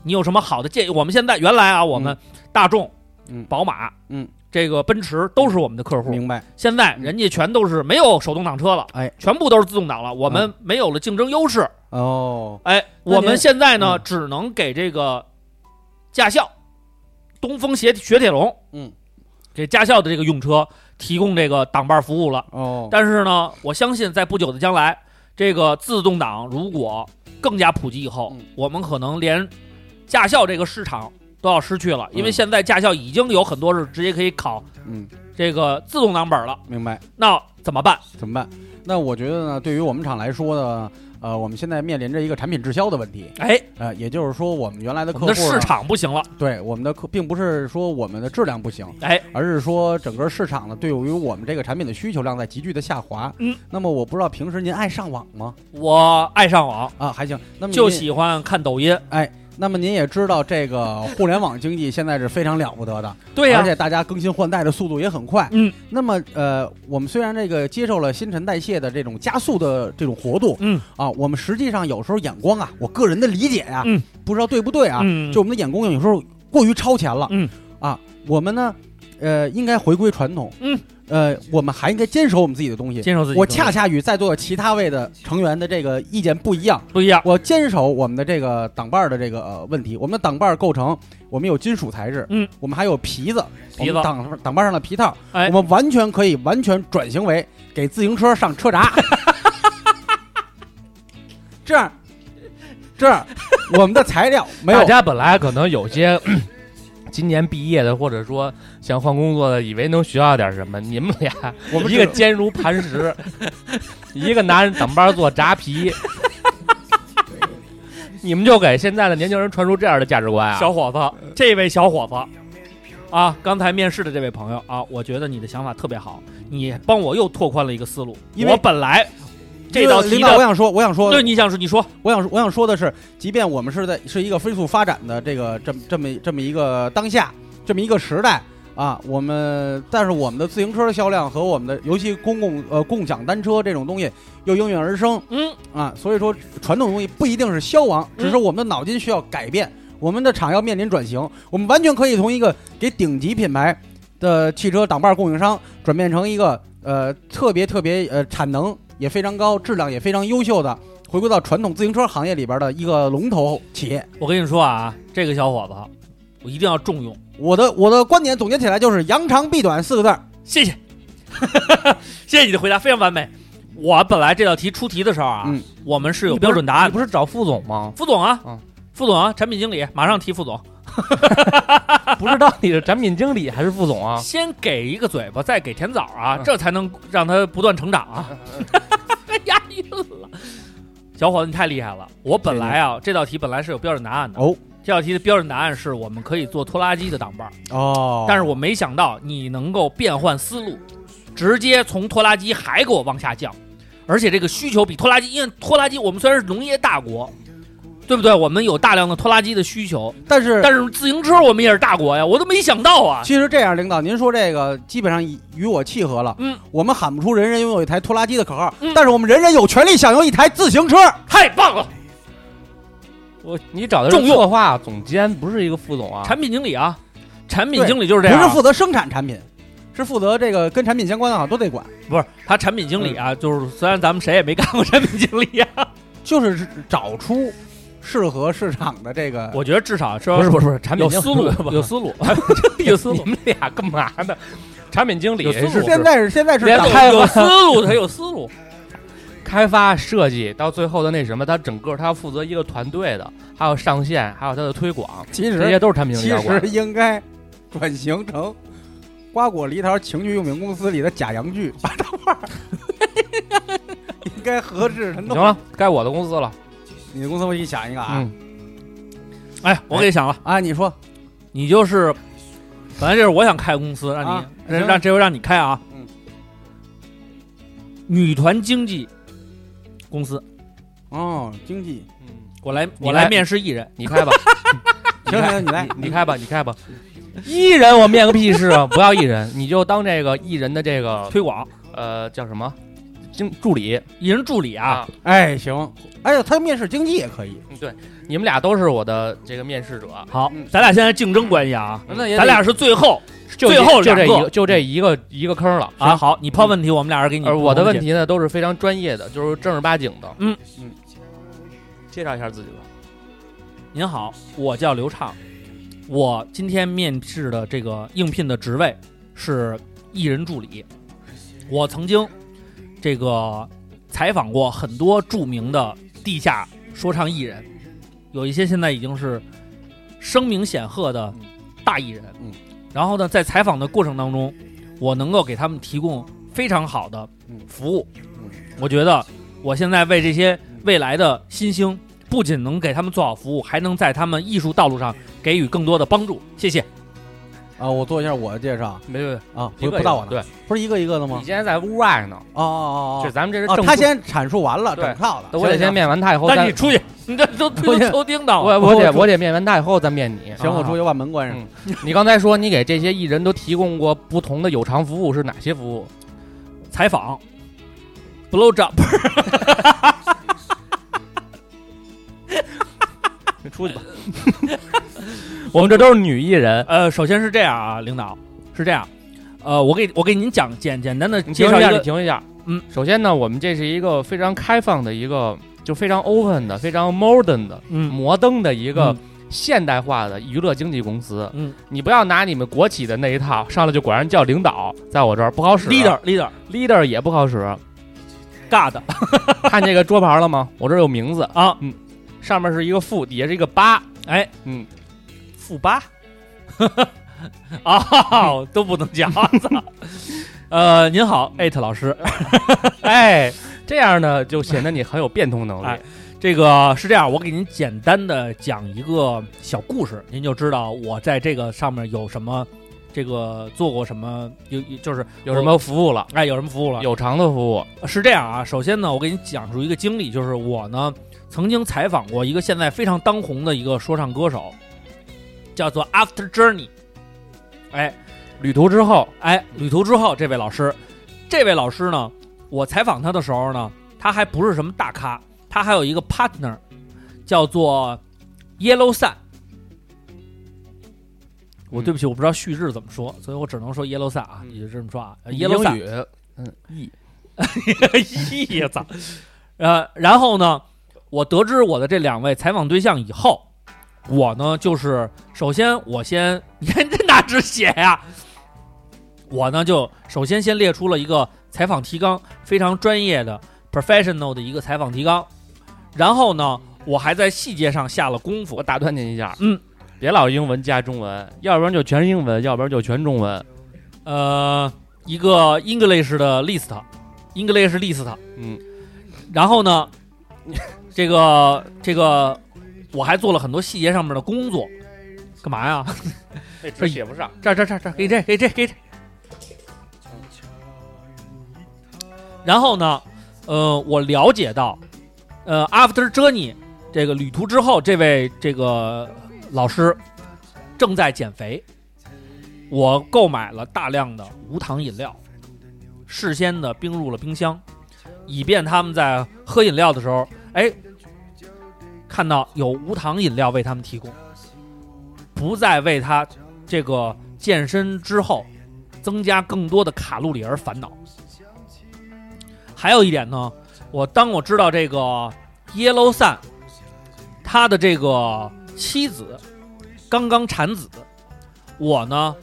[SPEAKER 4] 你有什么好的建议？我们现在原来啊，我们大众、
[SPEAKER 6] 嗯
[SPEAKER 4] 宝马、
[SPEAKER 6] 嗯，
[SPEAKER 4] 这个奔驰都是我们的客户，
[SPEAKER 6] 明白，
[SPEAKER 4] 现在人家全都是没有手动挡车了，
[SPEAKER 6] 哎，嗯
[SPEAKER 4] 全部都是自动挡了，我们没有了竞争优势，
[SPEAKER 6] 哦，
[SPEAKER 4] 哎，
[SPEAKER 6] 那
[SPEAKER 4] 我
[SPEAKER 6] 您
[SPEAKER 4] 们现在呢，
[SPEAKER 6] 嗯
[SPEAKER 4] 只能给这个驾校东风雪雪铁龙，
[SPEAKER 6] 嗯，
[SPEAKER 4] 给驾校的这个用车提供这个挡把服务了。
[SPEAKER 6] 哦，
[SPEAKER 4] 但是呢，我相信在不久的将来，这个自动挡如果更加普及以后，
[SPEAKER 6] 嗯
[SPEAKER 4] 我们可能连驾校这个市场都要失去了，因为
[SPEAKER 6] 嗯
[SPEAKER 4] 现在驾校已经有很多是直接可以考
[SPEAKER 6] 嗯，
[SPEAKER 4] 这个自动挡本了，
[SPEAKER 6] 明白。
[SPEAKER 4] 那怎么办？
[SPEAKER 6] 怎么办？那我觉得呢，对于我们厂来说呢，呃，我们现在面临着一个产品滞销的问题，
[SPEAKER 4] 哎，
[SPEAKER 6] 呃，也就是说，我们原来的
[SPEAKER 4] 我
[SPEAKER 6] 客户
[SPEAKER 4] 们的市
[SPEAKER 6] 呢
[SPEAKER 4] 场不行了，
[SPEAKER 6] 对我们的客，并不是说我们的质量不行，
[SPEAKER 4] 哎，
[SPEAKER 6] 而是说整个市场呢对于我们这个产品的需求量在急剧的下滑。
[SPEAKER 4] 嗯，
[SPEAKER 6] 那么我不知道平时您爱上网吗？
[SPEAKER 4] 我爱上网，
[SPEAKER 6] 啊，还行。那么
[SPEAKER 4] 就
[SPEAKER 6] 您
[SPEAKER 4] 喜欢看抖音。
[SPEAKER 6] 那么您也知道，这个互联网经济现在是非常了不得的，
[SPEAKER 4] 对呀、
[SPEAKER 6] 而且大家更新换代的速度也很快。
[SPEAKER 4] 嗯，
[SPEAKER 6] 那么呃，我们虽然这个接受了新陈代谢的这种加速的这种活动，
[SPEAKER 4] 嗯
[SPEAKER 6] 啊，我们实际上有时候眼光啊，我个人的理解呀、
[SPEAKER 4] 嗯
[SPEAKER 6] 不知道对不对啊，
[SPEAKER 4] 嗯，
[SPEAKER 6] 就我们的眼光有时候过于超前了，
[SPEAKER 4] 嗯
[SPEAKER 6] 啊，我们呢，呃，应该回归传统，
[SPEAKER 4] 嗯，
[SPEAKER 6] 呃，我们还应该坚守我们自己的东西。
[SPEAKER 4] 坚守自己的东西。
[SPEAKER 6] 我恰恰与在座其他位的成员的这个意见不一样，
[SPEAKER 4] 不一样，
[SPEAKER 6] 我坚守我们的这个挡把儿的这个、呃、问题。我们的挡把儿构成，我们有金属材质，
[SPEAKER 4] 嗯，
[SPEAKER 6] 我们还有皮子，
[SPEAKER 4] 皮子
[SPEAKER 6] 我们挡挡把儿上的皮套，
[SPEAKER 4] 哎
[SPEAKER 6] 我们完全可以完全转型为给自行车上车闸， 这样，这样，我们的材料没有
[SPEAKER 5] 大家本来可能有些 今年毕业的，或者说想换工作的，以为能学到点什么。你们俩，
[SPEAKER 6] 我们
[SPEAKER 5] 一
[SPEAKER 6] 这
[SPEAKER 5] 个坚如磐石，一个拿挡把做炸皮，你们就给现在的年轻人传输这样的价值观啊？
[SPEAKER 4] 小伙子，这位小伙子啊，刚才面试的这位朋友啊，我觉得你的想法特别好，你帮我又拓宽了一个思路。
[SPEAKER 6] 因为
[SPEAKER 4] 我本来这道题
[SPEAKER 6] 领导，我
[SPEAKER 4] 的，
[SPEAKER 6] 想说，我想说，
[SPEAKER 4] 对，你想说，你说，
[SPEAKER 6] 我想说我想说的是，即便我们是在是一个飞速发展的这个这么这么这么一个当下这么一个时代啊，我们但是我们的自行车的销量和我们的尤其公共呃共享单车这种东西又应运而生
[SPEAKER 4] 嗯，
[SPEAKER 6] 啊，所以说传统东西不一定是消亡，只是我们的脑筋需要改变，我们的厂要面临转型，我们完全可以从一个给顶级品牌的汽车挡把供应商转变成一个呃特别特别呃产能也非常高、质量也非常优秀的，回归到传统自行车行业里边的一个龙头企业。
[SPEAKER 4] 我跟你说啊，这个小伙子，我一定要重用。
[SPEAKER 6] 我的我的观点总结起来就是“扬长避短”四个字儿。
[SPEAKER 4] 谢 谢，谢谢你的回答，非常完美。我本来这道题出题的时候啊，
[SPEAKER 6] 嗯
[SPEAKER 4] 我们是有标准答案
[SPEAKER 5] 你不
[SPEAKER 4] 的。
[SPEAKER 5] 是找副总吗？
[SPEAKER 4] 副总啊，
[SPEAKER 5] 嗯
[SPEAKER 4] 副总啊，产品经理，马上提副总，啊
[SPEAKER 5] 不知道你是产品经理还是副总 啊？
[SPEAKER 4] 先给一个嘴巴，再给甜枣啊，
[SPEAKER 5] 嗯
[SPEAKER 4] 这才能让他不断成长啊。
[SPEAKER 6] 嗯
[SPEAKER 4] 哎押韵了，小伙子你太厉害了！我本来啊，这道题本来是有标准答案的
[SPEAKER 6] 哦。
[SPEAKER 4] 这道题的标准答案是我们可以做拖拉机的挡把儿，
[SPEAKER 6] 哦
[SPEAKER 4] 但是我没想到你能够变换思路，直接从拖拉机还给我往下降，而且这个需求比拖拉机，因为拖拉机我们虽然是农业大国，对不对？我们有大量的拖拉机的需求，
[SPEAKER 6] 但是
[SPEAKER 4] 但是自行车我们也是大国呀，我都没想到啊！
[SPEAKER 6] 其实这样，领导，您说这个基本上已与我契合了。
[SPEAKER 4] 嗯，
[SPEAKER 6] 我们喊不出“人人拥有一台拖拉机”的口号，
[SPEAKER 4] 嗯
[SPEAKER 6] 但是我们人人有权利享有一台自行车。
[SPEAKER 4] 太棒了，
[SPEAKER 5] 我你找的
[SPEAKER 4] 重
[SPEAKER 5] 是
[SPEAKER 4] 用
[SPEAKER 5] 策划总监，不是一个副总啊？
[SPEAKER 4] 产品经理啊，产品
[SPEAKER 6] 对
[SPEAKER 4] 经理就是这
[SPEAKER 6] 不
[SPEAKER 4] 样啊，
[SPEAKER 6] 是负责生产产品，是负责这个跟产品相关的，好像啊都得管。
[SPEAKER 4] 不是他产品经理啊，就是虽然咱们谁也没干过产品经理啊，
[SPEAKER 6] 就是找出适合市场的这个。
[SPEAKER 4] 我觉得至少 说
[SPEAKER 5] 不是不是不是产品
[SPEAKER 4] 有
[SPEAKER 5] 经理
[SPEAKER 4] 思路
[SPEAKER 5] 不是不，是
[SPEAKER 4] 有思路，
[SPEAKER 5] 有
[SPEAKER 4] 有
[SPEAKER 5] 思
[SPEAKER 4] 思
[SPEAKER 5] 路。
[SPEAKER 4] 路
[SPEAKER 5] 你，们俩干嘛呢？产品经理
[SPEAKER 4] 有思路
[SPEAKER 5] 是
[SPEAKER 6] 现在是现在是
[SPEAKER 5] 连
[SPEAKER 6] 党
[SPEAKER 5] 开
[SPEAKER 4] 有思路，他有思路。
[SPEAKER 5] 开发设计到最后的那什么，他整个他要负责一个团队的，还有上线，还有他的推广，
[SPEAKER 6] 其
[SPEAKER 5] 这些
[SPEAKER 6] 实
[SPEAKER 5] 都是产品经
[SPEAKER 6] 其
[SPEAKER 5] 理要管
[SPEAKER 6] 实。应该转型成瓜果梨桃情趣用品公司里的假洋具，把大画儿应该合适的
[SPEAKER 5] 行
[SPEAKER 6] 弄。
[SPEAKER 5] 了，该我的公司了。
[SPEAKER 6] 你的公司我给你想一个啊、
[SPEAKER 5] 嗯，
[SPEAKER 4] 哎，我给你想了，
[SPEAKER 6] 啊，你说
[SPEAKER 4] 你就是，本来就是我想开公司，让你、
[SPEAKER 6] 啊
[SPEAKER 4] 让
[SPEAKER 6] 行
[SPEAKER 4] 让这回让你开啊。
[SPEAKER 6] 嗯
[SPEAKER 4] 女团经纪公司，
[SPEAKER 6] 哦，经济
[SPEAKER 4] 嗯我来
[SPEAKER 5] 你
[SPEAKER 4] 我来
[SPEAKER 5] 来
[SPEAKER 4] 面试艺人，
[SPEAKER 5] 你 开吧，
[SPEAKER 6] 行行，你来，
[SPEAKER 5] 你开吧，你开吧。
[SPEAKER 4] 嗯
[SPEAKER 5] 艺人我面个屁事啊！不要艺人，你就当这个艺人的这个
[SPEAKER 4] 推广
[SPEAKER 5] 呃叫什么经助理
[SPEAKER 4] 一人助理啊，
[SPEAKER 5] 啊，
[SPEAKER 6] 哎，行，哎呦，他面试经济也可以，
[SPEAKER 5] 嗯对，你们俩都是我的这个面试者，
[SPEAKER 4] 好
[SPEAKER 6] 嗯，
[SPEAKER 4] 咱俩现在竞争关系啊，
[SPEAKER 5] 那也得
[SPEAKER 4] 咱俩是最后
[SPEAKER 5] 就
[SPEAKER 4] 最
[SPEAKER 5] 就
[SPEAKER 4] 后
[SPEAKER 5] 这
[SPEAKER 4] 两
[SPEAKER 5] 一
[SPEAKER 4] 个
[SPEAKER 5] 个嗯就这一个一个坑了
[SPEAKER 4] 啊。。好，你抛问题，我们俩人给你。
[SPEAKER 5] 而我的问，题呢，都是非常专业的，就是正儿八经的。
[SPEAKER 4] 嗯
[SPEAKER 5] 嗯，介绍一下自己吧。
[SPEAKER 4] 您好，我叫刘畅，我今天面试的这个应聘的职位是艺人助理。我曾经这个采访过很多著名的地下说唱艺人，有一些现在已经是声名显赫的大艺人。
[SPEAKER 6] 嗯，
[SPEAKER 4] 然后呢，在采访的过程当中，我能够给他们提供非常好的
[SPEAKER 6] 嗯
[SPEAKER 4] 服务。
[SPEAKER 6] 嗯
[SPEAKER 4] 我觉得我现在为这些未来的新星，不仅能给他们做好服务，还能在他们艺术道路上给予更多的帮助。谢谢。
[SPEAKER 6] 啊，我做一下我的介绍
[SPEAKER 5] 没没，
[SPEAKER 6] 啊，
[SPEAKER 5] 一
[SPEAKER 6] 不
[SPEAKER 5] 个
[SPEAKER 6] 不到我那
[SPEAKER 5] 对
[SPEAKER 6] 儿，，不是一个一个的吗
[SPEAKER 5] 你？现在在屋外呢，
[SPEAKER 6] 哦哦
[SPEAKER 5] 就
[SPEAKER 6] 哦
[SPEAKER 5] 咱们这是
[SPEAKER 6] 哦，
[SPEAKER 5] 正
[SPEAKER 6] 哦，他先阐述完了
[SPEAKER 5] 对
[SPEAKER 6] 整套的，
[SPEAKER 5] 我得先面完他以后，
[SPEAKER 4] 但是
[SPEAKER 5] 再
[SPEAKER 4] 你出去， 你这都
[SPEAKER 6] 我
[SPEAKER 4] 都
[SPEAKER 6] 也
[SPEAKER 4] 偷听到了。
[SPEAKER 5] 哦我我
[SPEAKER 6] 我
[SPEAKER 5] 得
[SPEAKER 6] 出
[SPEAKER 5] 我得面完他以后再面你。
[SPEAKER 6] 行，我出去把门关上
[SPEAKER 5] 嗯。你刚才说你给这些艺人都提供过不同的有偿服务是哪些服务？
[SPEAKER 4] 采访，blow job，
[SPEAKER 5] 你出去吧。我们这都是女艺人，
[SPEAKER 4] 呃，首先是这样啊，领导是这样，呃，我给我给您讲简简单的
[SPEAKER 5] 你
[SPEAKER 4] 介
[SPEAKER 5] 停一
[SPEAKER 4] 绍一
[SPEAKER 5] 下，你
[SPEAKER 4] 个，
[SPEAKER 5] 停一下。
[SPEAKER 4] 嗯，
[SPEAKER 5] 首先呢，我们这是一个非常开放的一个，就非常 open 的、非常 modern 的、
[SPEAKER 4] 嗯
[SPEAKER 5] 摩登的一个
[SPEAKER 4] 嗯
[SPEAKER 5] 现代化的娱乐经纪公司。
[SPEAKER 4] 嗯
[SPEAKER 5] 你不要拿你们国企的那一套上来就管人叫领导，在我这儿不好使。
[SPEAKER 4] ，leader leader
[SPEAKER 5] leader 也不好 使，
[SPEAKER 4] god
[SPEAKER 5] 看这个桌牌了吗？我这儿有名字，
[SPEAKER 4] 啊，
[SPEAKER 5] 上面是一个负，底下是一个八。
[SPEAKER 4] 哎，
[SPEAKER 5] 嗯，
[SPEAKER 4] 负八，啊， 都不能讲，操呃，您好，艾特老师，
[SPEAKER 5] 哎，这样呢就显得你很有变通能力。
[SPEAKER 4] 哎这个是这样，我给您简单的讲一个小故事，您就知道我在这个上面有什么，这个做过什么，有有就是
[SPEAKER 5] 有什么服务了？
[SPEAKER 4] 哎有什么服务了。
[SPEAKER 5] 有偿的服务。
[SPEAKER 4] 是这样啊，首先呢，我给你讲述一个经历，就是我呢曾经采访过一个现在非常当红的一个说唱歌手，叫做 After Journey。哎
[SPEAKER 5] 旅途之后，
[SPEAKER 4] 哎，旅途之后，这位老师，这位老师呢，我采访他的时候呢，他还不是什么大咖，他还有一个 partner，叫做 Yellow Sun。我
[SPEAKER 5] 嗯
[SPEAKER 4] 对不起，我不知道旭日怎么说，所以我只能说 Yellow Sun 啊，
[SPEAKER 5] 嗯
[SPEAKER 4] 你就这么说啊呃
[SPEAKER 5] 英
[SPEAKER 4] ，Yellow Sun。
[SPEAKER 5] 语，嗯，e
[SPEAKER 4] 意操！呃，然后呢，我得知我的这两位采访对象以后，我呢就是首先我先， 你看这哪止写呀、我呢就首先先列出了一个采访提纲，非常专业的 professional 的一个采访提纲，然后呢，我还在细节上下了功夫
[SPEAKER 5] 我。打断您一下，
[SPEAKER 4] 嗯，
[SPEAKER 5] 别老英文加中文，要不然就全英文，要不然就全中文。
[SPEAKER 4] 呃，一个 English 的 list，English list，
[SPEAKER 5] 嗯，
[SPEAKER 4] 然后呢， 这个这个我还做了很多细节上面的工作，干嘛呀？
[SPEAKER 5] 这写不上。
[SPEAKER 4] 这儿这儿这儿这儿，给这给这给这。然后呢，呃，我了解到，呃，After Journey 这个旅途之后，这位这个老师正在减肥。我购买了大量的无糖饮料，事先的冰入了冰箱，以便他们在喝饮料的时候，哎，看到有无糖饮料为他们提供，不再为他这个健身之后增加更多的卡路里而烦恼。还有一点呢，我当我知道这个 Yellow Sun 他的这个妻子刚刚产子，我呢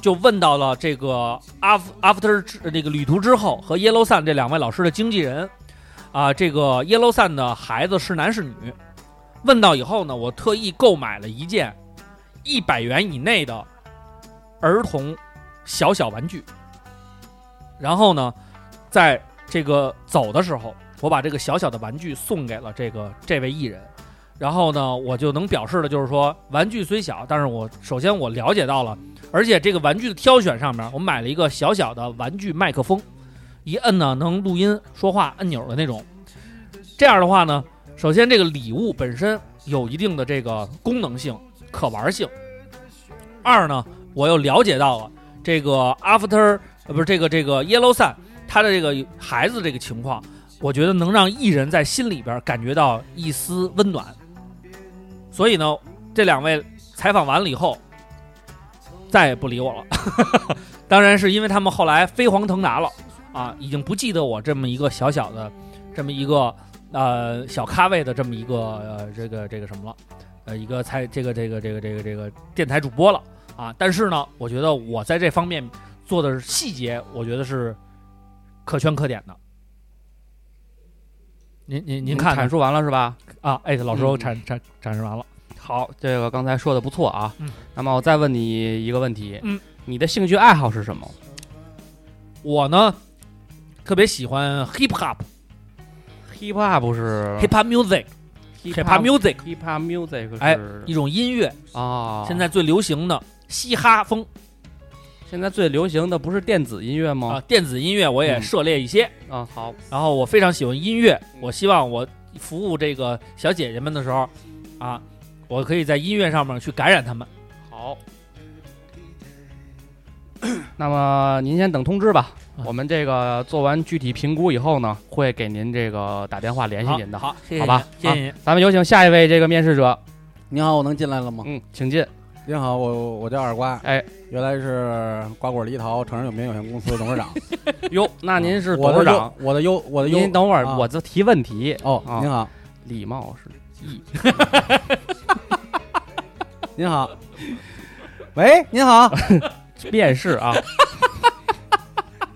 [SPEAKER 4] 就问到了这个 af- After 之这个旅途之后和 Yellow Sun 这两位老师的经纪人啊，这个 Yellow Sun 的孩子是男是女？问到以后呢，我特意购买了一件一百元以内的儿童小小玩具。然后呢，在这个走的时候，我把这个小小的玩具送给了这个这位艺人。然后呢，我就能表示的就是说，玩具虽小，但是我首先我了解到了，而且这个玩具的挑选上面，我买了一个小小的玩具麦克风，一摁呢能录音说话按钮的那种。这样的话呢，首先这个礼物本身有一定的这个功能性、可玩性。二呢，我又了解到了这个 After 呃不是这个这个 Yellow Sun，他的这个孩子这个情况，我觉得能让艺人在心里边感觉到一丝温暖。所以呢，这两位采访完了以后，再也不理我了。 当然是因为他们后来飞黄腾达了啊，已经不记得我这么一个小小的这么一个呃小咖位的这么一个呃这个这个什么了，呃一个采这个这个这个这个这个电台主播了啊。但是呢，我觉得我在这方面做的细节，我觉得是可圈可点的。您您您看
[SPEAKER 5] 阐
[SPEAKER 4] 看
[SPEAKER 5] 述完了是吧？
[SPEAKER 4] 啊，哎，老师
[SPEAKER 5] 嗯
[SPEAKER 4] 我阐阐阐释完了，
[SPEAKER 5] 好，这个刚才说的不错啊。
[SPEAKER 4] 嗯
[SPEAKER 5] 那么我再问你一个问题，
[SPEAKER 4] 嗯，
[SPEAKER 5] 你的兴趣爱好是什么？
[SPEAKER 4] 我呢特别喜欢 hip hop
[SPEAKER 5] hip hop 是
[SPEAKER 4] hip hop music hip hop music
[SPEAKER 5] 嗯 hip hop 嗯 music
[SPEAKER 4] 哎
[SPEAKER 5] 是
[SPEAKER 4] 一种音乐，
[SPEAKER 5] 啊，
[SPEAKER 4] 现在最流行的嘻哈风
[SPEAKER 5] 现在最流行的不是电子音乐
[SPEAKER 4] 啊
[SPEAKER 5] 吗？，
[SPEAKER 4] 电子音乐我也
[SPEAKER 5] 哦嗯
[SPEAKER 4] 涉猎一些。
[SPEAKER 5] 啊，好，
[SPEAKER 4] 然后我非常喜欢音乐，我希望我服务这个小姐姐们的时候，啊，我可以在音乐上面去感染她们。
[SPEAKER 5] 好。 那么您先等通知吧，
[SPEAKER 4] 啊
[SPEAKER 5] 我们这个做完具体评估以后呢，会给您这个打电话联系
[SPEAKER 4] 好
[SPEAKER 5] 您的。
[SPEAKER 4] 好，谢谢
[SPEAKER 5] 好吧
[SPEAKER 4] 您谢谢您。
[SPEAKER 5] 咱们有请下一位这个面试者，
[SPEAKER 6] 您好，我能进来了吗？
[SPEAKER 5] 嗯，请进。
[SPEAKER 6] 您好，我我叫二瓜，
[SPEAKER 5] 哎，
[SPEAKER 6] 原来是瓜果梨桃成人有限有限公司董事长。
[SPEAKER 5] 哟，那您是
[SPEAKER 6] 我
[SPEAKER 5] 董事
[SPEAKER 6] 的
[SPEAKER 5] 长
[SPEAKER 6] 优，，我的优，我的优。
[SPEAKER 5] 您等会儿，
[SPEAKER 6] 啊
[SPEAKER 5] 我这提问题，
[SPEAKER 6] 哦
[SPEAKER 5] 啊，
[SPEAKER 6] 您好，
[SPEAKER 5] 礼貌是
[SPEAKER 6] 您好，喂，您好，
[SPEAKER 5] 面试啊。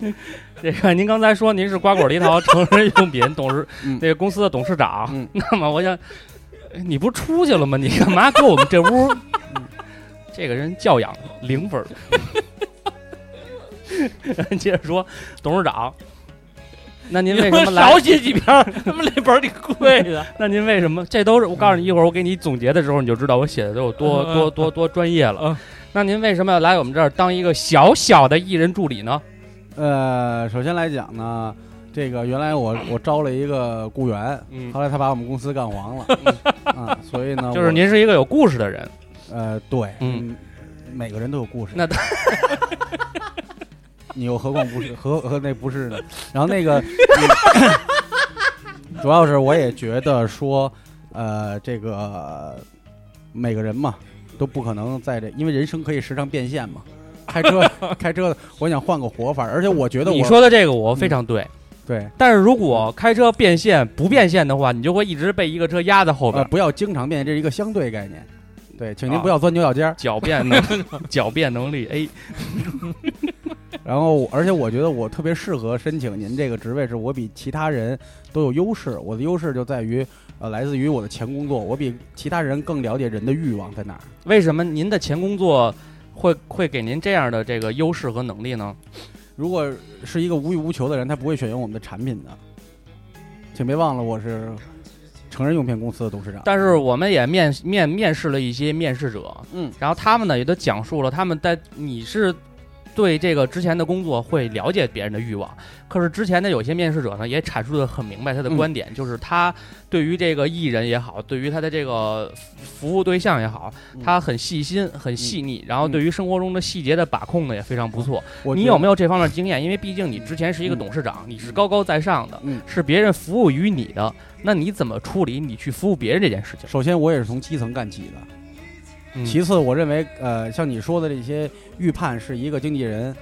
[SPEAKER 5] 这个您刚才说您是瓜果梨桃成人用品董事
[SPEAKER 6] 嗯
[SPEAKER 5] 那个公司的董事长，
[SPEAKER 6] 嗯
[SPEAKER 5] 那么我想，你不出去了吗？你干嘛搁我们这屋？这个人教养零分儿。 接着说，董事长，那您为什么来
[SPEAKER 4] 少？写几篇儿？他们那本儿挺贵的。
[SPEAKER 5] 那您为什么？这都是我告诉你，一会儿我给你总结的时候，你就知道我写的都有多
[SPEAKER 4] 嗯嗯
[SPEAKER 5] 多多多专业
[SPEAKER 4] 嗯
[SPEAKER 5] 了。那您为什么要来我们这儿当一个小小的艺人助理呢？
[SPEAKER 6] 呃，首先来讲呢，这个原来我我招了一个雇员，
[SPEAKER 5] 嗯，
[SPEAKER 6] 后来他把我们公司干黄了， 啊，所以呢，
[SPEAKER 5] 就
[SPEAKER 6] 我
[SPEAKER 5] 是您是一个有故事的人。
[SPEAKER 6] 呃，对，
[SPEAKER 5] 嗯，
[SPEAKER 6] 每个人都有故事。
[SPEAKER 5] 那
[SPEAKER 6] 当 你又何况不是何何那不是呢？然后 那个，嗯主要是我也觉得说，呃，这个每个人嘛都不可能在这，因为人生可以时常变现嘛。开车开车，我想换个活法儿，而且我觉得我嗯
[SPEAKER 5] 你说的这个我非常对，
[SPEAKER 6] 对，
[SPEAKER 5] 但是如果开车变线不变线的话，你就会一直被一个车压在后边
[SPEAKER 6] 呃，
[SPEAKER 5] 儿。
[SPEAKER 6] 不要经常变现，这是一个相对概念。对，请您
[SPEAKER 5] 啊
[SPEAKER 6] 不要钻牛角尖儿。
[SPEAKER 5] 狡辩 能狡辩能力，哎，
[SPEAKER 6] 然后我，而且我觉得我特别适合申请您这个职位，是我比其他人都有优势。我的优势就在于，呃，来自于我的前工作，我比其他人更了解人的欲望在哪儿。
[SPEAKER 5] 为什么您的前工作会会给您这样的这个优势和能力呢？
[SPEAKER 6] 如果是一个无欲无求的人，他不会选用我们的产品的。请别忘了，我是成人用品公司的董事长。
[SPEAKER 5] 但是我们也面面面试了一些面试者，
[SPEAKER 6] 嗯，
[SPEAKER 5] 然后他们呢也都讲述了他们在你是对这个之前的工作会了解别人的欲望，可是之前的有些面试者呢也阐述的很明白他的观
[SPEAKER 6] 嗯
[SPEAKER 5] 点，就是他对于这个艺人也好，对于他的这个服服务对象也好，
[SPEAKER 6] 嗯
[SPEAKER 5] 他很细心、很细腻，然后对于生活中的细节的把控呢也非常不错。
[SPEAKER 6] 我
[SPEAKER 5] 你
[SPEAKER 6] 觉
[SPEAKER 5] 有
[SPEAKER 6] 得
[SPEAKER 5] 没有这方面经验？因为毕竟你之前是一个
[SPEAKER 6] 嗯
[SPEAKER 5] 董事长，你是高高在上的，
[SPEAKER 6] 嗯
[SPEAKER 5] 是别人服务于你的，那你怎么处理你去服务别人这件事情？
[SPEAKER 6] 首先，我也是从基层干起的。
[SPEAKER 5] 嗯
[SPEAKER 6] 其次，我认为，呃，像你说的这些预判是一个经纪人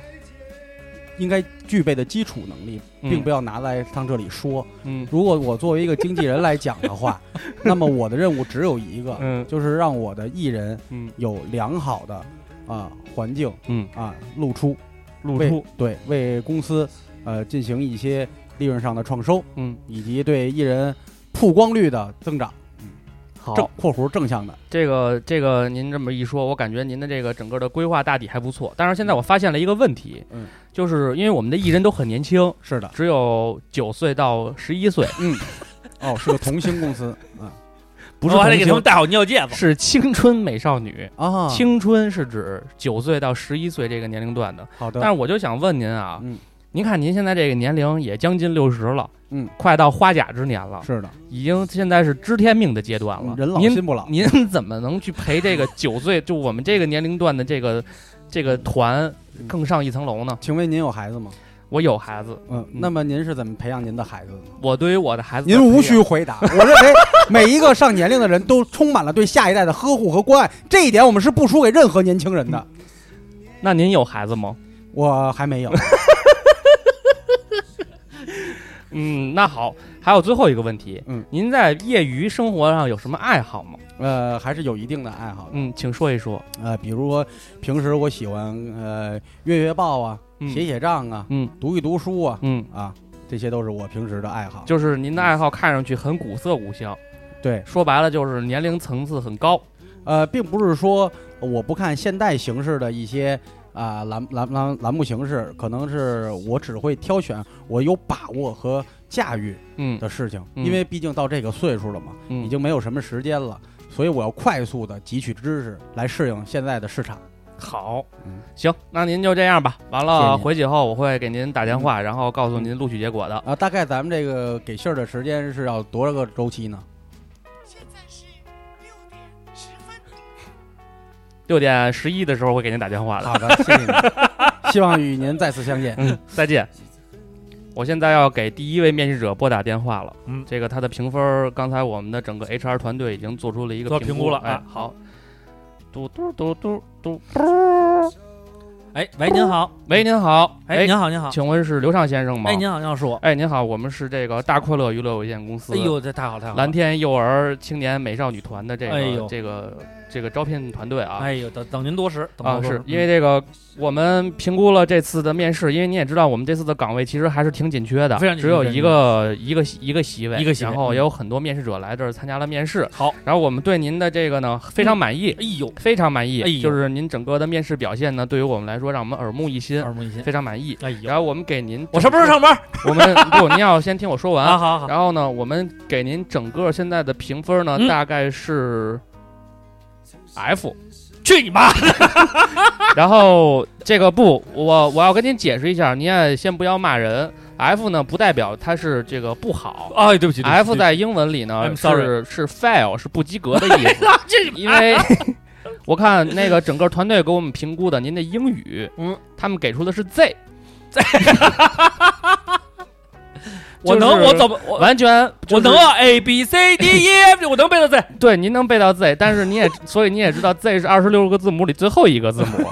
[SPEAKER 6] 应该具备的基础能力，并不要拿来上这里说。
[SPEAKER 5] 嗯
[SPEAKER 6] 如果我作为一个经纪人来讲的 话，那么我的任务只有一个，
[SPEAKER 5] 嗯
[SPEAKER 6] 就是让我的艺人
[SPEAKER 5] 嗯
[SPEAKER 6] 有良好的啊环境，
[SPEAKER 5] 嗯
[SPEAKER 6] 啊露出，
[SPEAKER 5] 露
[SPEAKER 6] 为
[SPEAKER 5] 出，
[SPEAKER 6] 对为公司呃进行一些利润上的创收，
[SPEAKER 5] 嗯。
[SPEAKER 6] 以及对艺人曝光率的增长。
[SPEAKER 5] 好
[SPEAKER 6] 正（括弧正向的）
[SPEAKER 5] 这个这个，您这么一说，我感觉您的这个整个的规划大体还不错。但是现在我发现了一个问题，
[SPEAKER 6] 嗯，
[SPEAKER 5] 就是因为我们的艺人都很年轻，
[SPEAKER 6] 是的，
[SPEAKER 5] 只有九岁到十一岁，
[SPEAKER 6] 哦，是个童星公司啊
[SPEAKER 5] 不是
[SPEAKER 4] 我还得
[SPEAKER 5] 童
[SPEAKER 4] 给他们
[SPEAKER 5] 星，
[SPEAKER 4] 戴好尿戒指。
[SPEAKER 5] 是青春美少女。
[SPEAKER 6] 啊，
[SPEAKER 5] 青春是指九岁到十一岁这个年龄段的。
[SPEAKER 6] 好的，
[SPEAKER 5] 但是我就想问您啊，
[SPEAKER 6] 嗯
[SPEAKER 5] 您看您现在这个年龄也将近六十了，
[SPEAKER 6] 嗯，
[SPEAKER 5] 快到花甲之年了，
[SPEAKER 6] 是的，嗯
[SPEAKER 5] 已经现在是知天命的阶段了。
[SPEAKER 6] 人老
[SPEAKER 5] 您
[SPEAKER 6] 心不老。
[SPEAKER 5] 您怎么能去陪这个九 岁，就我
[SPEAKER 6] 嗯
[SPEAKER 5] 们这个年龄段的这个这个团更上一层楼呢？
[SPEAKER 6] 请问您有孩子吗？
[SPEAKER 5] 我有孩子，
[SPEAKER 6] 嗯，那么您是怎么培养您的孩子的呢？
[SPEAKER 5] 我对于我的孩子的
[SPEAKER 6] 您
[SPEAKER 5] 培养，
[SPEAKER 6] 无需回答，我认为每一个上年龄的人都充满了对下一代的呵护和关爱，这一点我们是不输给任何年轻人的。
[SPEAKER 5] 嗯那您有孩子吗？
[SPEAKER 6] 我还没有，
[SPEAKER 5] 嗯，那好，还有最后一个问题，
[SPEAKER 6] 嗯，
[SPEAKER 5] 您在业余生活上有什么爱好吗？
[SPEAKER 6] 呃，还是有一定的爱好的。
[SPEAKER 5] 嗯，请说一说。
[SPEAKER 6] 呃，比如说平时我喜欢呃阅阅报啊，
[SPEAKER 5] 嗯
[SPEAKER 6] 写写账啊，
[SPEAKER 5] 嗯
[SPEAKER 6] 读一读书啊，
[SPEAKER 5] 嗯，
[SPEAKER 6] 啊，这些都是我平时的爱好。
[SPEAKER 5] 就是您的爱好看上去很古色古香，
[SPEAKER 6] 对，
[SPEAKER 5] 说白了就是年龄层次很高。
[SPEAKER 6] 呃，并不是说我不看现代形式的一些啊、栏栏栏栏目形式，可能是我只会挑选我有把握和驾驭
[SPEAKER 5] 嗯
[SPEAKER 6] 的事情，
[SPEAKER 5] 嗯
[SPEAKER 6] 因为毕竟到这个岁数了嘛，
[SPEAKER 5] 嗯，
[SPEAKER 6] 已经没有什么时间了，所以我要快速的汲取知识来适应现在的市场。
[SPEAKER 5] 好
[SPEAKER 6] 嗯，
[SPEAKER 5] 行，那您就这样吧。完
[SPEAKER 6] 谢谢
[SPEAKER 5] 了，
[SPEAKER 6] 您
[SPEAKER 5] 回去以后我会给您打电话，然后告诉您录取结果的。
[SPEAKER 6] 啊，大概咱们这个给信儿的时间是要多少个周期呢？
[SPEAKER 5] 六点十一的时候会给您打电话的。
[SPEAKER 6] 好的，谢 谢您，希望与您再次相见。
[SPEAKER 5] 嗯，再见。我现在要给第一位面试者拨打电话了。
[SPEAKER 2] 嗯
[SPEAKER 5] 这个他的评分儿，刚才我们的整个 HR 团队已经做出了一个
[SPEAKER 2] 做
[SPEAKER 5] 评
[SPEAKER 2] 评估了
[SPEAKER 5] 哎
[SPEAKER 2] 啊，
[SPEAKER 5] 好，嘟嘟嘟嘟嘟。
[SPEAKER 4] 哎，喂，您好，
[SPEAKER 5] 喂，您好，
[SPEAKER 4] 哎，您好，您好，
[SPEAKER 5] 请问是刘畅先生吗？
[SPEAKER 4] 哎，您好，您好，是我。
[SPEAKER 5] 哎，您好，我们是这个大快乐娱乐有限公司，
[SPEAKER 4] 哎呦，这太好太好了！
[SPEAKER 5] 蓝天幼儿青年美少女团的这个、
[SPEAKER 4] 哎呦
[SPEAKER 5] 这个这个招聘团队啊。
[SPEAKER 4] 哎呦，等等您多时，等
[SPEAKER 5] 啊，
[SPEAKER 4] 您多时
[SPEAKER 5] 是
[SPEAKER 4] 嗯
[SPEAKER 5] 因为这个，我们评估了这次的面试，因为你也知道，我们这次的岗位其实还是挺紧缺的，
[SPEAKER 4] 非常紧缺
[SPEAKER 5] 只有一个一个一个席位，
[SPEAKER 4] 一个席位
[SPEAKER 5] 然后
[SPEAKER 4] 嗯
[SPEAKER 5] 也有很多面试者来这儿参加了面试。
[SPEAKER 4] 好，
[SPEAKER 5] 然后我们对您的这个呢非常满意，
[SPEAKER 4] 哎呦，
[SPEAKER 5] 非常满意，
[SPEAKER 4] 哎呦
[SPEAKER 5] 就是您整个的面试表现呢，对于我们来说让我们耳目一新，
[SPEAKER 4] 耳目一新。
[SPEAKER 5] 非常满意。
[SPEAKER 4] 哎呦，
[SPEAKER 5] 然后我们给您，
[SPEAKER 4] 我什么时候上班？
[SPEAKER 5] 我们不，您要先听我说完
[SPEAKER 4] 啊，好好好，
[SPEAKER 5] 然后呢，我们给您整个现在的评分呢，
[SPEAKER 4] 嗯
[SPEAKER 5] 大概是 F。
[SPEAKER 4] 去你 妈！
[SPEAKER 5] 然后这个不，我我要跟您解释一下，您也先不要骂人。F 呢，不代表它是这个不 好。
[SPEAKER 4] 哎，对不起对不起
[SPEAKER 5] F 在英文里呢
[SPEAKER 4] I'm sorry
[SPEAKER 5] 是是 fail，是不及格的意思。因为我看那个整个团队给我们评估的您的英语，
[SPEAKER 4] 嗯，
[SPEAKER 5] 他们给出的是 Z，
[SPEAKER 4] 我能，我怎么我
[SPEAKER 5] 完全就
[SPEAKER 4] 我
[SPEAKER 5] 是
[SPEAKER 4] 能啊？A B C D E F，G，我能背到 Z。
[SPEAKER 5] 对，您能背到 Z，但是你 也所以你也知道 Z 是二十六个字母里最后一个字母。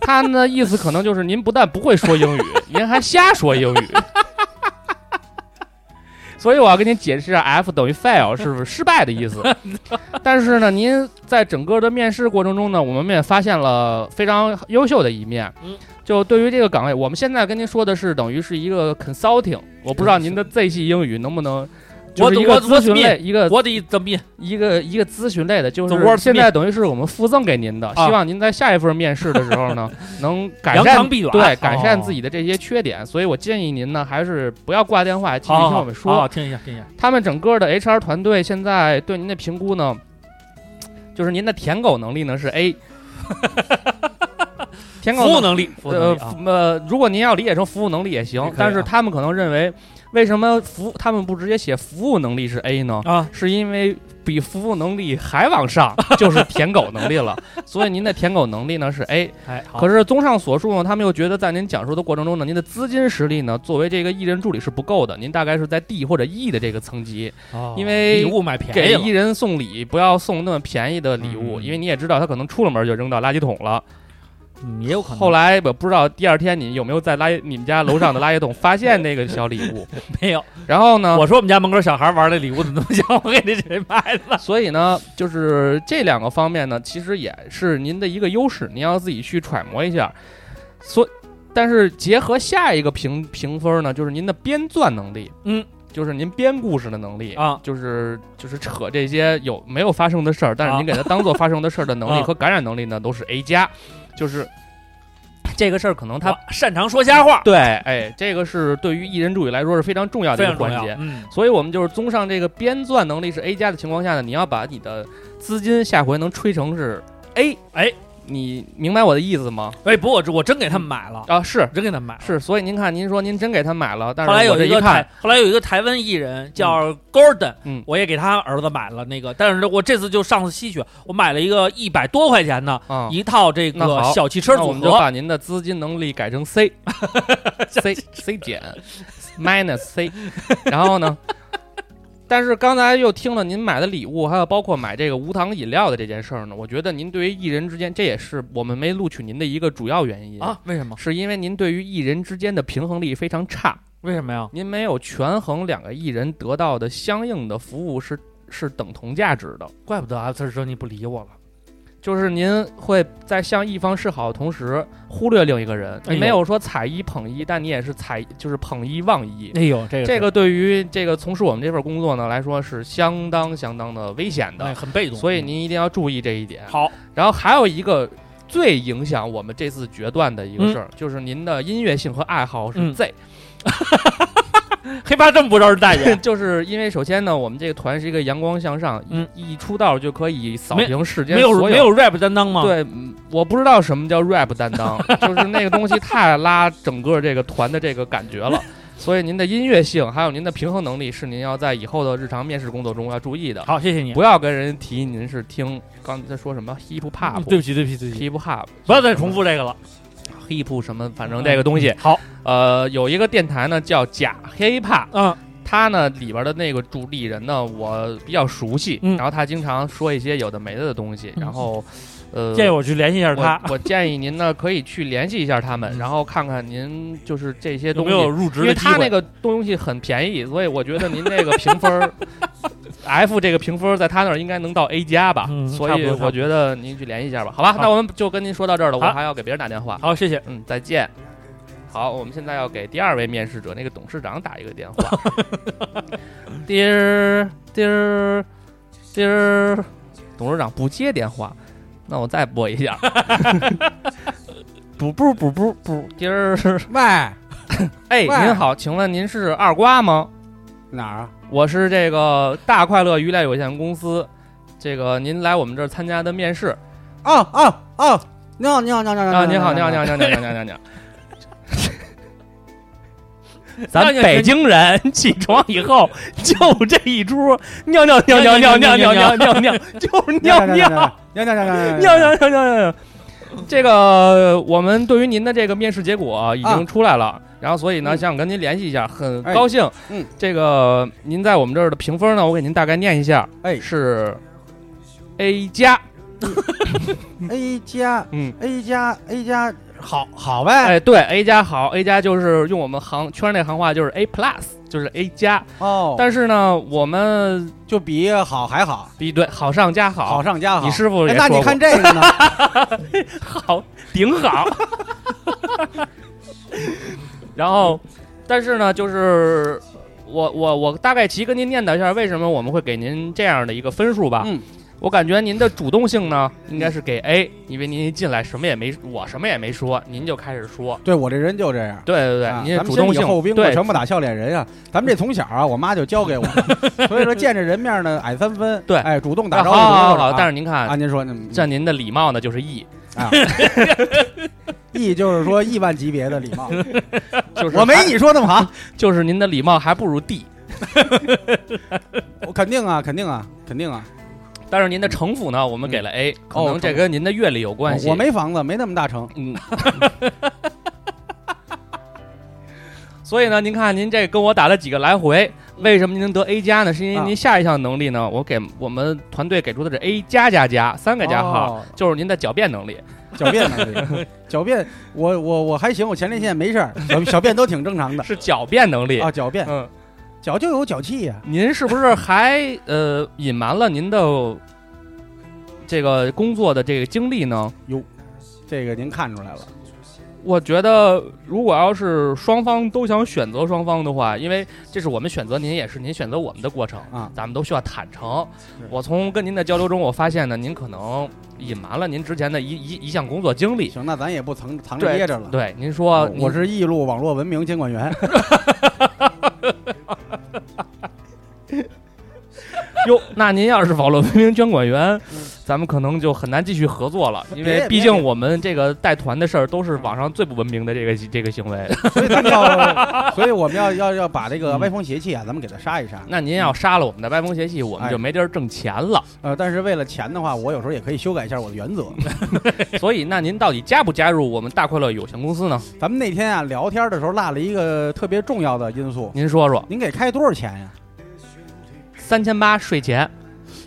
[SPEAKER 5] 他呢意思可能就是您不但不会说英语，您还瞎说英语。所以我要跟您解释一下，F 等于 fail 是失败的意思。但是呢，您在整个的面试过程中呢，我们也发现了非常优秀的一面。
[SPEAKER 4] 嗯
[SPEAKER 5] 就对于这个岗位，我们现在跟您说的是等于是一个 consulting，我不知道您的 Z 系英语能不能。就
[SPEAKER 4] 我
[SPEAKER 5] 是一
[SPEAKER 4] 我
[SPEAKER 5] 个
[SPEAKER 4] 我
[SPEAKER 5] 咨询类，
[SPEAKER 4] 面
[SPEAKER 5] 一个
[SPEAKER 4] 我得怎么印？
[SPEAKER 5] 一个一个咨询类的，就
[SPEAKER 4] The word
[SPEAKER 5] 是现在等于是我们附赠给您的，
[SPEAKER 4] 啊
[SPEAKER 5] 希望您在下一份面试的时候 呢，能改
[SPEAKER 4] 扬
[SPEAKER 5] 善
[SPEAKER 4] 长避短，哦
[SPEAKER 5] 对改善自
[SPEAKER 4] 己。
[SPEAKER 5] 己的这些缺点。所以我建议您呢，还是不要挂电话，继续
[SPEAKER 4] 哦好，
[SPEAKER 5] 听
[SPEAKER 4] 好
[SPEAKER 5] 我们说。
[SPEAKER 4] 好，听一下，听一下。
[SPEAKER 5] 他们整个的 HR 团队现在对您的评估呢，就是您的舔狗能力呢是 A，舔狗
[SPEAKER 4] 服务
[SPEAKER 5] 能
[SPEAKER 4] 能力，服务能
[SPEAKER 5] 呃
[SPEAKER 4] 力啊，
[SPEAKER 5] 呃，如果您要理解成服务能力也
[SPEAKER 4] 也
[SPEAKER 5] 行
[SPEAKER 4] 可以，
[SPEAKER 5] 但是
[SPEAKER 4] 啊
[SPEAKER 5] 他们可能认为为什么服他们不直接写服务能力是 A 呢？
[SPEAKER 4] 啊，
[SPEAKER 5] 是因为比服务能力还往 上就是舔狗能力了，所以您的舔狗能力呢是 A。
[SPEAKER 4] 哎，好，
[SPEAKER 5] 可是综上所述呢，他们又觉得在您讲述的过程中呢，您的资金实力呢，作为这个艺人助理是不够的，您大概是在 D 或者 E 的这个层级。
[SPEAKER 4] 哦
[SPEAKER 5] 因为
[SPEAKER 4] 礼物买
[SPEAKER 5] 给
[SPEAKER 4] 便
[SPEAKER 5] 艺
[SPEAKER 4] 宜了，
[SPEAKER 5] 人送礼不要送那么便宜的礼物，
[SPEAKER 4] 嗯
[SPEAKER 5] 因为你也知道他可能出了门就扔到垃圾桶了。
[SPEAKER 4] 嗯也有可能。
[SPEAKER 5] 后来我不知道第二天你有没有在垃圾你们家楼上的垃圾桶发现那个小礼 物，
[SPEAKER 4] 没有，
[SPEAKER 5] 然后呢，
[SPEAKER 4] 我说我们家门口小孩玩的礼物怎么那么像我给那谁买 的？
[SPEAKER 5] 所以呢，就是这两个方面呢，其实也是您的一个优势，您要自己去揣摩一下。所，但是结合下一个评评分呢，就是您的编撰能力，
[SPEAKER 4] 嗯，
[SPEAKER 5] 就是您编故事的能力
[SPEAKER 4] 啊
[SPEAKER 5] 就是就是扯这些有没有发生的事儿，但是
[SPEAKER 4] 啊
[SPEAKER 5] 您给它当做发生的事儿的能力
[SPEAKER 4] 啊
[SPEAKER 5] 和感染能力呢，都是 A 加，就是这个事儿可能它
[SPEAKER 4] 我擅长说瞎话，
[SPEAKER 5] 对，哎，这个是对于艺人助理来说是非常重要的
[SPEAKER 4] 非
[SPEAKER 5] 一个
[SPEAKER 4] 常
[SPEAKER 5] 环
[SPEAKER 4] 重要
[SPEAKER 5] 节。。
[SPEAKER 4] 嗯，
[SPEAKER 5] 所以我们就是综上这个编撰能力是 A 加的情况下呢，你要把你的资金下回能吹成是 A，
[SPEAKER 4] 哎，
[SPEAKER 5] 你明白我的意思吗？
[SPEAKER 4] 哎，不过我真我真给他们买了，
[SPEAKER 5] 啊，是
[SPEAKER 4] 真给他们买了。
[SPEAKER 5] 是，所以您看，您说您真给他买了，但是
[SPEAKER 4] 后来
[SPEAKER 5] 我
[SPEAKER 4] 有
[SPEAKER 5] 这
[SPEAKER 4] 一个
[SPEAKER 5] 看
[SPEAKER 4] 台，，后来有一个台湾艺人叫 Gordon，
[SPEAKER 5] 嗯
[SPEAKER 4] 我也给他儿子买了那个，但是我这次就上次吸血，我买了一个一百多块钱的
[SPEAKER 5] 啊，
[SPEAKER 4] 一套这
[SPEAKER 5] 那
[SPEAKER 4] 个
[SPEAKER 5] 好
[SPEAKER 4] 小汽车
[SPEAKER 5] 那我
[SPEAKER 4] 组
[SPEAKER 5] 们就
[SPEAKER 4] 合，
[SPEAKER 5] 把您的资金能力改成 C C C 减 minus C，然后呢？但是刚才又听了您买的礼物，还有包括买这个无糖饮料的这件事儿呢，我觉得您对于艺人之间，这也是我们没录取您的一个主要原因
[SPEAKER 4] 啊，？为什么？
[SPEAKER 5] 是因为您对于艺人之间的平衡力非常差，
[SPEAKER 4] 为什么呀？
[SPEAKER 5] 您没有权衡两个艺人得到的相应的服务是是等同价值的。
[SPEAKER 4] 怪不得阿次说你不理我了。
[SPEAKER 5] 就是您会在向一方示好的同时忽略另一个人，
[SPEAKER 4] 哎呦
[SPEAKER 5] 你没有说踩一捧一，但你也是踩就是捧一忘一。
[SPEAKER 4] 哎呦，这个
[SPEAKER 5] 这
[SPEAKER 4] 这
[SPEAKER 5] 个对于这个从事我们这份工作呢来说是相当相当的危险
[SPEAKER 4] 哎
[SPEAKER 5] 的，
[SPEAKER 4] 很被动，嗯
[SPEAKER 5] 所以您一定要注意这一点。
[SPEAKER 4] 好，
[SPEAKER 5] 然后还有一个最影响我们这次决断的一个事儿，就是您的音乐性和爱好是
[SPEAKER 4] 嗯
[SPEAKER 5] Z，、，
[SPEAKER 4] 黑怕这么不招人待见
[SPEAKER 5] 就是因为首先呢，我们这个团是一个阳光向上，
[SPEAKER 4] 嗯
[SPEAKER 5] 一一出道就可以扫
[SPEAKER 4] 没
[SPEAKER 5] 平世间
[SPEAKER 4] 没有啊
[SPEAKER 5] 所
[SPEAKER 4] 没有 rap 担当吗？，
[SPEAKER 5] 对，嗯我不知道什么叫 rap 担当， 就是那个东西太拉整个这个团的这个感觉 了。所以您的音乐性还有您的平衡能力是您要在以后的日常面试工作中要注意的，
[SPEAKER 4] 好，谢谢你。
[SPEAKER 5] 不要跟人提您是听刚才说什么 hip
[SPEAKER 4] 嗯
[SPEAKER 5] hop，
[SPEAKER 4] 对不起，对不起，对不起，
[SPEAKER 5] hip hop，
[SPEAKER 4] 不要再重复这个了。嗯
[SPEAKER 5] hip 什么，反正这个东西。
[SPEAKER 4] 好，
[SPEAKER 5] 呃，有一个电台呢叫假 hip hop，
[SPEAKER 4] 嗯，
[SPEAKER 5] 他呢里边的那个主理人呢我比较熟悉，
[SPEAKER 4] 嗯
[SPEAKER 5] 然后他经常说一些有的没的的东西，然后呃，
[SPEAKER 4] 建议我去联系一下他，嗯
[SPEAKER 5] 我。我建议您 呢，可以去联系一下他们，然后看看您就是这些
[SPEAKER 4] 有
[SPEAKER 5] 东
[SPEAKER 4] 没
[SPEAKER 5] 西，
[SPEAKER 4] 有入职
[SPEAKER 5] 因
[SPEAKER 4] 的
[SPEAKER 5] 为
[SPEAKER 4] 机
[SPEAKER 5] 他那
[SPEAKER 4] 会？
[SPEAKER 5] 个东西很便宜，所以我觉得您这个评分 儿 F 这个评分儿在他那儿应该能到 A 加吧，
[SPEAKER 4] 嗯
[SPEAKER 5] 所
[SPEAKER 4] 差不
[SPEAKER 5] 以
[SPEAKER 4] 多差不多
[SPEAKER 5] 我觉得您去联系一下吧，好吧？
[SPEAKER 4] 好
[SPEAKER 5] 那我们就跟您说到这儿了，我
[SPEAKER 4] 好
[SPEAKER 5] 还要给别人打电话，
[SPEAKER 4] 好，谢谢。
[SPEAKER 5] 嗯，再见。好，我们现在要给第二位面试者那个董事长打一个电话。叮叮叮，董事长不接电话，那我再拨一下。补补补补补，叮儿！
[SPEAKER 6] 喂，
[SPEAKER 5] 哎，
[SPEAKER 6] 喂
[SPEAKER 5] 您好，请问您是二瓜吗？
[SPEAKER 6] 哪儿啊？
[SPEAKER 5] 我是这个大快乐娱乐有限公司，这个您来我们这儿参加的面试
[SPEAKER 6] 哦哦哦，你好你好你好你好
[SPEAKER 5] 啊，您好，您好，您好，您好，您好，您好，您好。咱北京人 起床以后 就这一出，尿尿尿尿尿尿尿尿尿尿，就是尿尿尿尿
[SPEAKER 6] 尿尿尿尿
[SPEAKER 5] 尿尿尿尿尿。这个我们对于您的这个面试结果已经出来了，然后所以呢，想跟您联系一下，很高兴。
[SPEAKER 6] 啊嗯，
[SPEAKER 5] 这个您在我们这儿的评分呢，我给您大概念一下，
[SPEAKER 6] 哎
[SPEAKER 5] 是 A 加，
[SPEAKER 6] A 加
[SPEAKER 5] 嗯。
[SPEAKER 6] A 加 A 加，好好呗，
[SPEAKER 5] 哎，对，A 加好，A 加就是用我们行圈内行话就是 A plus，就是 A 加。
[SPEAKER 6] 哦，
[SPEAKER 5] 但是呢，我们
[SPEAKER 6] 就比好还好，
[SPEAKER 5] 比对好上加好，
[SPEAKER 6] 好上加好。
[SPEAKER 5] 你师傅
[SPEAKER 6] 哎
[SPEAKER 5] 也
[SPEAKER 6] 那
[SPEAKER 5] 说
[SPEAKER 6] 你
[SPEAKER 5] 过
[SPEAKER 6] 看这个呢？
[SPEAKER 5] 好顶好。然后，但是呢，就是我我我大概齐跟您念叨一下，为什么我们会给您这样的一个分数吧。
[SPEAKER 6] 嗯，
[SPEAKER 5] 我感觉您的主动性呢，应该是给 A，因为您一进来什么也没，我什么也没说，您就开始说。
[SPEAKER 6] 对我这人就这样。
[SPEAKER 5] 对对对，
[SPEAKER 6] 啊
[SPEAKER 5] 您
[SPEAKER 6] 咱
[SPEAKER 5] 是主
[SPEAKER 6] 们先
[SPEAKER 5] 动
[SPEAKER 6] 礼
[SPEAKER 5] 性，
[SPEAKER 6] 后兵嘛，
[SPEAKER 5] 对
[SPEAKER 6] 全部打笑脸人啊。咱们这从小啊，我妈就教给我的， 所以说见着人面呢矮三分，
[SPEAKER 5] 对
[SPEAKER 6] 哎，主动打
[SPEAKER 5] 啊
[SPEAKER 6] 招
[SPEAKER 5] 好
[SPEAKER 6] 呼。
[SPEAKER 5] 好好好，但
[SPEAKER 6] 是
[SPEAKER 5] 是您看，
[SPEAKER 6] 啊，您说 嗯
[SPEAKER 5] 像您的礼貌呢，就是 E，
[SPEAKER 6] 啊，亿就是说亿万级别的礼貌，
[SPEAKER 5] 就是
[SPEAKER 6] 我没
[SPEAKER 5] 还
[SPEAKER 6] 你说那么好，
[SPEAKER 5] 就是您的礼貌还不如 D，
[SPEAKER 6] 我肯定啊，肯定啊，肯定啊。
[SPEAKER 5] 但是您的城府呢，我们给了 A，、可能这
[SPEAKER 6] 城
[SPEAKER 5] 跟您的阅历有关系。
[SPEAKER 6] 我没房子，没那么大成。
[SPEAKER 5] 嗯。 所以呢，您看您这跟我打了几个来回，为什么您能得 A 加呢？是因为您下一项能力呢，我给我们团队给出的是 A 加加加三个加号，
[SPEAKER 6] 哦
[SPEAKER 5] 就是您的狡辩能力。
[SPEAKER 6] 狡 辩能力，狡辩，我我我还行，我前列腺没事儿，小小便都挺正常的
[SPEAKER 5] 是狡辩能力。
[SPEAKER 6] 啊。狡辩，
[SPEAKER 5] 嗯，
[SPEAKER 6] 脚就有脚气呀、
[SPEAKER 5] 您是不是还呃隐瞒了您的这个工作的这个经历呢？
[SPEAKER 6] 这个您看出来了。
[SPEAKER 5] 我觉得，如果要是双方都想选择双方的话，因为这是我们选择您，也是您选择我们的过程
[SPEAKER 6] 啊
[SPEAKER 5] 咱们都需要坦诚。我从跟您的交流中，我发现呢，您可能隐瞒了您之前的一一一项工作经历。
[SPEAKER 6] 行，那咱也不藏藏着
[SPEAKER 5] 对
[SPEAKER 6] 掖着了。
[SPEAKER 5] 对，哦您说
[SPEAKER 6] 我
[SPEAKER 5] 您
[SPEAKER 6] 哦我是艺路网络文明监管员，
[SPEAKER 5] 哟，那您要是网络文明捐款员，咱们可能就很难继续合作了，因为
[SPEAKER 6] 嗯别
[SPEAKER 5] 毕
[SPEAKER 6] 别
[SPEAKER 5] 竟我们这个带团的事儿都是网上最不文明的这个这个行为。
[SPEAKER 6] 所以咱们 要，所以我们要要要把这个歪风邪气啊，咱们给它杀一杀。
[SPEAKER 5] 嗯那您要杀了我们的歪风邪气，我们就
[SPEAKER 6] 嗯哎
[SPEAKER 5] 没地儿挣钱了。
[SPEAKER 6] 呃，但是为了钱的话，我有时候也可以修改一下我的原则。
[SPEAKER 5] 嗯所以，那您到底加不加入我们大快乐有限公司呢？
[SPEAKER 6] 咱们那天啊聊天的时候落了一个特别重要的因素，
[SPEAKER 5] 您说说，
[SPEAKER 6] 您给开多少钱呀？
[SPEAKER 5] 三千八税前，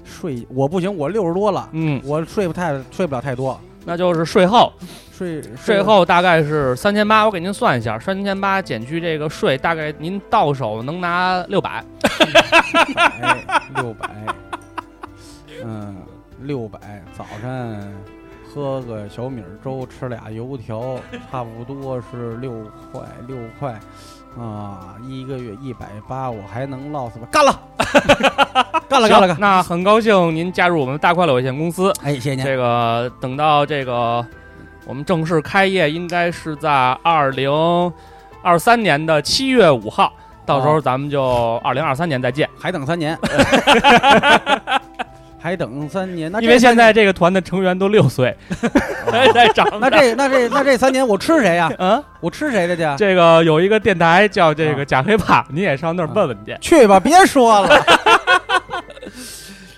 [SPEAKER 6] 税我不行，我六十多了，
[SPEAKER 5] 嗯，
[SPEAKER 6] 我税不太税不了太多，
[SPEAKER 5] 那就是税后，
[SPEAKER 6] 税
[SPEAKER 5] 税后大概是三千八，我给您算一下，三千八减去这个税，大概您到手能拿六百。
[SPEAKER 6] 六百，嗯，六百，早晨喝个小米粥，吃俩油条，差不多是六块六块，啊，一个月一百八，我还能落死吧？干了，干了，干了，干！
[SPEAKER 5] 那很高兴您加入我们大快乐有限公司。
[SPEAKER 6] 哎，谢谢您。
[SPEAKER 5] 这个等到这个我们正式开业，应该是在二零二三年的七月五号，到时候咱们就二零二三年再见。
[SPEAKER 6] 还等三年， 还等三年，那这
[SPEAKER 5] 因为现
[SPEAKER 6] 三年
[SPEAKER 5] 在这个团的成员都六岁，
[SPEAKER 4] 哎
[SPEAKER 5] 还在长
[SPEAKER 6] 那
[SPEAKER 5] 大。
[SPEAKER 6] 这那这那这三年我吃谁呀、
[SPEAKER 5] 嗯，
[SPEAKER 6] 我吃谁的去？啊
[SPEAKER 5] 这个有一个电台叫这
[SPEAKER 4] 啊
[SPEAKER 5] 个假黑怕，你也上那儿问问去。
[SPEAKER 6] 去吧，别说了。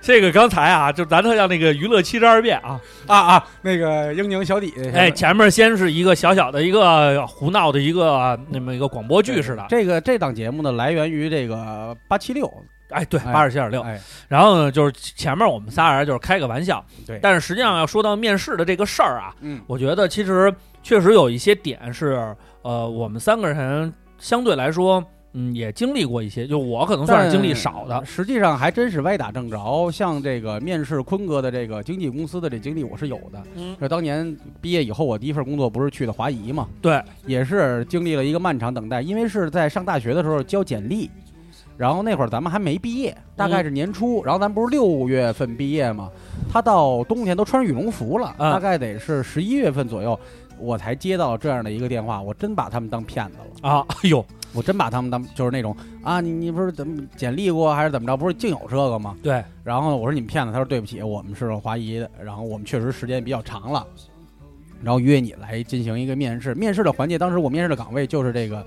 [SPEAKER 4] 这个刚才啊，就咱这叫那个娱乐七十二变啊，
[SPEAKER 6] 啊啊，那个英宁小弟，
[SPEAKER 4] 哎，前面先是一个小小的一个胡闹的一个呃那么一个广播剧似的，
[SPEAKER 6] 这个这档节目呢，来源于这个八七六，
[SPEAKER 4] 哎，对，
[SPEAKER 6] 哎
[SPEAKER 4] 八十七点六。
[SPEAKER 6] 哎，
[SPEAKER 4] 然后呢，就是前面我们仨人就是开个玩笑，
[SPEAKER 6] 对
[SPEAKER 4] 但是实际上要说到面试的这个事儿啊，
[SPEAKER 6] 嗯，
[SPEAKER 4] 我觉得其实确实有一些点是，呃，我们三个人相对来说，嗯，也经历过一些，就我可能算是经历少的
[SPEAKER 6] 但，实际上还真是歪打正着。像这个面试坤哥的这个经纪公司的这经历，我是有的。
[SPEAKER 4] 嗯，
[SPEAKER 6] 这当年毕业以后，我第一份工作不是去的华谊嘛？
[SPEAKER 4] 对，
[SPEAKER 6] 也是经历了一个漫长等待，因为是在上大学的时候交简历，然后那会儿咱们还没毕业，大
[SPEAKER 4] 嗯
[SPEAKER 6] 概是年初，然后咱不是六月份毕业嘛，他到冬天都穿羽绒服了，
[SPEAKER 4] 嗯
[SPEAKER 6] 大概得是十一月份左右。我才接到这样的一个电话，我真把他们当骗子了。
[SPEAKER 4] 啊， 哎呦，
[SPEAKER 6] 我真把他们当就是那种啊，你你不是怎么简历过还是怎么着？不是竟有这个吗？
[SPEAKER 4] 对，
[SPEAKER 6] 然后我说你们骗子，他说对不起，我们是华谊的，然后我们确实时间比较长了，然后约你来进行一个面试。面试的环节，当时我面试的岗位就是这个，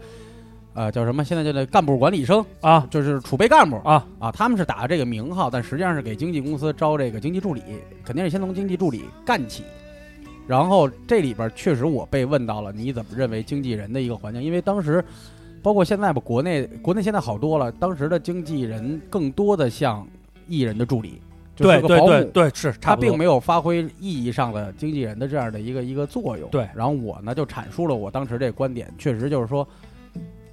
[SPEAKER 6] 呃，叫什么？现在叫这干部管理生
[SPEAKER 4] 啊，
[SPEAKER 6] 就是储备干部
[SPEAKER 4] 啊
[SPEAKER 6] 啊，他们是打着这个名号，但实际上是给经纪公司招这个经济助理，肯定是先从经济助理干起。然后这里边确实我被问到了，你怎么认为经纪人的一个环境？因为当时，包括现在吧，国内国内现在好多了，当时的经纪人更多的像艺人的助理，就是
[SPEAKER 4] 对
[SPEAKER 6] 个
[SPEAKER 4] 对
[SPEAKER 6] 保姆
[SPEAKER 4] 对对，是
[SPEAKER 6] 他
[SPEAKER 4] 差不多
[SPEAKER 6] 并没有发挥意义上的经纪人的这样的一个一个作用。
[SPEAKER 4] 对
[SPEAKER 6] 然后我呢就阐述了我当时这观点，确实就是说，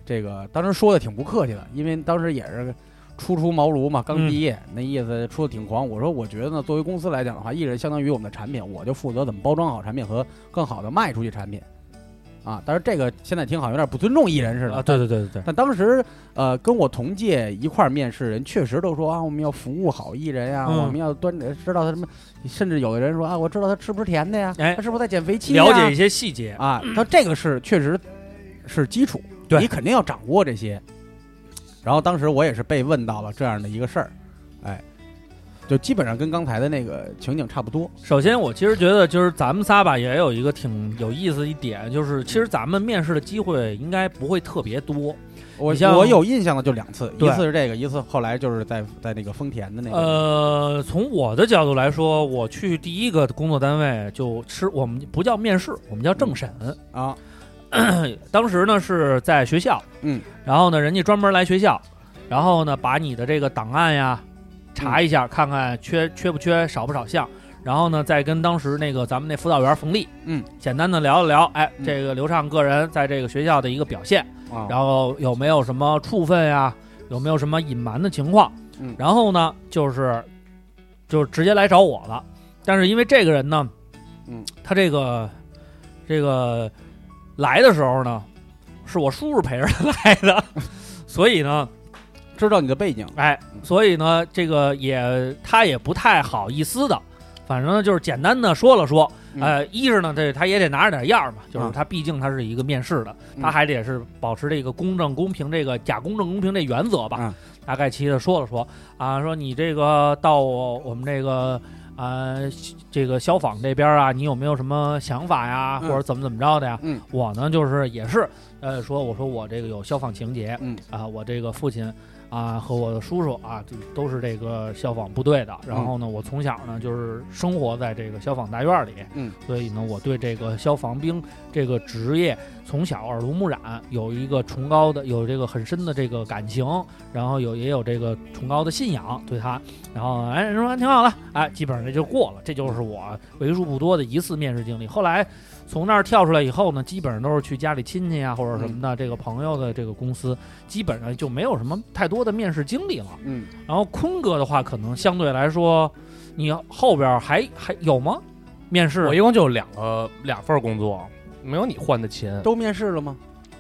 [SPEAKER 6] 这个当时说的挺不客气的，因为当时也是初出茅庐嘛，刚
[SPEAKER 4] 嗯
[SPEAKER 6] 毕业，那意思说的挺狂。我说我觉得呢，作为公司来讲的话，艺人相当于我们的产品，我就负责怎么包装好产品和更好的卖出去产品。啊，但是这个现在听好像有点不尊重艺人似的
[SPEAKER 4] 啊，对对对对对，
[SPEAKER 6] 但当时，呃，跟我同届一块儿面试人，确实都说啊，我们要服务好艺人呀，
[SPEAKER 4] 嗯
[SPEAKER 6] 我们要端着知道他什么，甚至有的人说啊，我知道他吃不吃甜的呀，
[SPEAKER 4] 哎
[SPEAKER 6] 他是不是在减肥期呀？
[SPEAKER 4] 了解一些细节，
[SPEAKER 6] 啊，他这个是确实是基础，
[SPEAKER 4] 对
[SPEAKER 6] 你肯定要掌握这些。然后当时我也是被问到了这样的一个事儿，哎，就基本上跟刚才的那个情景差不多。
[SPEAKER 4] 首先，我其实觉得就是咱们仨吧，也有一个挺有意思的一点，就是其实咱们面试的机会应该不会特别多。
[SPEAKER 6] 我
[SPEAKER 4] 你像
[SPEAKER 6] 我有印象的就两次，一
[SPEAKER 4] 对
[SPEAKER 6] 次是这个，一次后来就是在在那个丰田的那个，
[SPEAKER 4] 呃，从我的角度来说，我去第一个工作单位就吃，我们不叫面试，我们叫政审。
[SPEAKER 6] 啊，
[SPEAKER 4] 当时呢是在学校，
[SPEAKER 6] 嗯，
[SPEAKER 4] 然后呢人家专门来学校，然后呢把你的这个档案呀查一
[SPEAKER 6] 嗯
[SPEAKER 4] 下，看看缺缺不缺，少不少项，然后呢再跟当时那个咱们那辅导员冯丽，
[SPEAKER 6] 嗯，
[SPEAKER 4] 简单的聊一聊，哎，
[SPEAKER 6] 嗯
[SPEAKER 4] 这个刘畅个人在这个学校的一个表现，
[SPEAKER 6] 啊
[SPEAKER 4] 然后有没有什么处分呀，有没有什么隐瞒的情况，
[SPEAKER 6] 嗯
[SPEAKER 4] 然后呢就是就直接来找我了，但是因为这个人呢，
[SPEAKER 6] 嗯，
[SPEAKER 4] 他这个这个来的时候呢，是我叔叔陪着他来的， 所以呢，
[SPEAKER 6] 知道你的背景，
[SPEAKER 4] 哎，所以呢，这个也他也不太好意思的反正就是简单的说了说，
[SPEAKER 6] 嗯
[SPEAKER 4] 呃，一是呢，这他也得拿着点样儿嘛，就是
[SPEAKER 6] 嗯
[SPEAKER 4] 他毕竟他是一个面试的，
[SPEAKER 6] 嗯
[SPEAKER 4] 他还得是保持这个公正公平这个假公正公平这原则吧。
[SPEAKER 6] 嗯
[SPEAKER 4] 大概其的说了说啊，说你这个到我我们这个啊、这个消防这边啊，你有没有什么想法呀，
[SPEAKER 6] 嗯
[SPEAKER 4] 或者怎么怎么着的呀？
[SPEAKER 6] 嗯
[SPEAKER 4] 我呢就是也是呃说我说我这个有消防情节，
[SPEAKER 6] 嗯
[SPEAKER 4] 啊，我这个父亲啊和我的叔叔啊就都是这个消防部队的，然后呢我从小呢就是生活在这个消防大院里，
[SPEAKER 6] 嗯，
[SPEAKER 4] 所以呢我对这个消防兵这个职业从小耳濡目染，有一个崇高的有这个很深的这个感情，然后有也有这个崇高的信仰对他，然后哎人说挺好的，哎基本上这就过了，这就是我为数不多的一次面试经历。后来。从那儿跳出来以后呢，基本上都是去家里亲戚啊，或者什么的，这个朋友的这个公司，基本上就没有什么太多的面试经历了。
[SPEAKER 6] 嗯，
[SPEAKER 4] 然后坤哥的话，可能相对来说，你后边还还有吗？面试
[SPEAKER 5] 我一共就两个两份工作，没有你换的勤，
[SPEAKER 6] 都面试了 吗？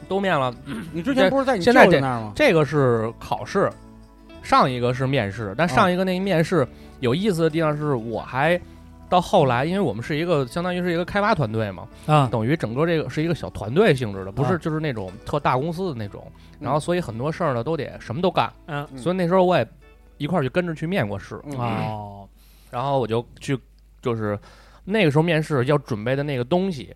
[SPEAKER 5] 都面了。
[SPEAKER 6] 你之前
[SPEAKER 5] 这
[SPEAKER 6] 不是在你舅
[SPEAKER 5] 现在
[SPEAKER 6] 舅
[SPEAKER 5] 这
[SPEAKER 6] 那儿吗？
[SPEAKER 5] 这个是考试，上一个是面试，
[SPEAKER 4] 啊
[SPEAKER 5] 但上一个那面试有意思的地方是，我还到后来，因为我们是一个相当于是一个开发团队嘛，
[SPEAKER 4] 啊，
[SPEAKER 5] 等于整个这个是一个小团队性质的，不
[SPEAKER 4] 啊
[SPEAKER 5] 是就是那种特大公司的那种。然后所以很多事儿呢都得什么都干，
[SPEAKER 4] 嗯
[SPEAKER 5] 所以那时候我也一块儿去跟着去面过试，
[SPEAKER 6] 嗯
[SPEAKER 4] 哦，
[SPEAKER 5] 然后我就去就是那个时候面试要准备的那个东西，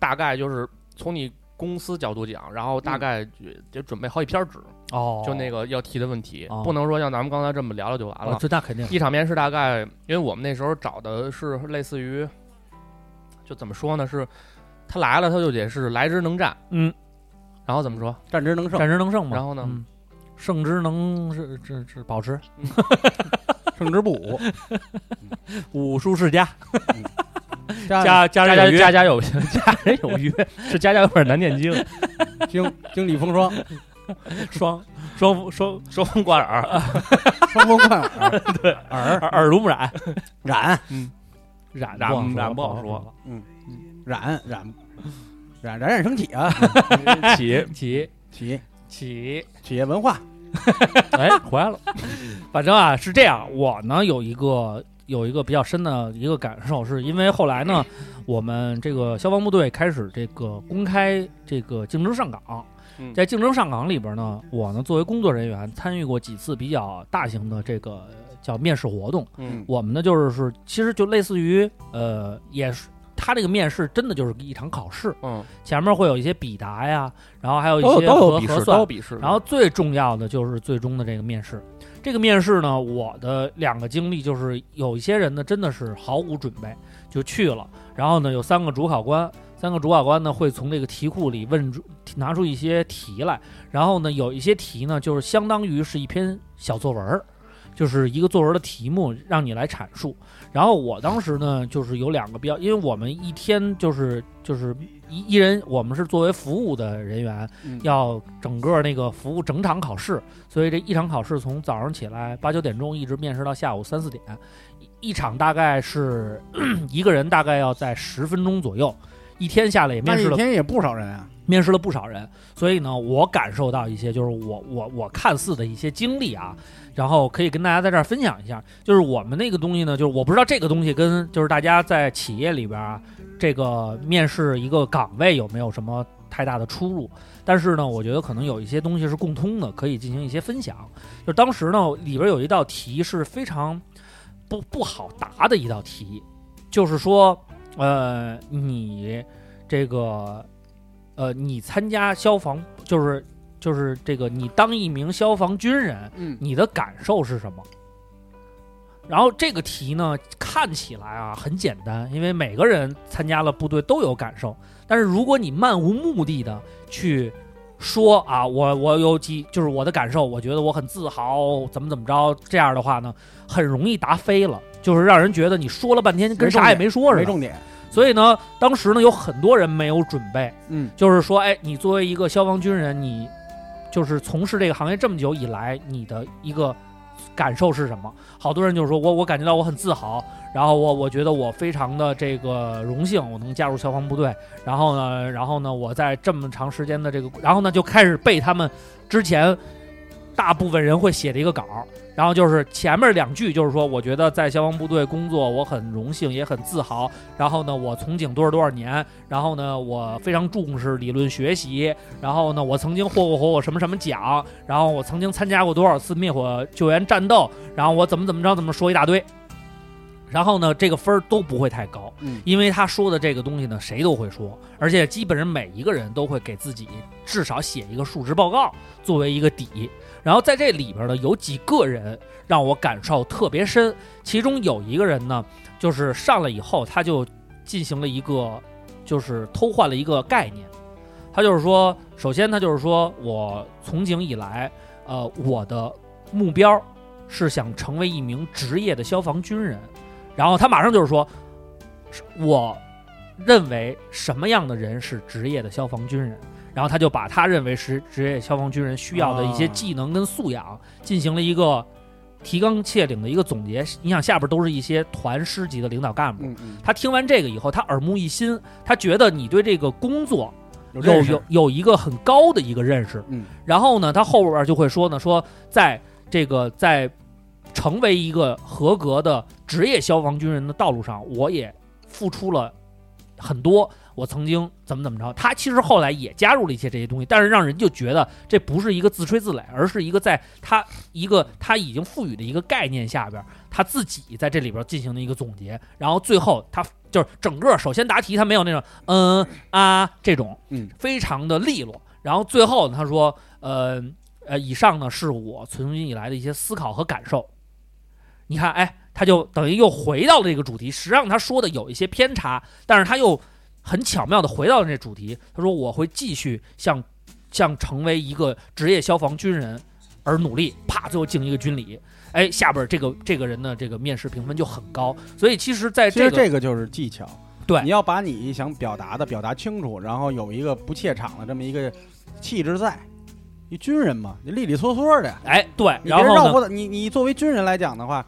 [SPEAKER 5] 大概就是从你。公司角度讲，然后大概也得准备好几篇纸，
[SPEAKER 4] 哦，
[SPEAKER 5] 就那个要提的问题，
[SPEAKER 4] 哦
[SPEAKER 5] 不能说像咱们刚才这么聊聊就完
[SPEAKER 4] 啊，
[SPEAKER 5] 了。
[SPEAKER 4] 这 那肯定
[SPEAKER 5] 一场面试大概，因为我们那时候找的是类似于，就怎么说呢？是他来了，他就得是来之能战，
[SPEAKER 4] 嗯，
[SPEAKER 5] 然后怎么说？
[SPEAKER 6] 战之能胜，
[SPEAKER 4] 战之能胜嘛。
[SPEAKER 5] 然后呢
[SPEAKER 4] 嗯胜之能是是是保持
[SPEAKER 6] 胜之不武，
[SPEAKER 4] 武术世家，
[SPEAKER 6] 加
[SPEAKER 4] 家家
[SPEAKER 5] 家
[SPEAKER 4] 人
[SPEAKER 5] 家
[SPEAKER 4] 有约
[SPEAKER 5] 家家有家人有约， 是家家有本难念经，
[SPEAKER 6] 经经理风 霜，
[SPEAKER 4] 双双双
[SPEAKER 5] 双风挂耳。
[SPEAKER 6] 双风 贯耳，对耳
[SPEAKER 4] 耳耳濡目染，
[SPEAKER 6] 染
[SPEAKER 4] 染
[SPEAKER 5] 染
[SPEAKER 4] 不好
[SPEAKER 5] 染
[SPEAKER 4] 不
[SPEAKER 5] 不
[SPEAKER 4] 好
[SPEAKER 5] 好
[SPEAKER 4] 说
[SPEAKER 5] 说
[SPEAKER 4] 了。
[SPEAKER 6] 染染染染染生体啊，
[SPEAKER 4] 嗯
[SPEAKER 5] 起，
[SPEAKER 4] 起
[SPEAKER 6] 企
[SPEAKER 4] 起。
[SPEAKER 6] 企业文化，
[SPEAKER 5] 哎，回来了。
[SPEAKER 4] 反正啊是这样，我呢有一个有一个比较深的一个感受，是因为后来呢，我们这个消防部队开始这个公开这个竞争上岗
[SPEAKER 5] 嗯。
[SPEAKER 4] 在竞争上岗里边呢，我呢作为工作人员参与过几次比较大型的这个叫面试活动。
[SPEAKER 5] 嗯
[SPEAKER 4] 我们呢就是是其实就类似于呃，也是他这个面试真的就是一场考试，
[SPEAKER 5] 嗯，哦
[SPEAKER 4] 前面会有一些比答呀，然后还有 一
[SPEAKER 5] 都有
[SPEAKER 4] 些
[SPEAKER 5] 都有
[SPEAKER 4] 核
[SPEAKER 5] 笔
[SPEAKER 4] 核
[SPEAKER 5] 试，
[SPEAKER 4] 算
[SPEAKER 5] 都有笔试。
[SPEAKER 4] 然后最重要的就是最终的这个面试。这个面试呢，我的两个经历就是，有一些人呢真的是毫无准备就去了，然后呢有三个主考官，三个主考官呢会从这个题库里问出拿出一些题来，然后呢有一些题呢就是相当于是一篇小作文儿，就是一个作文的题目让你来阐述。然后我当时呢就是有两个标，因为我们一天就是就是一一人，我们是作为服务的人员，
[SPEAKER 6] 嗯
[SPEAKER 4] 要整个那个服务整场考试，所以这一场考试从早上起来八九点钟一直面试到下午三四点，一一场大概是 一个人大概要在十分钟左右，一天下来也
[SPEAKER 6] 那
[SPEAKER 4] 面试
[SPEAKER 6] 一
[SPEAKER 4] 了
[SPEAKER 6] 天也不少人啊，
[SPEAKER 4] 面试了不少人，所以呢，我感受到一些就是我我我看似的一些经历啊，然后可以跟大家在这儿分享一下。就是我们那个东西呢，就是我不知道这个东西跟就是大家在企业里边啊，这个面试一个岗位有没有什么太大的出入，但是呢，我觉得可能有一些东西是共通的，可以进行一些分享。就当时呢，里边有一道题是非常不不好答的一道题，就是说，呃，你这个。呃，你参加消防，就是就是这个，你当一名消防军人，
[SPEAKER 6] 嗯
[SPEAKER 4] 你的感受是什么？然后这个题呢，看起来啊很简单，因为每个人参加了部队都有感受。但是如果你漫无目的的去说啊，我我有几就是我的感受，我觉得我很自豪，怎么怎么着，这样的话呢，很容易答飞了，就是让人觉得你说了半天跟啥也没说似
[SPEAKER 6] 没
[SPEAKER 4] 的。
[SPEAKER 6] 重点，
[SPEAKER 4] 所以呢，当时呢有很多人没有准备，
[SPEAKER 6] 嗯
[SPEAKER 4] 就是说，哎，你作为一个消防军人，你就是从事这个行业这么久以来，你的一个感受是什么？好多人就是说我我感觉到我很自豪，然后我我觉得我非常的这个荣幸，我能加入消防部队，然后呢，然后呢，我在这么长时间的这个，然后呢就开始背他们之前大部分人会写的一个稿儿，然后就是前面两句，就是说，我觉得在消防部队工作，我很荣幸，也很自豪。然后呢，我从警多少多少年，然后呢，我非常重视理论学习。然后呢，我曾经获过获过什么什么奖，然后我曾经参加过多少次灭火救援战斗，然后我怎么怎么着，怎么说一大堆。然后呢，这个分儿都不会太高，
[SPEAKER 6] 嗯
[SPEAKER 4] 因为他说的这个东西呢，谁都会说，而且基本上每一个人都会给自己至少写一个述职报告作为一个底。然后在这里边呢，有几个人让我感受特别深，其中有一个人呢，就是上来以后他就进行了一个，就是偷换了一个概念，他就是说，首先他就是说我从警以来，呃，我的目标是想成为一名职业的消防军人。然后他马上就是说，是我认为什么样的人是职业的消防军人。然后他就把他认为是职业消防军人需要的一些
[SPEAKER 6] 啊
[SPEAKER 4] 技能跟素养进行了一个提纲挈领的一个总结。你想下边都是一些团师级的领导干部，
[SPEAKER 6] 嗯嗯，
[SPEAKER 4] 他听完这个以后，他耳目一新，他觉得你对这个工作
[SPEAKER 6] 有
[SPEAKER 4] 有
[SPEAKER 6] 认识
[SPEAKER 4] 有有一个很高的一个认识。
[SPEAKER 6] 嗯，
[SPEAKER 4] 然后呢，他后边儿就会说呢，说在这个在成为一个合格的职业消防军人的道路上，我也付出了很多。我曾经怎么怎么着，他其实后来也加入了一些这些东西，但是让人就觉得这不是一个自吹自擂，而是一个在他一个他已经赋予的一个概念下边，他自己在这里边进行的一个总结，然后最后他就是整个首先答题他没有那种嗯啊这种，
[SPEAKER 6] 嗯，
[SPEAKER 4] 非常的利落。然后最后呢他说，呃呃，以上呢是我从军以来的一些思考和感受。你看，哎，他就等于又回到了这个主题，实际上他说的有一些偏差，但是他又很巧妙的回到了这主题。他说我会继续向向成为一个职业消防军人而努力，啪，最后敬一个军礼。哎，下边这个这个人的这个面试评分就很高，所以其实在
[SPEAKER 6] 其实
[SPEAKER 4] 这个
[SPEAKER 6] 这个就是技巧。
[SPEAKER 4] 对
[SPEAKER 6] 你要把你想表达的表达清楚，然后有一个不怯场的这么一个气质在。你军人嘛，你利利索索的，
[SPEAKER 4] 哎对，
[SPEAKER 6] 你别
[SPEAKER 4] 然后
[SPEAKER 6] 绕
[SPEAKER 4] 呢，
[SPEAKER 6] 过的。你你作为军人来讲的话，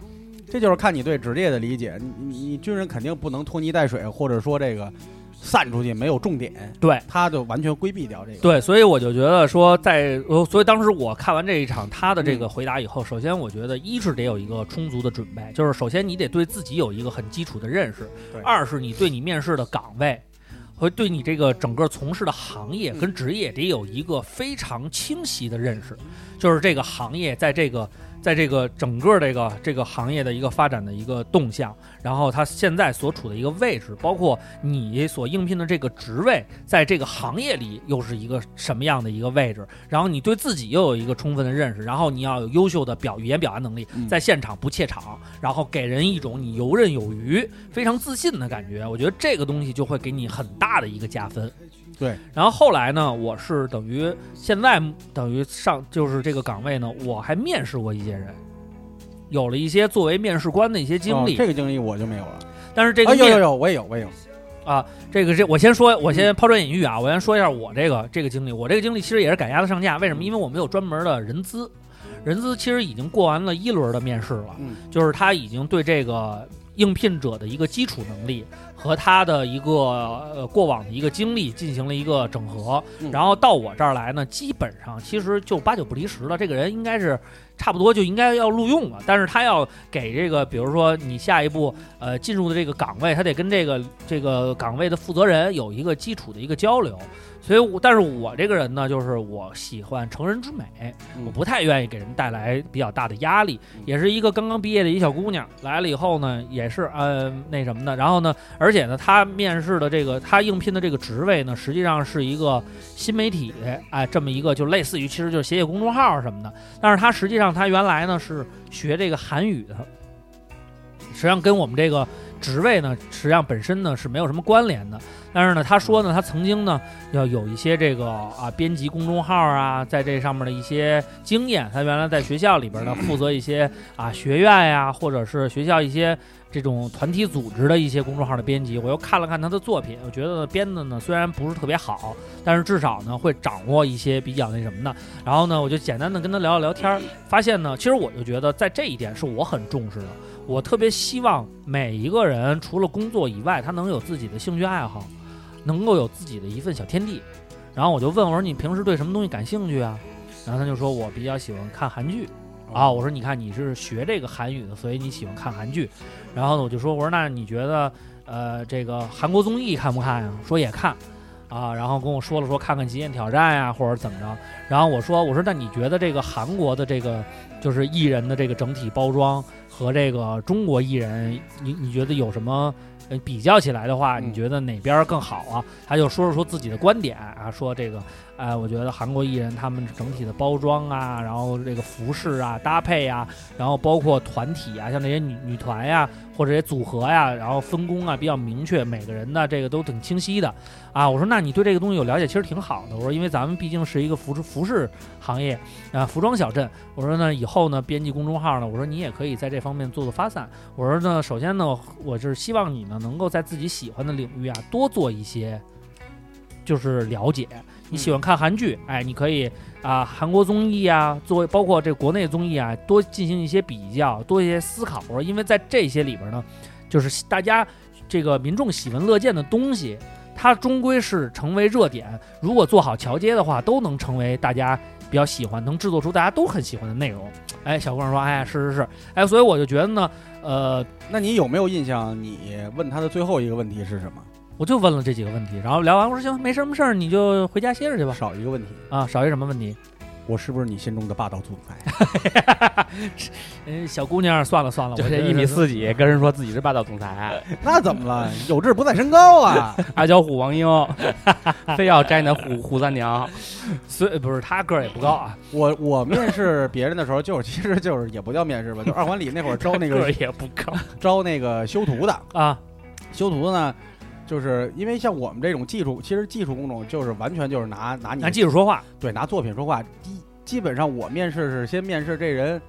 [SPEAKER 6] 这就是看你对职业的理解。你你你军人肯定不能拖泥带水，或者说这个散出去没有重点，
[SPEAKER 4] 对
[SPEAKER 6] 他就完全规避掉这个。
[SPEAKER 4] 对，所以我就觉得说在，呃所以当时我看完这一场他的这
[SPEAKER 6] 嗯
[SPEAKER 4] 个回答以后，首先我觉得一是得有一个充足的准备，就是首先你得对自己有一个很基础的认识
[SPEAKER 6] 对；
[SPEAKER 4] 二是你对你面试的岗位和对你这个整个从事的行业
[SPEAKER 6] 嗯
[SPEAKER 4] 跟职业得有一个非常清晰的认识，就是这个行业在这个。在这个整个这个这个行业的一个发展的一个动向，然后它现在所处的一个位置，包括你所应聘的这个职位，在这个行业里又是一个什么样的一个位置，然后你对自己又有一个充分的认识，然后你要有优秀的表语言表达能力，
[SPEAKER 6] 嗯
[SPEAKER 4] 在现场不怯场，然后给人一种你游刃有余、非常自信的感觉。我觉得这个东西就会给你很大的一个加分。
[SPEAKER 6] 对，
[SPEAKER 4] 然后后来呢，我是等于现在等于上就是这个岗位呢，我还面试过一些人，有了一些作为面试官的一些经
[SPEAKER 6] 哦
[SPEAKER 4] 历，
[SPEAKER 6] 这个经历我就没有了。
[SPEAKER 4] 但是这
[SPEAKER 6] 啊，
[SPEAKER 4] 个
[SPEAKER 6] 有
[SPEAKER 4] 面、
[SPEAKER 6] 有有，我也有，我也有。
[SPEAKER 4] 这个这，我先说，我先抛砖引玉啊，我先说一下我这个这个经历。我这个经历其实也是赶鸭子上架，为什么？
[SPEAKER 6] 嗯
[SPEAKER 4] 因为我没有专门的人资，人资其实已经过完了一轮的面试了，
[SPEAKER 6] 嗯
[SPEAKER 4] 就是他已经对这个应聘者的一个基础能力和他的一个呃过往的一个经历进行了一个整合，
[SPEAKER 6] 嗯
[SPEAKER 4] 然后到我这儿来呢，基本上其实就八九不离十了。这个人应该是差不多就应该要录用了，但是他要给这个，比如说你下一步呃进入的这个岗位，他得跟这个这个岗位的负责人有一个基础的一个交流。所以我，但是我这个人呢，就是我喜欢成人之美，我不太愿意给人带来比较大的压力
[SPEAKER 6] 嗯。
[SPEAKER 4] 也是一个刚刚毕业的一小姑娘来了以后呢，也是呃那什么的。然后呢，而且呢，她面试的这个她应聘的这个职位呢，实际上是一个新媒体哎这么一个就类似于其实就是写写公众号什么的。但是她实际上她原来呢是学这个韩语的，实际上跟我们这个职位呢，实际上本身呢是没有什么关联的。但是呢，他说呢，他曾经呢要有一些这个啊编辑公众号啊，在这上面的一些经验。他原来在学校里边呢负责一些啊学院呀、或者是学校一些这种团体组织的一些公众号的编辑。我又看了看他的作品，我觉得编的呢虽然不是特别好，但是至少呢会掌握一些比较那什么的。然后呢，我就简单的跟他聊了聊天儿，发现呢，其实我就觉得在这一点是我很重视的。我特别希望每一个人除了工作以外，他能有自己的兴趣爱好，能够有自己的一份小天地。然后我就问我说：“你平时对什么东西感兴趣啊？”然后他就说：“我比较喜欢看韩剧。”
[SPEAKER 6] 哦
[SPEAKER 4] 啊，我说你看你是学这个韩语的，所以你喜欢看韩剧。然后呢，我就说我说那你觉得呃这个韩国综艺看不看呀？说也看。啊，然后跟我说了说看看《极限挑战》呀，或者怎么着。然后我说我说那你觉得这个韩国的这个就是艺人的这个整体包装和这个中国艺人，你你觉得有什么呃比较起来的话，
[SPEAKER 6] 嗯
[SPEAKER 4] 你觉得哪边儿更好啊？他就说了说自己的观点啊，说这个，哎、我觉得韩国艺人他们整体的包装啊，然后这个服饰啊、搭配啊，然后包括团体啊，像这些女女团呀、或者这些组合呀、然后分工啊比较明确，每个人的这个都挺清晰的啊。我说那你对这个东西有了解，其实挺好的。我说因为咱们毕竟是一个服饰服饰行业啊，服装小镇。我说呢，以后呢编辑公众号呢，我说你也可以在这方面做做发散。我说呢，首先呢，我就是希望你呢能够在自己喜欢的领域啊多做一些，就是了解。你喜欢看韩剧，哎，你可以啊、韩国综艺啊，作为包括这国内综艺啊，多进行一些比较，多一些思考。我说，因为在这些里边呢，就是大家这个民众喜闻乐见的东西，它终归是成为热点。如果做好桥接的话，都能成为大家比较喜欢，能制作出大家都很喜欢的内容。哎，小姑娘说，哎，是是是，哎，所以我就觉得呢，呃，
[SPEAKER 6] 那你有没有印象？你问他的最后一个问题是什么？
[SPEAKER 4] 我就问了这几个问题，然后聊完我说行，没什么事儿，你就回家歇着去吧。
[SPEAKER 6] 少一个问题，
[SPEAKER 4] 啊，少一什么问题？
[SPEAKER 6] 我是不是你心中的霸道总裁？
[SPEAKER 5] 哎
[SPEAKER 4] 嗯，小姑娘，算了算 了，
[SPEAKER 5] 就
[SPEAKER 4] 我
[SPEAKER 5] 这
[SPEAKER 4] 觉得
[SPEAKER 5] 一米四几，跟人说自己是霸道总裁，
[SPEAKER 6] 那怎么了？有志不在身高啊！
[SPEAKER 5] 阿娇虎王英，非要摘那虎虎三娘，
[SPEAKER 4] 所以不是他个儿也不高啊，
[SPEAKER 6] 我我面试别人的时候，就是其实就是也不叫面试吧，就二环里那会儿招那
[SPEAKER 4] 个
[SPEAKER 6] 个
[SPEAKER 4] 儿也不高
[SPEAKER 6] 招那个修图的，
[SPEAKER 4] 啊。
[SPEAKER 6] 修图的呢，就是因为像我们这种技术，其实技术工种就是完全就是拿拿
[SPEAKER 5] 嗯
[SPEAKER 6] 你
[SPEAKER 4] 拿技术说话，
[SPEAKER 6] 对拿作品说话，基基本上我面试是先面试这人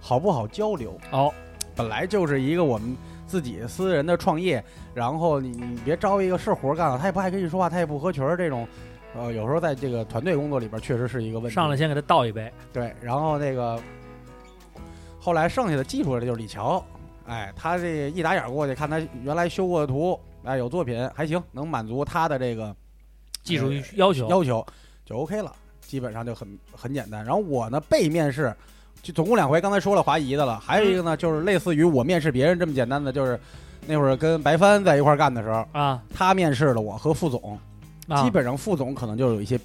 [SPEAKER 6] 好不好交流，
[SPEAKER 4] 哦，
[SPEAKER 6] 本来就是一个我们自己私人的创业，然后你你别招一个是活儿干了，他也不爱跟你说话，他也不合群儿这种。呃，有时候在这个团队工作里边，确实是一个问题。
[SPEAKER 4] 上来先给他倒一杯，
[SPEAKER 6] 对，然后那个后来剩下的技术的就是李乔，哎，他这一打眼儿过去，看他原来修过的图，哎，有作品还行，能满足他的这个
[SPEAKER 4] 技术
[SPEAKER 5] 哎
[SPEAKER 4] 要求，
[SPEAKER 6] 要求，就 OK 了，基本上就很很简单。然后我呢被面试，就总共两回，刚才说了华谊的了，还有一个呢就是类似于我面试别人这么简单的，就是那会儿跟白帆在一块儿干的时候，
[SPEAKER 4] 啊
[SPEAKER 6] 他面试了我和副总，
[SPEAKER 4] 啊，
[SPEAKER 6] 基本上副总可能就有一些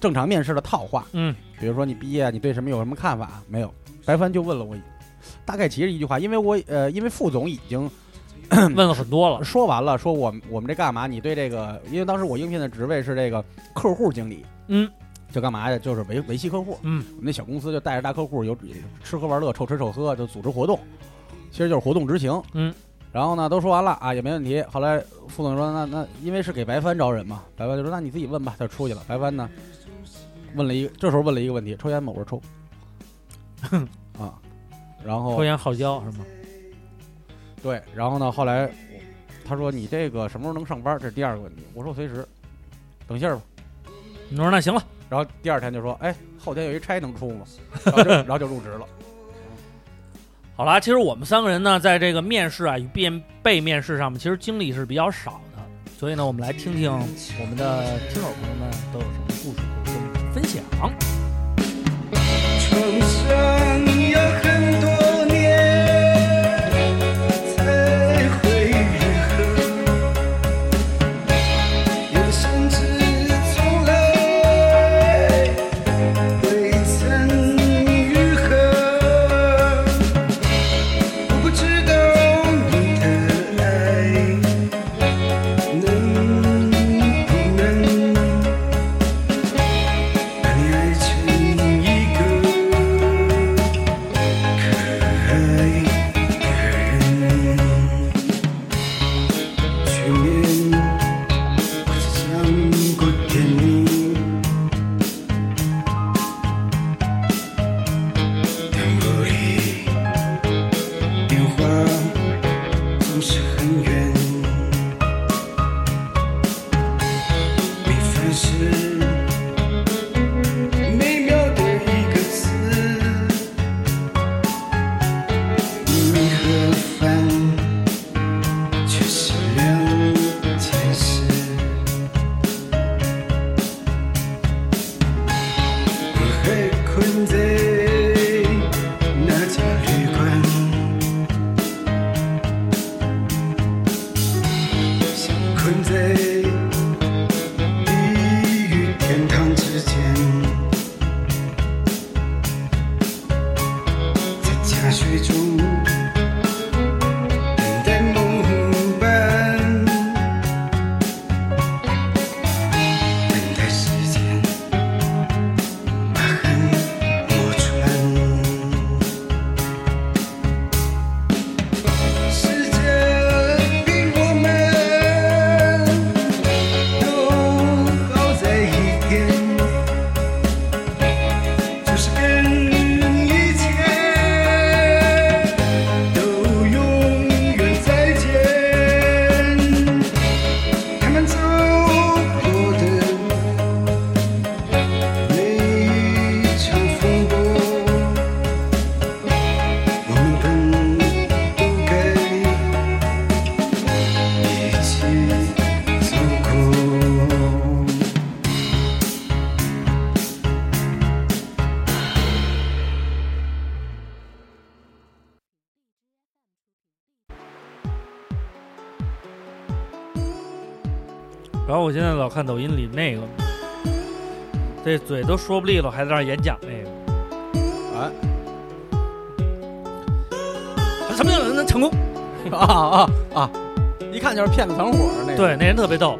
[SPEAKER 6] 正常面试的套话，
[SPEAKER 4] 嗯，
[SPEAKER 6] 比如说你毕业，啊你对什么有什么看法？没有，白帆就问了我一，大概其实一句话，因为我呃，因为副总已经
[SPEAKER 4] 问了很多了，
[SPEAKER 6] 说完了，说我们我们这干嘛？你对这个，因为当时我应聘的职位是这个客户经理，
[SPEAKER 4] 嗯，
[SPEAKER 6] 就干嘛呀？就是维维系客户，
[SPEAKER 4] 嗯，
[SPEAKER 6] 我们那小公司就带着大客户有吃喝玩乐、臭吃臭喝，就组织活动，其实就是活动执行，
[SPEAKER 4] 嗯。
[SPEAKER 6] 然后呢，都说完了啊，也没问题。后来副总说：“那那因为是给白帆招人嘛，白帆就说：‘那你自己问吧。’他就出去了。白帆呢，问了一个，这时候问了一个问题：抽烟吗？我说 抽。啊，然后
[SPEAKER 4] 抽烟好教是吗？
[SPEAKER 6] 对，然后呢，后来我他说你这个什么时候能上班？这是第二个问题。我说随时，等信儿吧。
[SPEAKER 4] 你说那行了，
[SPEAKER 6] 然后第二天就说，哎，后天有一差能出吗？然后就然后就入职了。
[SPEAKER 4] 好啦，其实我们三个人呢，在这个面试啊与面被面试上面，其实经历是比较少的，所以呢，我们来听听我们的听友朋友们都有什么故事可以跟我们分享。
[SPEAKER 8] 床上有很多年才会愈合，有的甚至从来未曾愈合。我不知道你的爱能不能。把你爱成一个
[SPEAKER 4] 然后我现在老看抖音里那个，这嘴都说不利落，还在那儿演讲哎那个。
[SPEAKER 6] 啊
[SPEAKER 4] 什么叫能成功？
[SPEAKER 6] 啊啊啊！一看就是骗子团伙的那个。
[SPEAKER 4] 对，那人特别逗。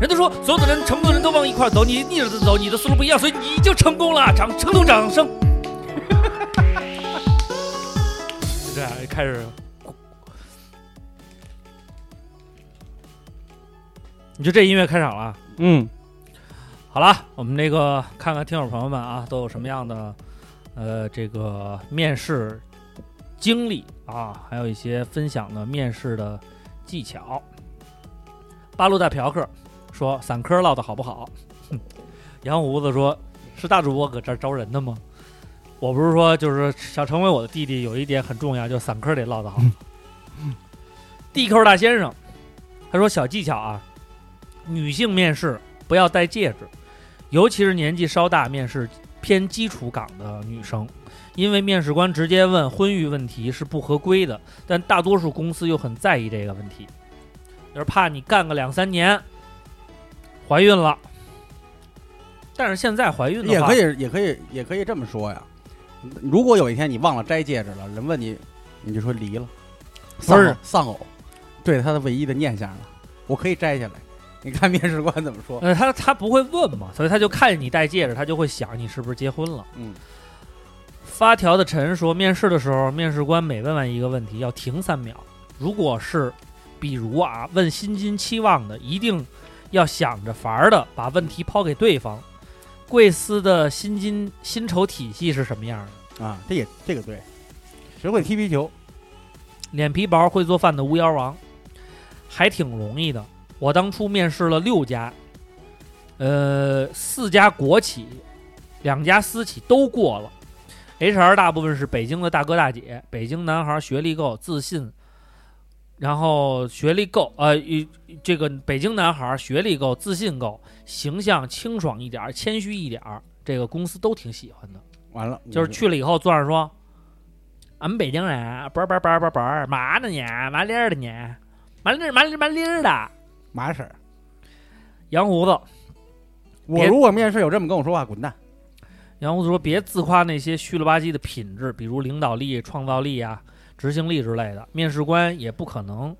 [SPEAKER 4] 人都说所有的人成功的人都往一块儿走，你逆着走，你的思路不一样，所以你就成功了。掌成功掌声。就这样啊开始。你就这音乐开场了。啊
[SPEAKER 5] 嗯，
[SPEAKER 4] 好了，我们这个看看听友朋友们啊，都有什么样的呃这个面试经历啊，还有一些分享的面试的技巧。八路大嫖客说散科唠的好不好？哼杨胡子说是大主播搁这儿招人的吗？我不是说就是想成为我的弟弟，有一点很重要，就是散科得唠得好。D
[SPEAKER 6] 嗯
[SPEAKER 4] Q 大先生他说小技巧啊，女性面试不要戴戒指，尤其是年纪稍大、面试偏基础岗的女生，因为面试官直接问婚育问题是不合规的，但大多数公司又很在意这个问题，就是怕你干个两三年，怀孕了。但是现在怀孕的
[SPEAKER 6] 也
[SPEAKER 4] 话，
[SPEAKER 6] 可以，也可以，也可以这么说呀。如果有一天你忘了摘戒指了，人问你，你就说离了，丧
[SPEAKER 4] 是
[SPEAKER 6] 偶丧偶，对他的唯一的念想了。我可以摘下来，你看面试官怎么 说？
[SPEAKER 4] 呃，他他不会问嘛，所以他就看见你戴戒指，他就会想你是不是结婚了。
[SPEAKER 6] 嗯，
[SPEAKER 4] 发条的陈说，面试的时候，面试官每问完一个问题要停三秒，如果是比如啊问薪金期望的，一定要想着法儿的把问题抛给对方。贵司的薪金薪酬体系是什么样的？
[SPEAKER 6] 啊，这也这个对，学会踢皮球，
[SPEAKER 4] 脸皮薄会做饭的巫妖王，还挺容易的。我当初面试了六家，呃，四家国企，两家私企都过了。HR 大部分是北京的大哥大姐，北京男孩学历够、自信，然后学历够，呃，与这个北京男孩学历够、自信够，形象清爽一点儿、谦虚一点儿，这个公司都挺喜欢的。
[SPEAKER 6] 完了
[SPEAKER 4] 就是去了以后坐那儿说，俺们北京人，叭叭叭叭叭，嘛呢你，麻利儿的你，麻利儿麻利儿麻利儿的，
[SPEAKER 6] 麻婶儿。
[SPEAKER 4] 洋胡子，
[SPEAKER 6] 我
[SPEAKER 4] 别
[SPEAKER 6] 如果面试有这么跟我说话，滚蛋！
[SPEAKER 4] 洋胡子说别自夸那些虚了吧唧的品质，比如领导力、创造力啊、执行力之类的，面试官也不可能。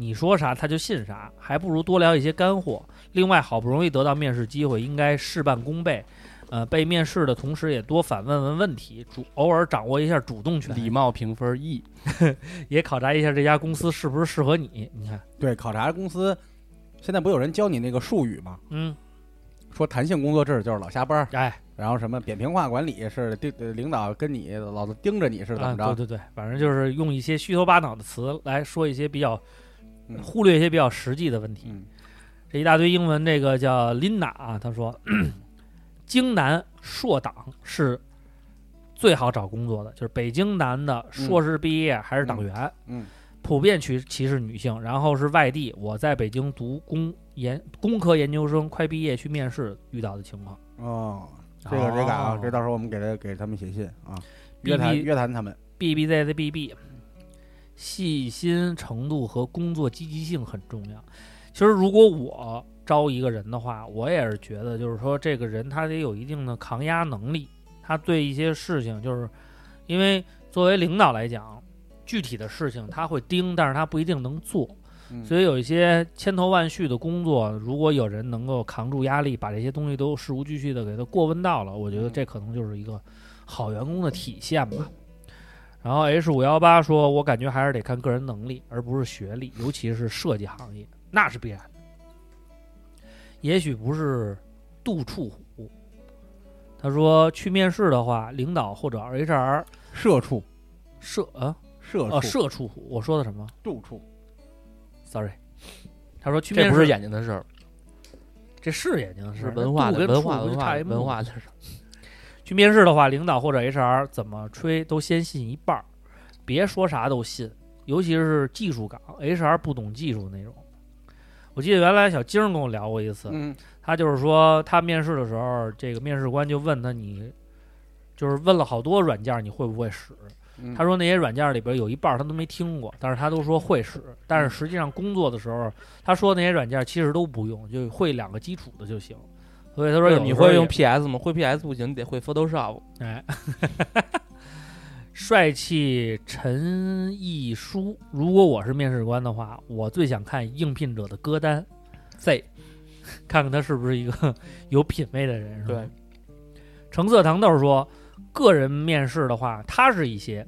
[SPEAKER 4] 你说啥他就信啥，还不如多聊一些干货。另外，好不容易得到面试机会，应该事半功倍。呃，被面试的同时也多反问问问题，主偶尔掌握一下主动权，
[SPEAKER 5] 礼貌评分 E，
[SPEAKER 4] 也考察一下这家公司是不是适合你。你看，
[SPEAKER 6] 对，考察公司，现在不有人教你那个术语吗？
[SPEAKER 4] 嗯，
[SPEAKER 6] 说弹性工作制就是老加班儿，
[SPEAKER 4] 哎，
[SPEAKER 6] 然后什么扁平化管理是盯呃领导跟你老子盯着你是怎么着？
[SPEAKER 4] 啊？对对对，反正就是用一些虚头巴脑的词来说一些比较，
[SPEAKER 6] 嗯
[SPEAKER 4] 忽略一些比较实际的问题。
[SPEAKER 6] 嗯，
[SPEAKER 4] 这一大堆英文，这个叫 Linda 啊，她说，
[SPEAKER 6] 嗯
[SPEAKER 4] 京南硕党是最好找工作的，就是北京南的硕士毕业还是党员，
[SPEAKER 6] 嗯嗯嗯
[SPEAKER 4] 普遍歧歧视女性，然后是外地，我在北京读工研工科研究生，快毕业去面试遇到的情况。
[SPEAKER 6] 哦，这个这个
[SPEAKER 4] 哦
[SPEAKER 6] 啊，这到时候我们给他给他们写信啊，约谈
[SPEAKER 4] BB
[SPEAKER 6] 约谈他们。
[SPEAKER 4] B B Z Z B B，细心程度和工作积极性很重要。其实，如果我招一个人的话，我也是觉得，就是说，这个人他得有一定的抗压能力。他对一些事情，就是因为作为领导来讲，具体的事情他会盯，但是他不一定能做。
[SPEAKER 6] 嗯
[SPEAKER 4] 所以有一些千头万绪的工作，如果有人能够扛住压力，把这些东西都事无巨细的给他过问到了，我觉得这可能就是一个好员工的体现吧。然后 H 五幺八说，我感觉还是得看个人能力，而不是学历，尤其是设计行业，那是必然的。也许不是杜处虎，他说去面试的话，领导或者 HR
[SPEAKER 6] 社畜，
[SPEAKER 4] 社啊
[SPEAKER 6] 社畜，
[SPEAKER 4] 哦社畜虎，我说的什么
[SPEAKER 6] 住处，
[SPEAKER 4] ？Sorry，他说去面
[SPEAKER 5] 这
[SPEAKER 4] 试
[SPEAKER 5] 不是眼睛的事儿，
[SPEAKER 4] 这是眼睛的事
[SPEAKER 5] 是
[SPEAKER 4] 儿，
[SPEAKER 5] 文化
[SPEAKER 4] 度
[SPEAKER 5] 的
[SPEAKER 4] 跟
[SPEAKER 5] 文
[SPEAKER 4] 处
[SPEAKER 5] 化
[SPEAKER 4] 不
[SPEAKER 5] 文
[SPEAKER 4] 就
[SPEAKER 5] 化
[SPEAKER 4] 差一目
[SPEAKER 5] 文化的事儿。
[SPEAKER 4] 去面试的话，领导或者 HR 怎么吹都先信一半儿，别说啥都信，尤其是技术岗，HR 不懂技术那种。我记得原来小晶儿跟我聊过一次，
[SPEAKER 6] 嗯，
[SPEAKER 4] 他就是说他面试的时候，这个面试官就问他你，就是问了好多软件你会不会使，
[SPEAKER 6] 嗯
[SPEAKER 4] 他说那些软件里边有一半儿他都没听过，但是他都说会使，但是实际上工作的时候，他说那些软件其实都不用，就会两个基础的就行。所以哎他说
[SPEAKER 5] 不
[SPEAKER 4] 有
[SPEAKER 5] 是
[SPEAKER 4] 的
[SPEAKER 5] 你
[SPEAKER 4] 时候
[SPEAKER 5] 会
[SPEAKER 4] 也
[SPEAKER 5] 用 PS 吗？会 PS 不行，你得会 Photoshop。
[SPEAKER 4] 哎， 帅气陈毅书，如果我是面试官的话，我最想看应聘者的歌单，Z，看看他是不是一个 有品位的人。是吧，
[SPEAKER 5] 对，
[SPEAKER 4] 橙色糖豆说，个人面试的话踏实一些，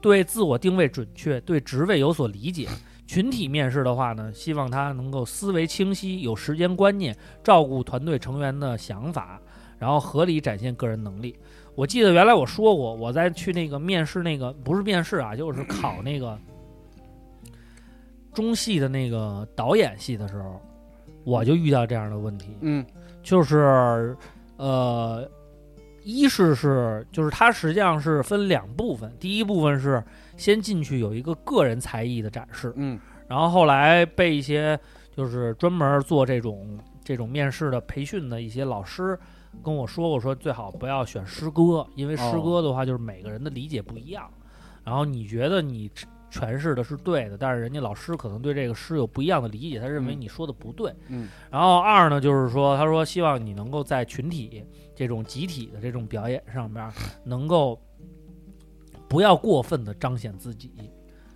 [SPEAKER 4] 对自我定位准确，对职位有所理解。群体面试的话呢，希望他能够思维清晰，有时间观念，照顾团队成员的想法，然后合理展现个人能力。我记得原来我说过，我在去那个面试那个不是面试啊，就是考那个中戏的那个导演系的时候，我就遇到这样的问题。
[SPEAKER 6] 嗯
[SPEAKER 4] 就是呃，一是是就是它实际上是分两部分，第一部分是先进去有一个个人才艺的展示，
[SPEAKER 6] 嗯
[SPEAKER 4] 然后后来被一些就是专门做这种这种面试的培训的一些老师。跟我说过，说最好不要选诗歌，因为诗
[SPEAKER 6] 哦
[SPEAKER 4] 歌的话就是每个人的理解不一样，然后你觉得你诠释的是对的，但是人家老师可能对这个诗有不一样的理解，他认为
[SPEAKER 6] 嗯
[SPEAKER 4] 你说的不对，
[SPEAKER 6] 嗯
[SPEAKER 4] 然后二呢，就是说，他说希望你能够在群体这种集体的这种表演上边儿，能够不要过分的彰显自己，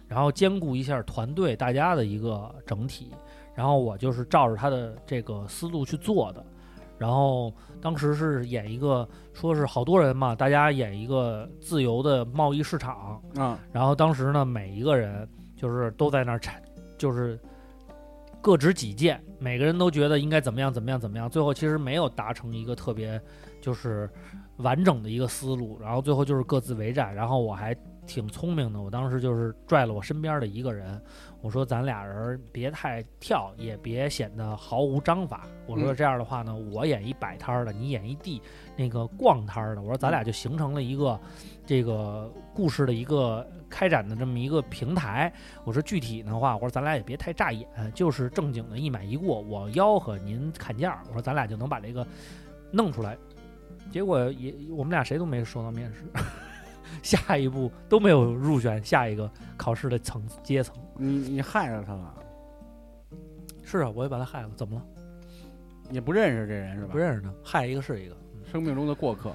[SPEAKER 4] 然后兼顾一下团队大家的一个整体。然后我就是照着他的这个思路去做的。然后当时是演一个，说是好多人嘛，大家演一个自由的贸易市场，
[SPEAKER 6] 啊
[SPEAKER 4] 然后当时呢，每一个人就是都在那儿产，就是各执己见，每个人都觉得应该怎么样怎么样怎么样，最后其实没有达成一个特别就是完整的一个思路，然后最后就是各自为战。然后我还挺聪明的，我当时就是拽了我身边的一个人，我说咱俩人别太跳，也别显得毫无章法。我说
[SPEAKER 6] 嗯
[SPEAKER 4] 这样的话呢，我演一摆摊儿的，你演一地那个逛摊儿的，我说咱俩就形成了一个这个故事的一个开展的这么一个平台。我说具体的话，我说咱俩也别太扎眼，就是正经的一买一过，我吆喝您砍价，我说咱俩就能把这个弄出来。结果也我们俩谁都没收到面试， 下一步都没有入选下一个考试的层次阶层。
[SPEAKER 6] 你你害着他了，
[SPEAKER 4] 是啊，我也把他害了，怎么了？
[SPEAKER 6] 也不认识这人是吧？
[SPEAKER 4] 不认识他，害一个是一个。
[SPEAKER 6] 生命中的过客。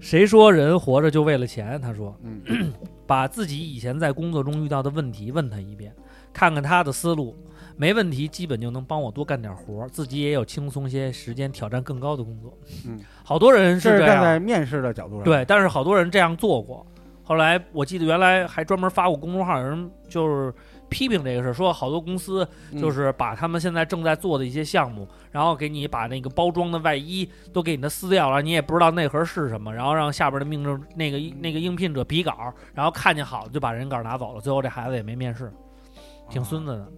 [SPEAKER 4] 谁说人活着就为了钱？他说，
[SPEAKER 6] 嗯
[SPEAKER 4] 把自己以前在工作中遇到的问题问他一遍，看看他的思路，没问题，基本就能帮我多干点活儿，自己也有轻松些时间挑战更高的工作。
[SPEAKER 6] 嗯，
[SPEAKER 4] 好多人
[SPEAKER 6] 这是
[SPEAKER 4] 这
[SPEAKER 6] 站
[SPEAKER 4] 样，
[SPEAKER 6] 在面试的角度上。啊
[SPEAKER 4] 对，，但是好多人这样做过。后来我记得原来还专门发过公众号，有人就是批评这个事儿，说好多公司就是把他们现在正在做的一些项目，然后给你把那个包装的外衣都给你的撕掉了，你也不知道内核是什么，然后让下边的命中那个那个应聘者比稿，然后看见好的就把人稿拿走了，最后这孩子也没面试，挺孙子的。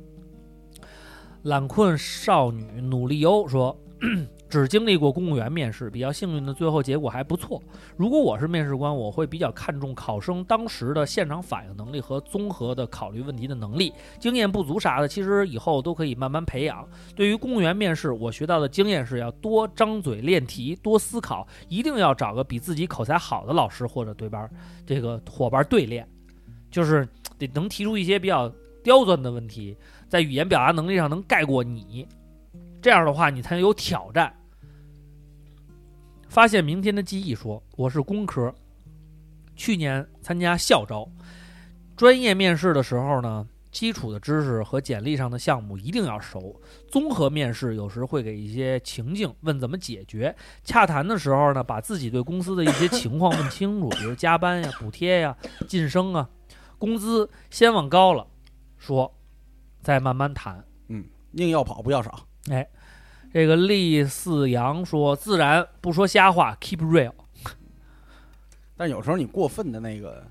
[SPEAKER 4] 懒困少女努力优说。 只经历过公务员面试，比较幸运的最后结果还不错。如果我是面试官，我会比较看重考生当时的现场反应能力和综合的考虑问题的能力。经验不足啥的，其实以后都可以慢慢培养。对于公务员面试，我学到的经验是要多张嘴练题，多思考，一定要找个比自己口才好的老师或者对班儿这个伙伴对练，就是得能提出一些比较刁钻的问题，在语言表达能力上能盖过你，这样的话你才能有挑战。发现明天的记忆说，我是工科，去年参加校招，专业面试的时候呢，基础的知识和简历上的项目一定要熟。综合面试有时会给一些情境问怎么解决，洽谈的时候呢，把自己对公司的一些情况问清楚，比如加班呀、补贴呀、晋升啊、工资，先往高了说，再慢慢谈。
[SPEAKER 6] 宁要跑不要少。
[SPEAKER 4] 这个厉四阳说：“自然不说瞎话，keep real。”
[SPEAKER 6] 但有时候你过分的那个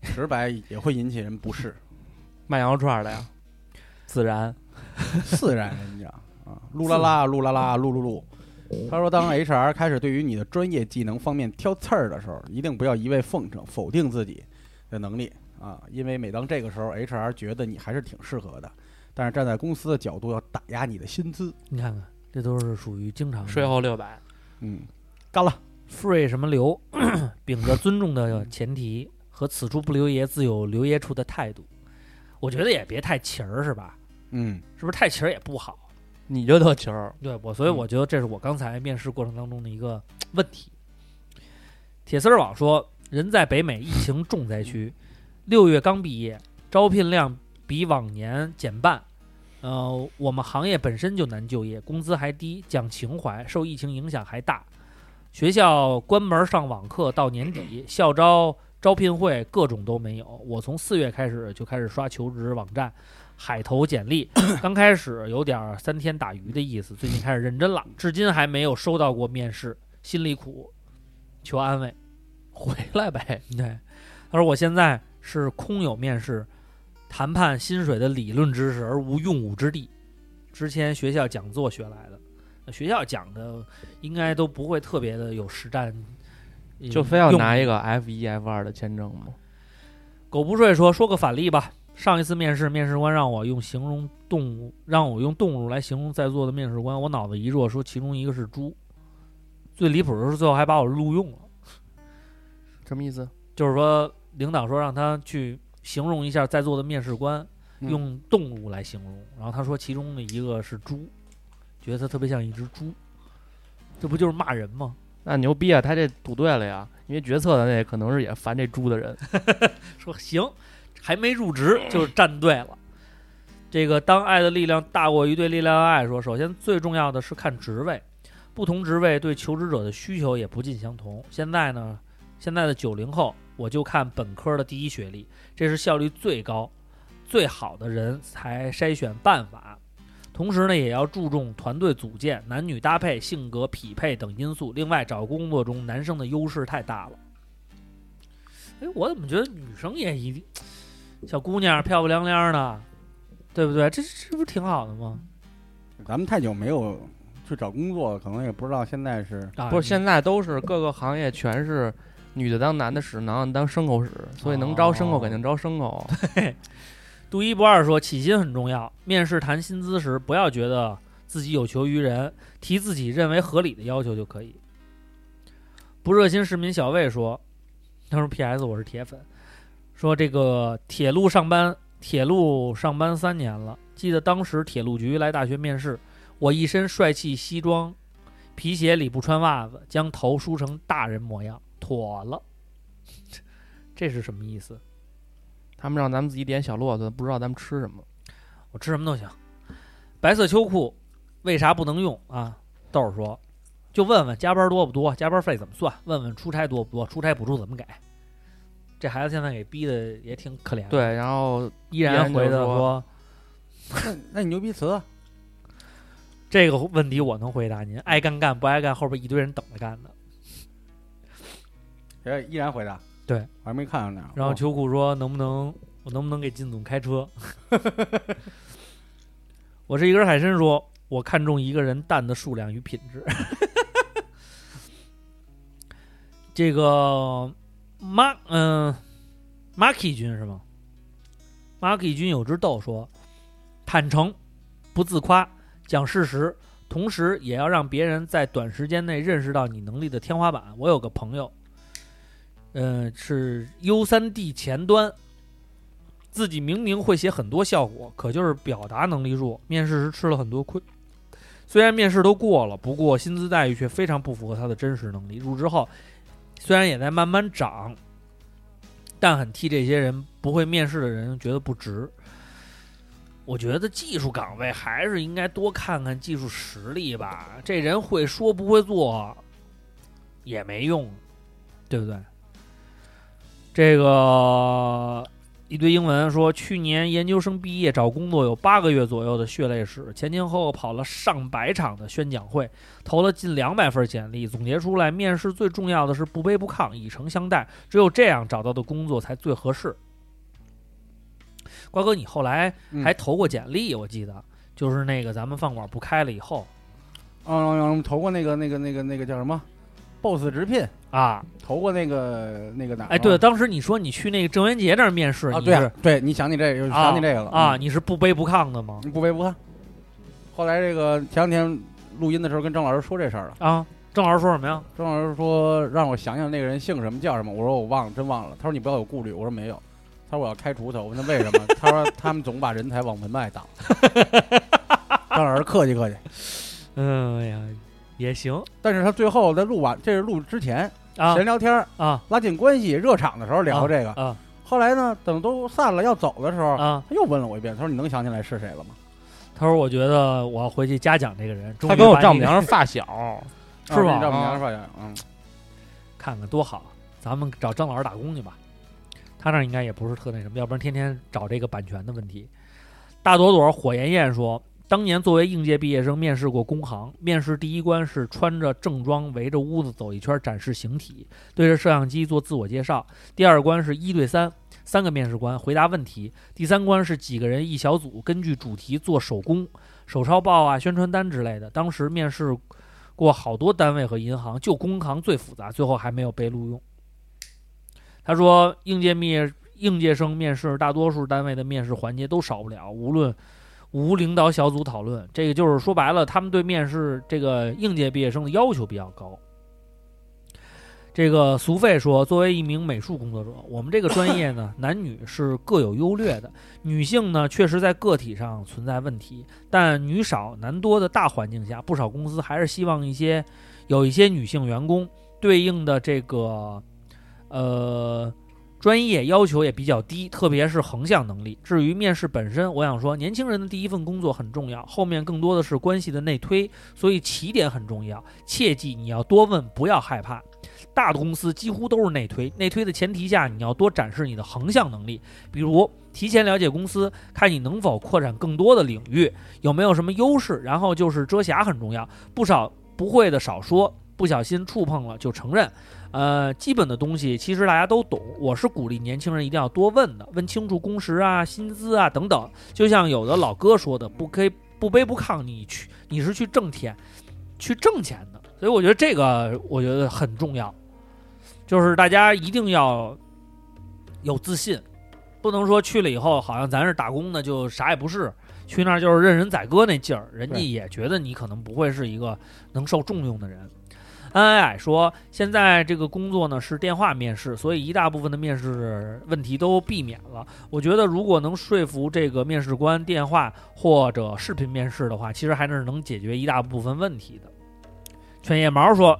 [SPEAKER 6] 直白也会引起人不适，
[SPEAKER 5] 卖羊肉串的呀，孜然。
[SPEAKER 6] 自然人家啊，噜啦啦，噜啦啦，噜噜噜。他说，当 HR 开始对于你的专业技能方面挑刺儿的时候，一定不要一味奉承、否定自己的能力啊，因为每当这个时候，HR 觉得你还是挺适合的，但是站在公司的角度要打压你的薪资，
[SPEAKER 4] 你看看，这都是属于经常
[SPEAKER 5] 税后六百，
[SPEAKER 6] 嗯，干了，
[SPEAKER 4] free 什么流，秉着尊重的前提和此处不留爷，自有留爷处的态度。我觉得也别太勤儿，是吧？
[SPEAKER 6] 嗯，
[SPEAKER 4] 是不是太勤儿也不好？
[SPEAKER 5] 你就得球 儿，
[SPEAKER 4] 对我，所以我觉得这是我刚才面试过程当中的一个问题。铁丝儿网说，人在北美疫情重灾区，六月刚毕业，招聘量比往年减半。呃，我们行业本身就难就业，工资还低，讲情怀，受疫情影响还大。学校关门上网课到年底，校招招聘会各种都没有。我从四月开始就开始刷求职网站，海投简历，刚开始有点儿三天打鱼的意思，最近开始认真
[SPEAKER 5] 嗯
[SPEAKER 4] 了，至今还没有收到过面试，心里苦，求安慰。
[SPEAKER 5] 回来呗。
[SPEAKER 4] 对，他说我现在是空有面试、谈判、薪水的理论知识，而无用武之地。之前学校讲座学来的，那学校讲的应该都不会特别的有实战，嗯
[SPEAKER 5] 就非要
[SPEAKER 4] 用
[SPEAKER 5] 拿一个 F 一 F 二的签证吗？
[SPEAKER 4] 狗不睡说说个反例吧。上一次面试，面试官让我用形容动物，让我用动物来形容在座的面试官。我脑子一热，说其中一个是猪。最离谱的是，最后还把我录用了。
[SPEAKER 5] 什么意思？
[SPEAKER 4] 就是说，领导说让他去形容一下在座的面试官，
[SPEAKER 6] 嗯
[SPEAKER 4] 用动物来形容。然后他说其中的一个是猪，觉得他特别像一只猪。这不就是骂人吗？
[SPEAKER 5] 那牛逼啊！他这赌对了呀，因为决策的那可能是也烦这猪的人。
[SPEAKER 4] 说行，还没入职就站队了。这个当爱的力量大过于对力量的爱说，首先最重要的是看职位，不同职位对求职者的需求也不尽相同。现在呢，现在的九零后，我就看本科的第一学历，这是效率最高、最好的人才筛选办法。同时呢，也要注重团队组建、男女搭配、性格匹配等因素。另外，找工作中男生的优势太大了。哎，我怎么觉得女生也一小姑娘漂漂亮亮的，对不对？这这不是挺好的吗？
[SPEAKER 6] 咱们太久没有去找工作，可能也不知道现在是
[SPEAKER 4] 啊，
[SPEAKER 5] 不是，
[SPEAKER 4] 你
[SPEAKER 5] 现在都是各个行业全是女的当男的使，男的当牲口使，所以能招牲口
[SPEAKER 4] 哦
[SPEAKER 5] 肯定招牲 口。
[SPEAKER 4] 独一不二说起薪很重要。面试谈薪资时，不要觉得自己有求于人，提自己认为合理的要求就可以。不热心市民小魏说：“他说 P.S. 我是铁粉，说这个铁路上班，铁路上班三年了。记得当时铁路局来大学面试，我一身帅气西装，皮鞋里不穿袜子，将头梳成大人模样，妥了。 这是什么意思？
[SPEAKER 5] 他们让咱们自己点小骆驼，不知道咱们吃什么。
[SPEAKER 4] 我吃什么都行。白色秋裤为啥不能用啊？豆儿说，就问问加班多不多，加班费怎么算？问问出差多不多，出差补助怎么给？这孩子现在给逼的也挺可怜的，，
[SPEAKER 5] 对，然后
[SPEAKER 4] 依然
[SPEAKER 5] 依然
[SPEAKER 4] 回
[SPEAKER 5] 就
[SPEAKER 4] 的
[SPEAKER 5] 是说
[SPEAKER 4] 说
[SPEAKER 6] 那那你牛逼词啊，
[SPEAKER 4] 这个问题我能回答您，爱干干不爱干，后边一堆人等着干呢。
[SPEAKER 6] 这依然回答。
[SPEAKER 4] 对
[SPEAKER 6] 我还没看到呢。
[SPEAKER 4] 然后
[SPEAKER 6] 哦
[SPEAKER 4] 秋裤说：“能不能我能不能给靳总开车？” 我是一根海参说：“我看中一个人蛋的数量与品质。”这个马嗯、马 k 君是吗？马 k 君有只豆说：“坦诚，不自夸，讲事实。”同时，也要让别人在短时间内认识到你能力的天花板。我有个朋友，嗯，是 U 三 D 前端，自己明明会写很多效果，可就是表达能力弱，面试时吃了很多亏。虽然面试都过了，不过薪资待遇却非常不符合他的真实能力。入职后，虽然也在慢慢涨，但很替这些人不会面试的人觉得不值。我觉得技术岗位还是应该多看看技术实力吧。这人会说不会做也没用，对不对？这个一堆英文说，去年研究生毕业找工作有八个月左右的血泪史，前前后后跑了上百场的宣讲会，投了近两百份简历，总结出来，面试最重要的是不卑不亢，以诚相待，只有这样找到的工作才最合适。瓜哥，你后来
[SPEAKER 6] 嗯
[SPEAKER 4] 还投过简历，我记得就是那个咱们饭馆不开了以后
[SPEAKER 6] 嗯，嗯投过那个那个那个那个叫什么，boss 直聘，
[SPEAKER 4] 啊，
[SPEAKER 6] 投过那个那个哪儿了？
[SPEAKER 4] 哎，对，当时你说你去那个郑渊洁那儿面试，
[SPEAKER 6] 啊，
[SPEAKER 4] 你
[SPEAKER 6] 对啊
[SPEAKER 4] 是
[SPEAKER 6] 对，你想起这个，想起这个了
[SPEAKER 4] 啊，
[SPEAKER 6] 嗯
[SPEAKER 4] 你是不卑不亢的吗？
[SPEAKER 6] 你不卑不亢。后来这个前两天录音的时候跟张老师说这事儿了，
[SPEAKER 4] 啊，郑老师说什么呀？
[SPEAKER 6] 郑老师说让我想想那个人姓什么叫什么，我说我忘了，真忘了。他说你不要有顾虑，我说没有。他说我要开除他，我问他为什么， 他说他们总把人才往门外 挡。郑老师客气客气，
[SPEAKER 4] 嗯哎呀，也行
[SPEAKER 6] 但是他最后在录完，这是录之前
[SPEAKER 4] 啊
[SPEAKER 6] 闲聊天儿、
[SPEAKER 4] 啊
[SPEAKER 6] 拉近关系、热场的时候聊这个。
[SPEAKER 4] 啊
[SPEAKER 6] 后来呢，等都散了要走的时候，
[SPEAKER 4] 啊！
[SPEAKER 6] 他又问了我一遍，他说你能想起来是谁了吗？
[SPEAKER 4] 他说：“我觉得我要回去嘉奖这个人，终于
[SPEAKER 5] 他跟我
[SPEAKER 4] 把
[SPEAKER 5] 丈
[SPEAKER 4] 你
[SPEAKER 5] 母娘是发小，
[SPEAKER 4] 是
[SPEAKER 6] 啊
[SPEAKER 4] 吧
[SPEAKER 6] 这丈母娘发现，嗯，
[SPEAKER 4] 看看多好，咱们找郑老师打工去吧。他那儿应该也不是特那什么，要不然天天找这个版权的问题。大朵朵火焰焰说，当年作为应届毕业生面试过工行，面试第一关是穿着正装围着屋子走一圈展示形体，对着摄像机做自我介绍。第二关是一对三，三个面试官回答问题。第三关是几个人一小组，根据主题做手工、手抄报啊、宣传单之类的。当时面试过好多单位和银行，就工行最复杂，最后还没有被录用。他说，应届面应届生面试，大多数单位的面试环节都少不了，无论无领导小组讨论，这个就是说白了，他们对面试这个应届毕业生的要求比较高。这个俗费说，作为一名美术工作者，我们这个专业呢， 男女是各有优劣的。女性呢，确实在个体上存在问题，但女少男多的大环境下，不少公司还是希望一些有一些女性员工，对应的这个呃专业要求也比较低，特别是横向能力。至于面试本身，我想说，年轻人的第一份工作很重要，后面更多的是关系的内推，所以起点很重要。切记你要多问，不要害怕。大的公司几乎都是内推，内推的前提下，你要多展示你的横向能力，比如提前了解公司，看你能否扩展更多的领域，有没有什么优势，然后就是遮瑕很重要，不少不会的少说，不小心触碰了就承认。呃，基本的东西其实大家都懂，我是鼓励年轻人一定要多问的，问清楚工时啊、薪资啊等等。就像有的老哥说的，不可以不卑不亢，你去你是去挣钱，去挣钱的。所以我觉得这个我觉得很重要，就是大家一定要有自信，不能说去了以后好像咱是打工的就啥也不是，去那儿就是任人宰割那劲儿，人家
[SPEAKER 6] 对
[SPEAKER 4] 也觉得你可能不会是一个能受重用的人。安安矮说，现在这个工作呢是电话面试，所以一大部分的面试问题都避免了。我觉得如果能说服这个面试官电话或者视频面试的话，其实还是能解决一大部分问题的。犬夜毛说，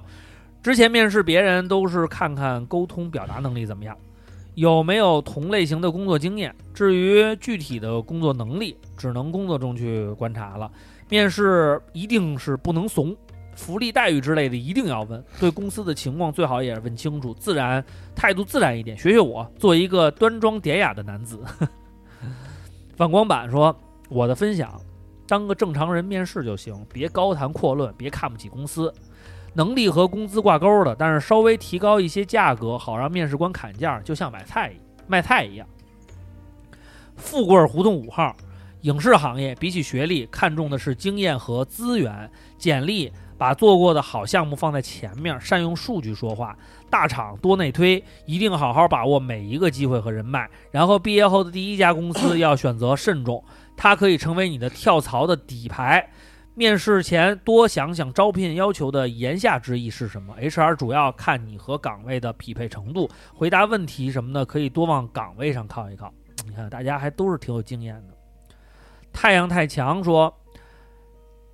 [SPEAKER 4] 之前面试别人都是看看沟通表达能力怎么样，有没有同类型的工作经验。至于具体的工作能力，只能工作中去观察了。面试一定是不能怂，福利待遇之类的一定要问，对公司的情况最好也是问清楚，自然态度自然一点。学学我，做一个端庄典雅的男子。 反光板说：“我的分享，当个正常人面试就行，别高谈阔论，别看不起公司。能力和工资挂钩的，但是稍微提高一些价格，好让面试官砍价，就像买菜卖菜一样。”富贵儿胡同五号，影视行业比起学历，看重的是经验和资源，简历把做过的好项目放在前面，善用数据说话。大厂多内推，一定好好把握每一个机会和人脉。然后毕业后的第一家公司要选择慎重，它可以成为你的跳槽的底牌。面试前多想想招聘要求的言下之意是什么。HR 主要看你和岗位的匹配程度，回答问题什么的可以多往岗位上靠一靠。你看，大家还都是挺有经验的。太阳太强说，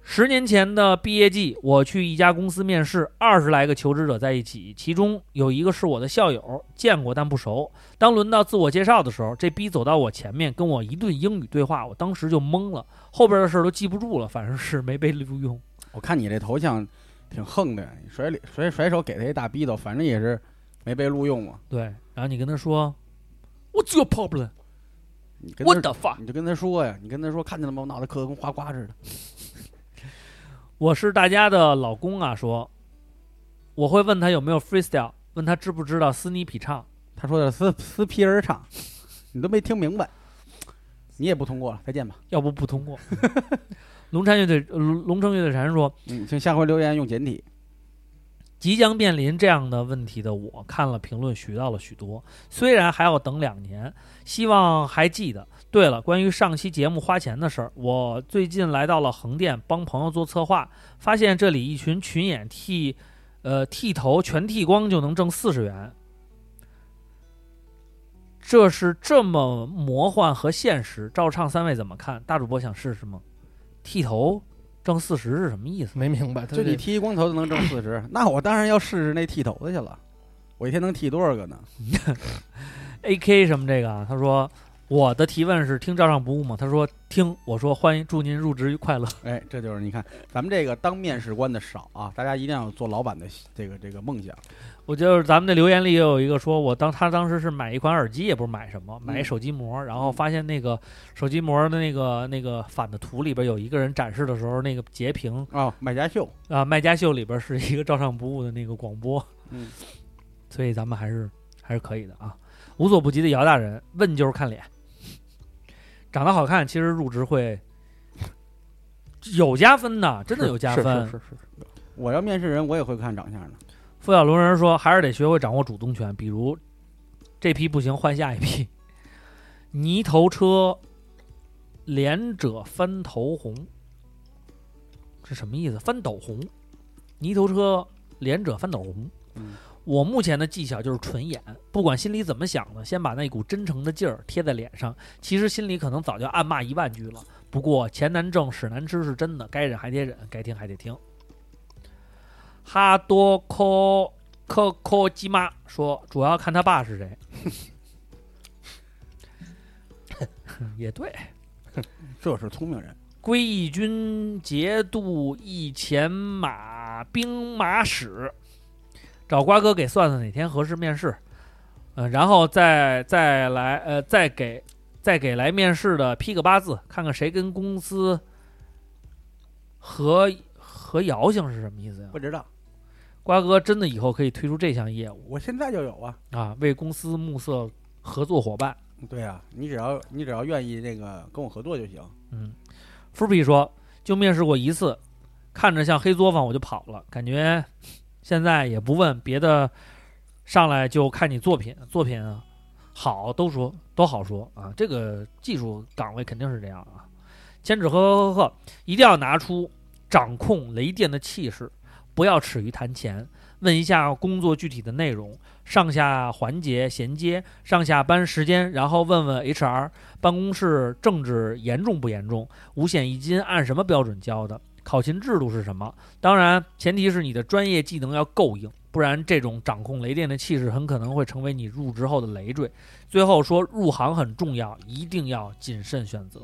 [SPEAKER 4] 十年前的毕业季，我去一家公司面试，二十来个求职者在一起，其中有一个是我的校友，见过但不熟。当轮到自我介绍的时候，这逼走到我前面，跟我一顿英语对话，我当时就懵了，后边的事儿都记不住了，反正是没被录用。
[SPEAKER 6] 我看你这头像挺横的，你甩里甩甩手给他一大逼斗，反正也是没被录用嘛。
[SPEAKER 4] 对，然后你跟他说，What's your problem？
[SPEAKER 6] 你跟他
[SPEAKER 4] 我的 fuck？
[SPEAKER 6] 你就跟他说呀，你跟他说看见了吗？我脑袋磕得跟花瓜似的。
[SPEAKER 4] 我是大家的老公啊，说我会问他有没有 freestyle，问他知不知道斯尼匹唱。
[SPEAKER 6] 他说的是撕撕皮人唱，你都没听明白，你也不通过了，再见吧。
[SPEAKER 4] 要不不通过。 龙山乐队，呃龙龙城乐队禅说，
[SPEAKER 6] 嗯，请下回留言用简体。
[SPEAKER 4] 即将面临这样的问题的我，看了评论学到了许多。虽然还要等两年，希望还记得。对了，关于上期节目花钱的事儿，我最近来到了横店帮朋友做策划，发现这里一群群演替呃，剃头全剃光就能挣四十元，这是这么魔幻和现实。照唱三位怎么看？大主播想试试吗？剃头挣四十是什么意 思？
[SPEAKER 5] 没明白，他
[SPEAKER 6] 就你
[SPEAKER 5] 这
[SPEAKER 6] 剃一光头就能挣四十，那我当然要试试那剃头的去了。我一天能剃多少个呢？
[SPEAKER 4] A K 什么这个啊？他说我的提问是听照上不误吗？他说听，我说欢迎，祝您入职快乐。
[SPEAKER 6] 哎，这就是你看，咱们这个当面试官的少啊，大家一定要有做老板的这个这个梦想。
[SPEAKER 4] 我就是咱们的留言里也有一个说，我当他当时是买一款耳机，也不是买什么，买一手机膜，然后发现那个手机膜的那个那个反的图里边有一个人展示的时候，那个截屏
[SPEAKER 6] 哦，买家秀，
[SPEAKER 4] 啊、卖家秀里边是一个照上不误的那个广播，
[SPEAKER 6] 嗯，
[SPEAKER 4] 所以咱们还是还是可以的啊。无所不及的姚大人问就是看脸，长得好看其实入职会有加分的，真的有加
[SPEAKER 5] 是
[SPEAKER 4] 分。
[SPEAKER 5] 是是是，
[SPEAKER 6] 我要面试人，我也会看长相的。
[SPEAKER 4] 付小龙人说，还是得学会掌握主动权，比如这批不行，换下一批。泥头车，连者翻头红，是什么意思？翻斗红，泥头车，连者翻斗红。
[SPEAKER 6] 嗯
[SPEAKER 4] 我目前的技巧就是纯演，不管心里怎么想的，先把那股真诚的劲儿贴在脸上。其实心里可能早就暗骂一万句了，不过钱难挣，屎难吃是真的，该忍还得忍，该听还得听。哈多科科科基妈说，主要看他爸是谁。 也对，
[SPEAKER 6] 这是聪明人，
[SPEAKER 4] 归义军节度役前马兵马使，找瓜哥给算算哪天合适面试，呃，然后再再来呃再给再给来面试的批个八字，看看谁跟公司合合摇性是什么意思呀？
[SPEAKER 6] 不知道，
[SPEAKER 4] 瓜哥真的以后可以推出这项业务
[SPEAKER 6] 我现在就有啊。
[SPEAKER 4] 啊，为公司物色合作伙伴。
[SPEAKER 6] 对啊，你只要你只要愿意那个跟我合作就行。
[SPEAKER 4] 嗯 f u p 说，就面试过一次，看着像黑作坊我就跑了，感觉现在也不问别的，上来就看你作品，作品好都说都好说啊，这个技术岗位肯定是这样啊。千纸呵呵呵呵，一定要拿出掌控雷电的气势，不要耻于谈钱。问一下工作具体的内容，上下环节衔接，上下班时间，然后问问 HR 办公室政治严重不严重？五险一金按什么标准交的？考勤制度是什么？当然，前提是你的专业技能要够硬，不然这种掌控雷电的气势很可能会成为你入职后的累赘。最后说，入行很重要，一定要谨慎选择。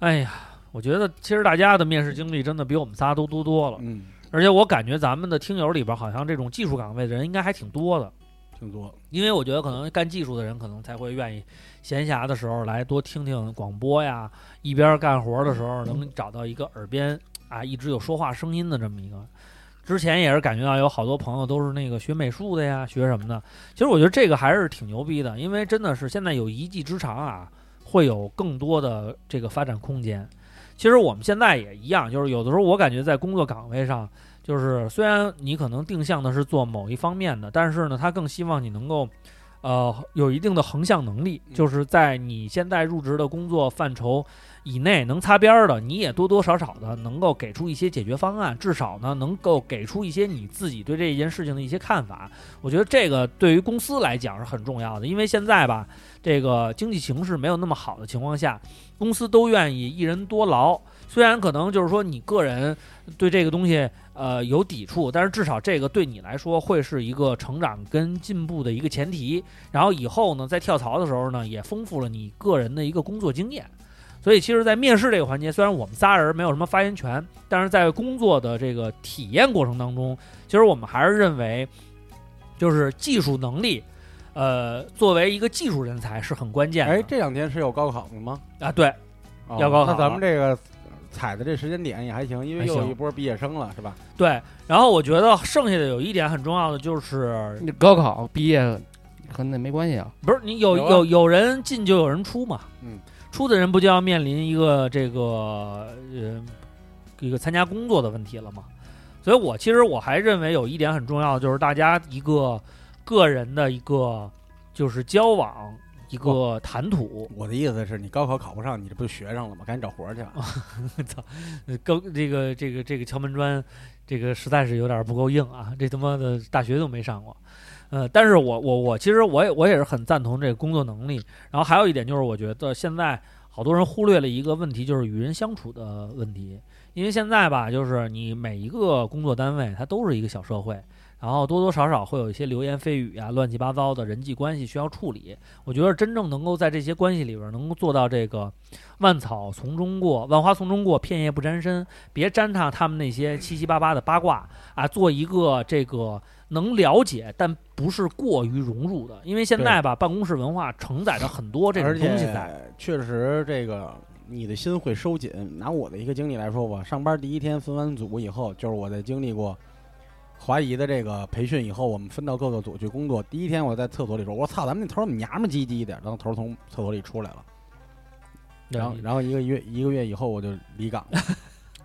[SPEAKER 4] 哎呀，我觉得其实大家的面试经历真的比我们仨都多多了，
[SPEAKER 6] 嗯，
[SPEAKER 4] 而且我感觉咱们的听友里边好像这种技术岗位的人应该还挺多的。
[SPEAKER 6] 挺多。
[SPEAKER 4] 因为我觉得可能干技术的人可能才会愿意闲暇的时候来多听听广播呀，一边干活的时候能找到一个耳边啊一直有说话声音的这么一个。之前也是感觉到有好多朋友都是那个学美术的呀，学什么的。其实我觉得这个还是挺牛逼的，因为真的是现在有一技之长啊，会有更多的这个发展空间。其实我们现在也一样，就是有的时候我感觉在工作岗位上，就是虽然你可能定向的是做某一方面的，但是呢，他更希望你能够，呃，有一定的横向能力，就是在你现在入职的工作范畴以内能擦边儿的，你也多多少少的能够给出一些解决方案，至少呢能够给出一些你自己对这件事情的一些看法。我觉得这个对于公司来讲是很重要的，因为现在吧，这个经济形势没有那么好的情况下，公司都愿意一人多劳。虽然可能就是说你个人对这个东西呃有抵触，但是至少这个对你来说会是一个成长跟进步的一个前提。然后以后呢，在跳槽的时候呢，也丰富了你个人的一个工作经验。所以，其实，在面试这个环节，虽然我们仨人没有什么发言权，但是在工作的这个体验过程当中，其实我们还是认为，就是技术能力，呃，作为一个技术人才是很关键的。
[SPEAKER 6] 哎，这两天是有高考的吗？
[SPEAKER 4] 啊，对，
[SPEAKER 6] 哦
[SPEAKER 4] 要高考
[SPEAKER 6] 那咱
[SPEAKER 4] 了
[SPEAKER 6] 们这个踩的这时间点也还行，因为
[SPEAKER 4] 还
[SPEAKER 6] 又有
[SPEAKER 4] 行
[SPEAKER 6] 一波毕业生了，是吧？
[SPEAKER 4] 对，然后我觉得剩下的有一点很重要的就是，
[SPEAKER 5] 你高考毕业和那没关系啊，
[SPEAKER 4] 不是你有
[SPEAKER 6] 有啊
[SPEAKER 4] 有有人进就有人出嘛，
[SPEAKER 6] 嗯，
[SPEAKER 4] 出的人不就要面临一个这个呃一个参加工作的问题了吗？所以我其实我还认为有一点很重要的就是大家一个个人的一个就是交往一个谈吐，
[SPEAKER 6] 我的意思是你高考考不上，你这不就学上了吗？赶紧找活儿去吧。
[SPEAKER 4] 呃高这个这个这个敲门砖，这个实在是有点不够硬啊！这他妈的大学都没上过，呃，但是我我我其实我也我也是很赞同这个工作能力。然后还有一点就是，我觉得现在好多人忽略了一个问题，就是与人相处的问题。因为现在吧，就是你每一个工作单位，它都是一个小社会，然后多多少少会有一些流言蜚语啊、乱七八糟的人际关系需要处理。我觉得真正能够在这些关系里边儿能够做到这个万草丛中过，万花丛中过，片叶不沾身。别沾上他们那些七七八八的八卦啊，做一个这个能了解但不是过于融入的，因为现在吧，办公室文化承载着很多这种
[SPEAKER 6] 而且
[SPEAKER 4] 东西在。
[SPEAKER 6] 确实，这个你的心会收紧。拿我的一个经历来说吧，上班第一天分完组以后，就是我在经历过华谊的这个培训以后，我们分到各个组去工作。第一天我在厕所里说：“我操，咱们那头儿怎么娘们唧唧的？”然后头儿从厕所里出来了。然后，然后一个月一个月以后我就离岗 了，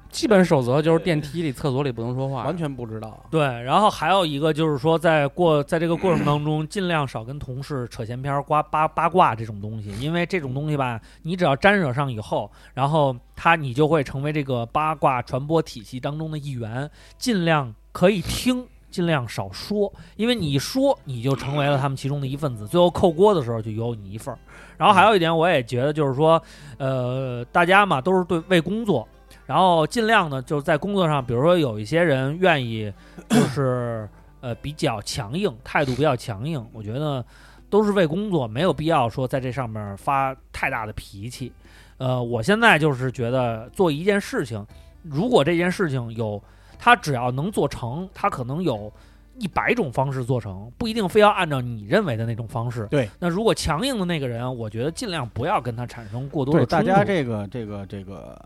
[SPEAKER 5] 基本守则就是电梯里、厕所里不能说话。
[SPEAKER 6] 完全不知道。啊
[SPEAKER 4] 对，然后还有一个就是说，在过在这个过程当中，尽量少跟同事扯闲篇儿、刮八八卦这种东西，因为这种东西吧，你只要沾惹上以后，然后他你就会成为这个八卦传播体系当中的一员，尽量可以听。尽量少说，因为你一说你就成为了他们其中的一份子，最后扣锅的时候就有你一份儿。然后还有一点，我也觉得就是说，呃，大家嘛都是对为工作，然后尽量呢就是在工作上，比如说有一些人 愿意就是呃比较强硬，态度比较强硬，我觉得都是为工作，没有必要说在这上面发太大的脾气。呃，我现在就是觉得做一件事情，如果这件事情有它只要能做成，它可能有一百种方式做成，不一定非要按照你认为的那种方式。
[SPEAKER 6] 对，
[SPEAKER 4] 那如果强硬的那个人，我觉得尽量不要跟他产生过多
[SPEAKER 6] 对
[SPEAKER 4] 的
[SPEAKER 6] 大
[SPEAKER 4] 冲突。
[SPEAKER 6] 家这个这个这个，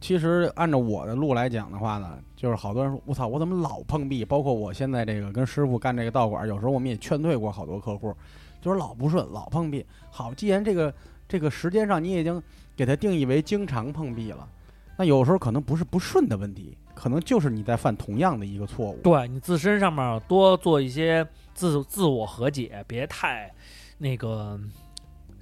[SPEAKER 6] 其实按照我的路来讲的话呢，就是好多人说，我操，我怎么老碰壁？包括我现在这个跟师傅干这个道馆，有时候我们也劝退过好多客户，就是老不顺，老碰壁。好，既然这个这个时间上你已经给它定义为经常碰壁了，那有时候可能不是不顺的问题，可能就是你在犯同样的一个错误。
[SPEAKER 4] 对你自身上面多做一些自自我和解，别太那个，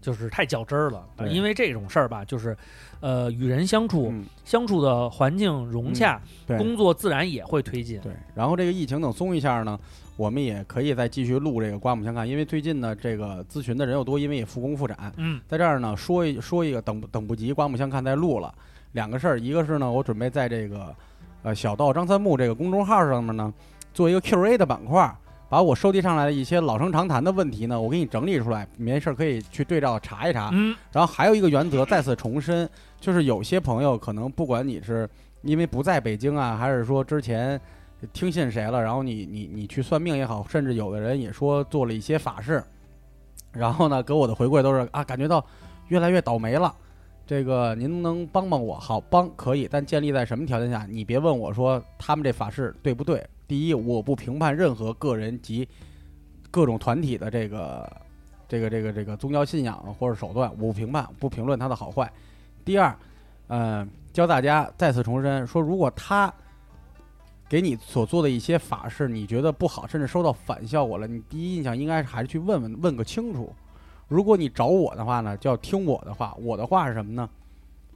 [SPEAKER 4] 就是太较真儿了。呃
[SPEAKER 6] 对
[SPEAKER 4] 因为这种事儿吧，就是呃，与人相处、
[SPEAKER 6] 嗯，
[SPEAKER 4] 相处的环境融洽，
[SPEAKER 6] 对。
[SPEAKER 4] 工作自然也会推进。
[SPEAKER 6] 对，然后这个疫情等松一下呢，我们也可以再继续录这个刮目相看，因为最近呢，这个咨询的人又多，因为也复工复产，
[SPEAKER 4] 嗯，
[SPEAKER 6] 在这儿呢说一说一个等不等不及刮目相看再录了两个事儿，一个是呢，我准备在这个呃小道张三木这个公众号上面呢做一个 Q&A 的板块。把我收集上来的一些老生常谈的问题呢，我给你整理出来，没事儿可以去对照查一查。
[SPEAKER 4] 嗯，
[SPEAKER 6] 然后还有一个原则，再次重申，就是有些朋友可能不管你是因为不在北京啊，还是说之前听信谁了，然后你你你去算命也好，甚至有的人也说做了一些法事，然后呢，给我的回馈都是啊，感觉到越来越倒霉了。这个您能帮帮我？好，帮可以，但建立在什么条件下？你别问我说他们这法事对不对。第一，我不评判任何个人及各种团体的这个这个这个这个宗教信仰或者手段，我不评判，不评论它的好坏。第二，呃，教大家再次重申说，如果他给你所做的一些法事，你觉得不好，甚至收到反效果了，你第一印象应该还是去问问问个清楚。如果你找我的话呢，就要听我的话。我的话是什么呢？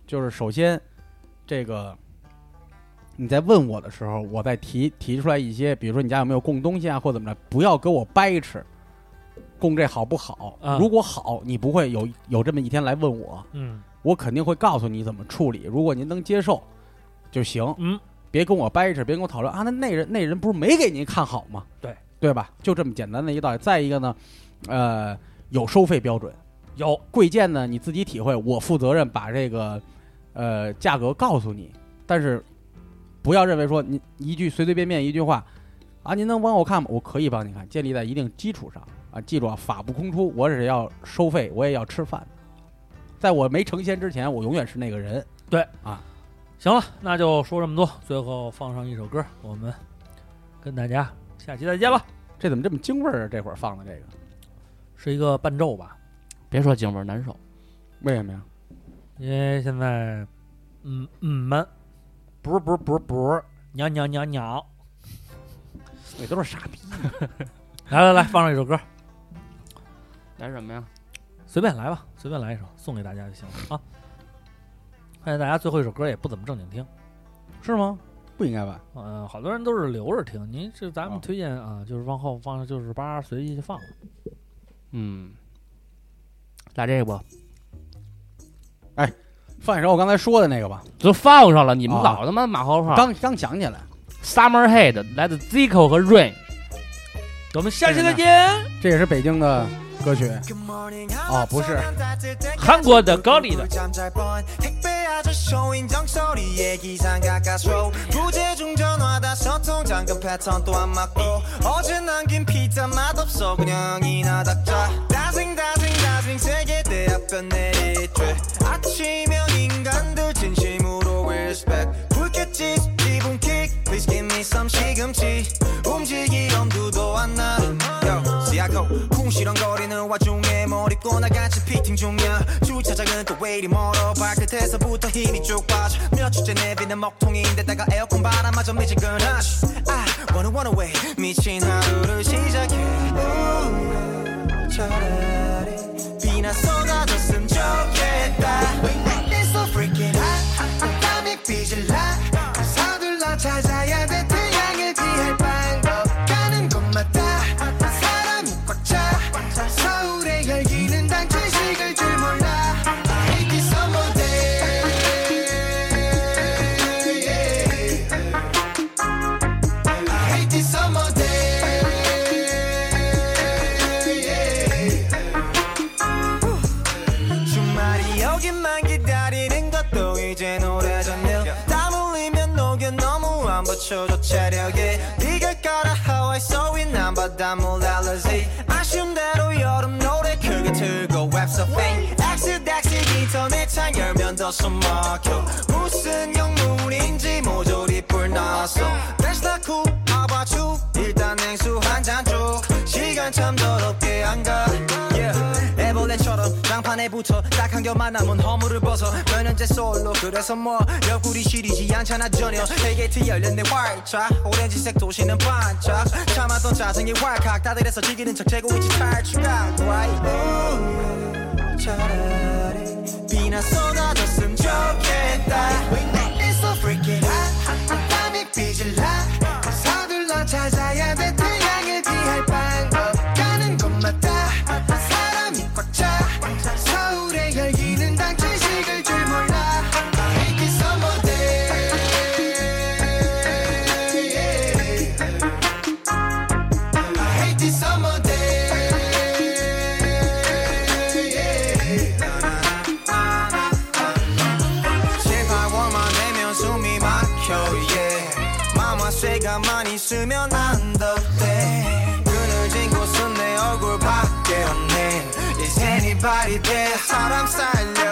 [SPEAKER 6] 就是首先，这个你在问我的时候，我再提提出来一些，比如说你家有没有供东西啊，或怎么着，不要给我掰扯，供这好不好？
[SPEAKER 4] 啊
[SPEAKER 6] 如果好，你不会有有这么一天来问我。
[SPEAKER 4] 嗯
[SPEAKER 6] 我肯定会告诉你怎么处理。如果您能接受，就行。
[SPEAKER 4] 嗯，
[SPEAKER 6] 别跟我掰扯，别跟我讨论啊。那那人那人不是没给您看好吗？
[SPEAKER 4] 对
[SPEAKER 6] 对吧？就这么简单的一个道理。再一个呢，呃，有收费标准，
[SPEAKER 4] 有
[SPEAKER 6] 贵贱呢你自己体会，我负责任把这个呃价格告诉你，但是不要认为说你一句随随便便一句话啊，您能帮我看吗？我可以帮你看，建立在一定基础上啊，记住啊，法不空出，我只要收费，我也要吃饭，在我没成仙之前，我永远是那个人。
[SPEAKER 4] 行了，那就说这么多，最后放上一首歌，我们跟大家下期再见了。
[SPEAKER 6] 这怎么这么京味儿啊？这会儿放的这个，
[SPEAKER 4] 是一个伴奏吧，
[SPEAKER 5] 别说京味儿 难受，
[SPEAKER 6] 为什么呀？
[SPEAKER 4] 因为现在嗯嗯们，不是不是不是不是，鸟鸟鸟鸟。
[SPEAKER 6] 那都是傻逼。
[SPEAKER 4] 来来来，放上一首歌，
[SPEAKER 5] 来什么呀？
[SPEAKER 4] 随便来吧，随便来一首，送给大家就行了啊。看见大家最后一首歌也不怎么正经听，是吗？
[SPEAKER 6] 不应该吧？
[SPEAKER 4] 嗯、好多人都是留着听。您这咱们
[SPEAKER 6] 哦
[SPEAKER 4] 推荐啊，就是往后放，就是叭随意就放了。
[SPEAKER 5] 嗯，来这个吧，
[SPEAKER 6] 放一首我刚才说的那个吧，
[SPEAKER 5] 就放上了。你们
[SPEAKER 6] 啊
[SPEAKER 5] 老他妈马后炮。
[SPEAKER 6] 刚刚想起来。
[SPEAKER 5] Summer Head 来自 Zico 和 Rain，
[SPEAKER 4] 我们下期再见。
[SPEAKER 6] 这也是北京的歌曲。
[SPEAKER 9] 哦，不是，
[SPEAKER 4] 韩国的高丽的。
[SPEAKER 9] 궁시렁거리는 와중에 머리 꼬나같이 피팅 중이야 주차장은 또 왜 이리 멀어 발끝에서부터 힘이 쭉 빠져 며칠째 내비는 먹통인데다가 에어컨 바람마저 미지근하지 I wanna wanna way 미친 하루를 시작해 우, 차라리 비나 쏟아졌으면 좋겠다 At least so freaking hot 땀이 삐질라 서둘러 찾아야 돼 태양을 지할 방법 가는 곳마다 사람이 꽉차 서울의 열기는 단체 식을 줄 몰라 Make it summer day I hate this summer day. 주말이 여기만 기다리는 것도 이제 오래졌네 땀 흘리면 녹여 너무 안 받쳐줘 체력이 네가 가라 Hawaii 서위 난 바다 몰랄러지 아쉬운 대로 여름 노래 크게 틀고 웹서핑 엑스덱스 인터넷 창 열면 더 숨막혀 무슨 영문인지 모조리 불났어 That's not cool 아바추 일단 냉수 한잔쭉 시간 참 더럽게 안가 yeah. 애벌레처럼 장판에 붙어 딱 한 겹만 남은 허물을 벗어 몇 년째 솔로 그래서 뭐 옆구리 시리지 않잖아 전혀 대게트 열렸네 활짝 오렌지색 도시는 반짝 참았던 짜증이 왈칵 다들 해서 즐기는 척 재고 있지 탈출각 right Ooh, 차라리 비나 쏟아졌으면 좋겠다 At least so freaking hot 땀이 삐질라 서둘러 찾아야 돼 태양을 피할 방법 가는 곳마다 사람이 꽉차 서울의 열기는 단체식을 줄 몰라 Make it summer day I hate this summer day. 제발 원만 내면 숨이 막혀 yeah. 마마 쇠가만 있으면 안 덥대 그늘진 곳은 내 얼굴밖에 없네 Is anybody there 사람 살려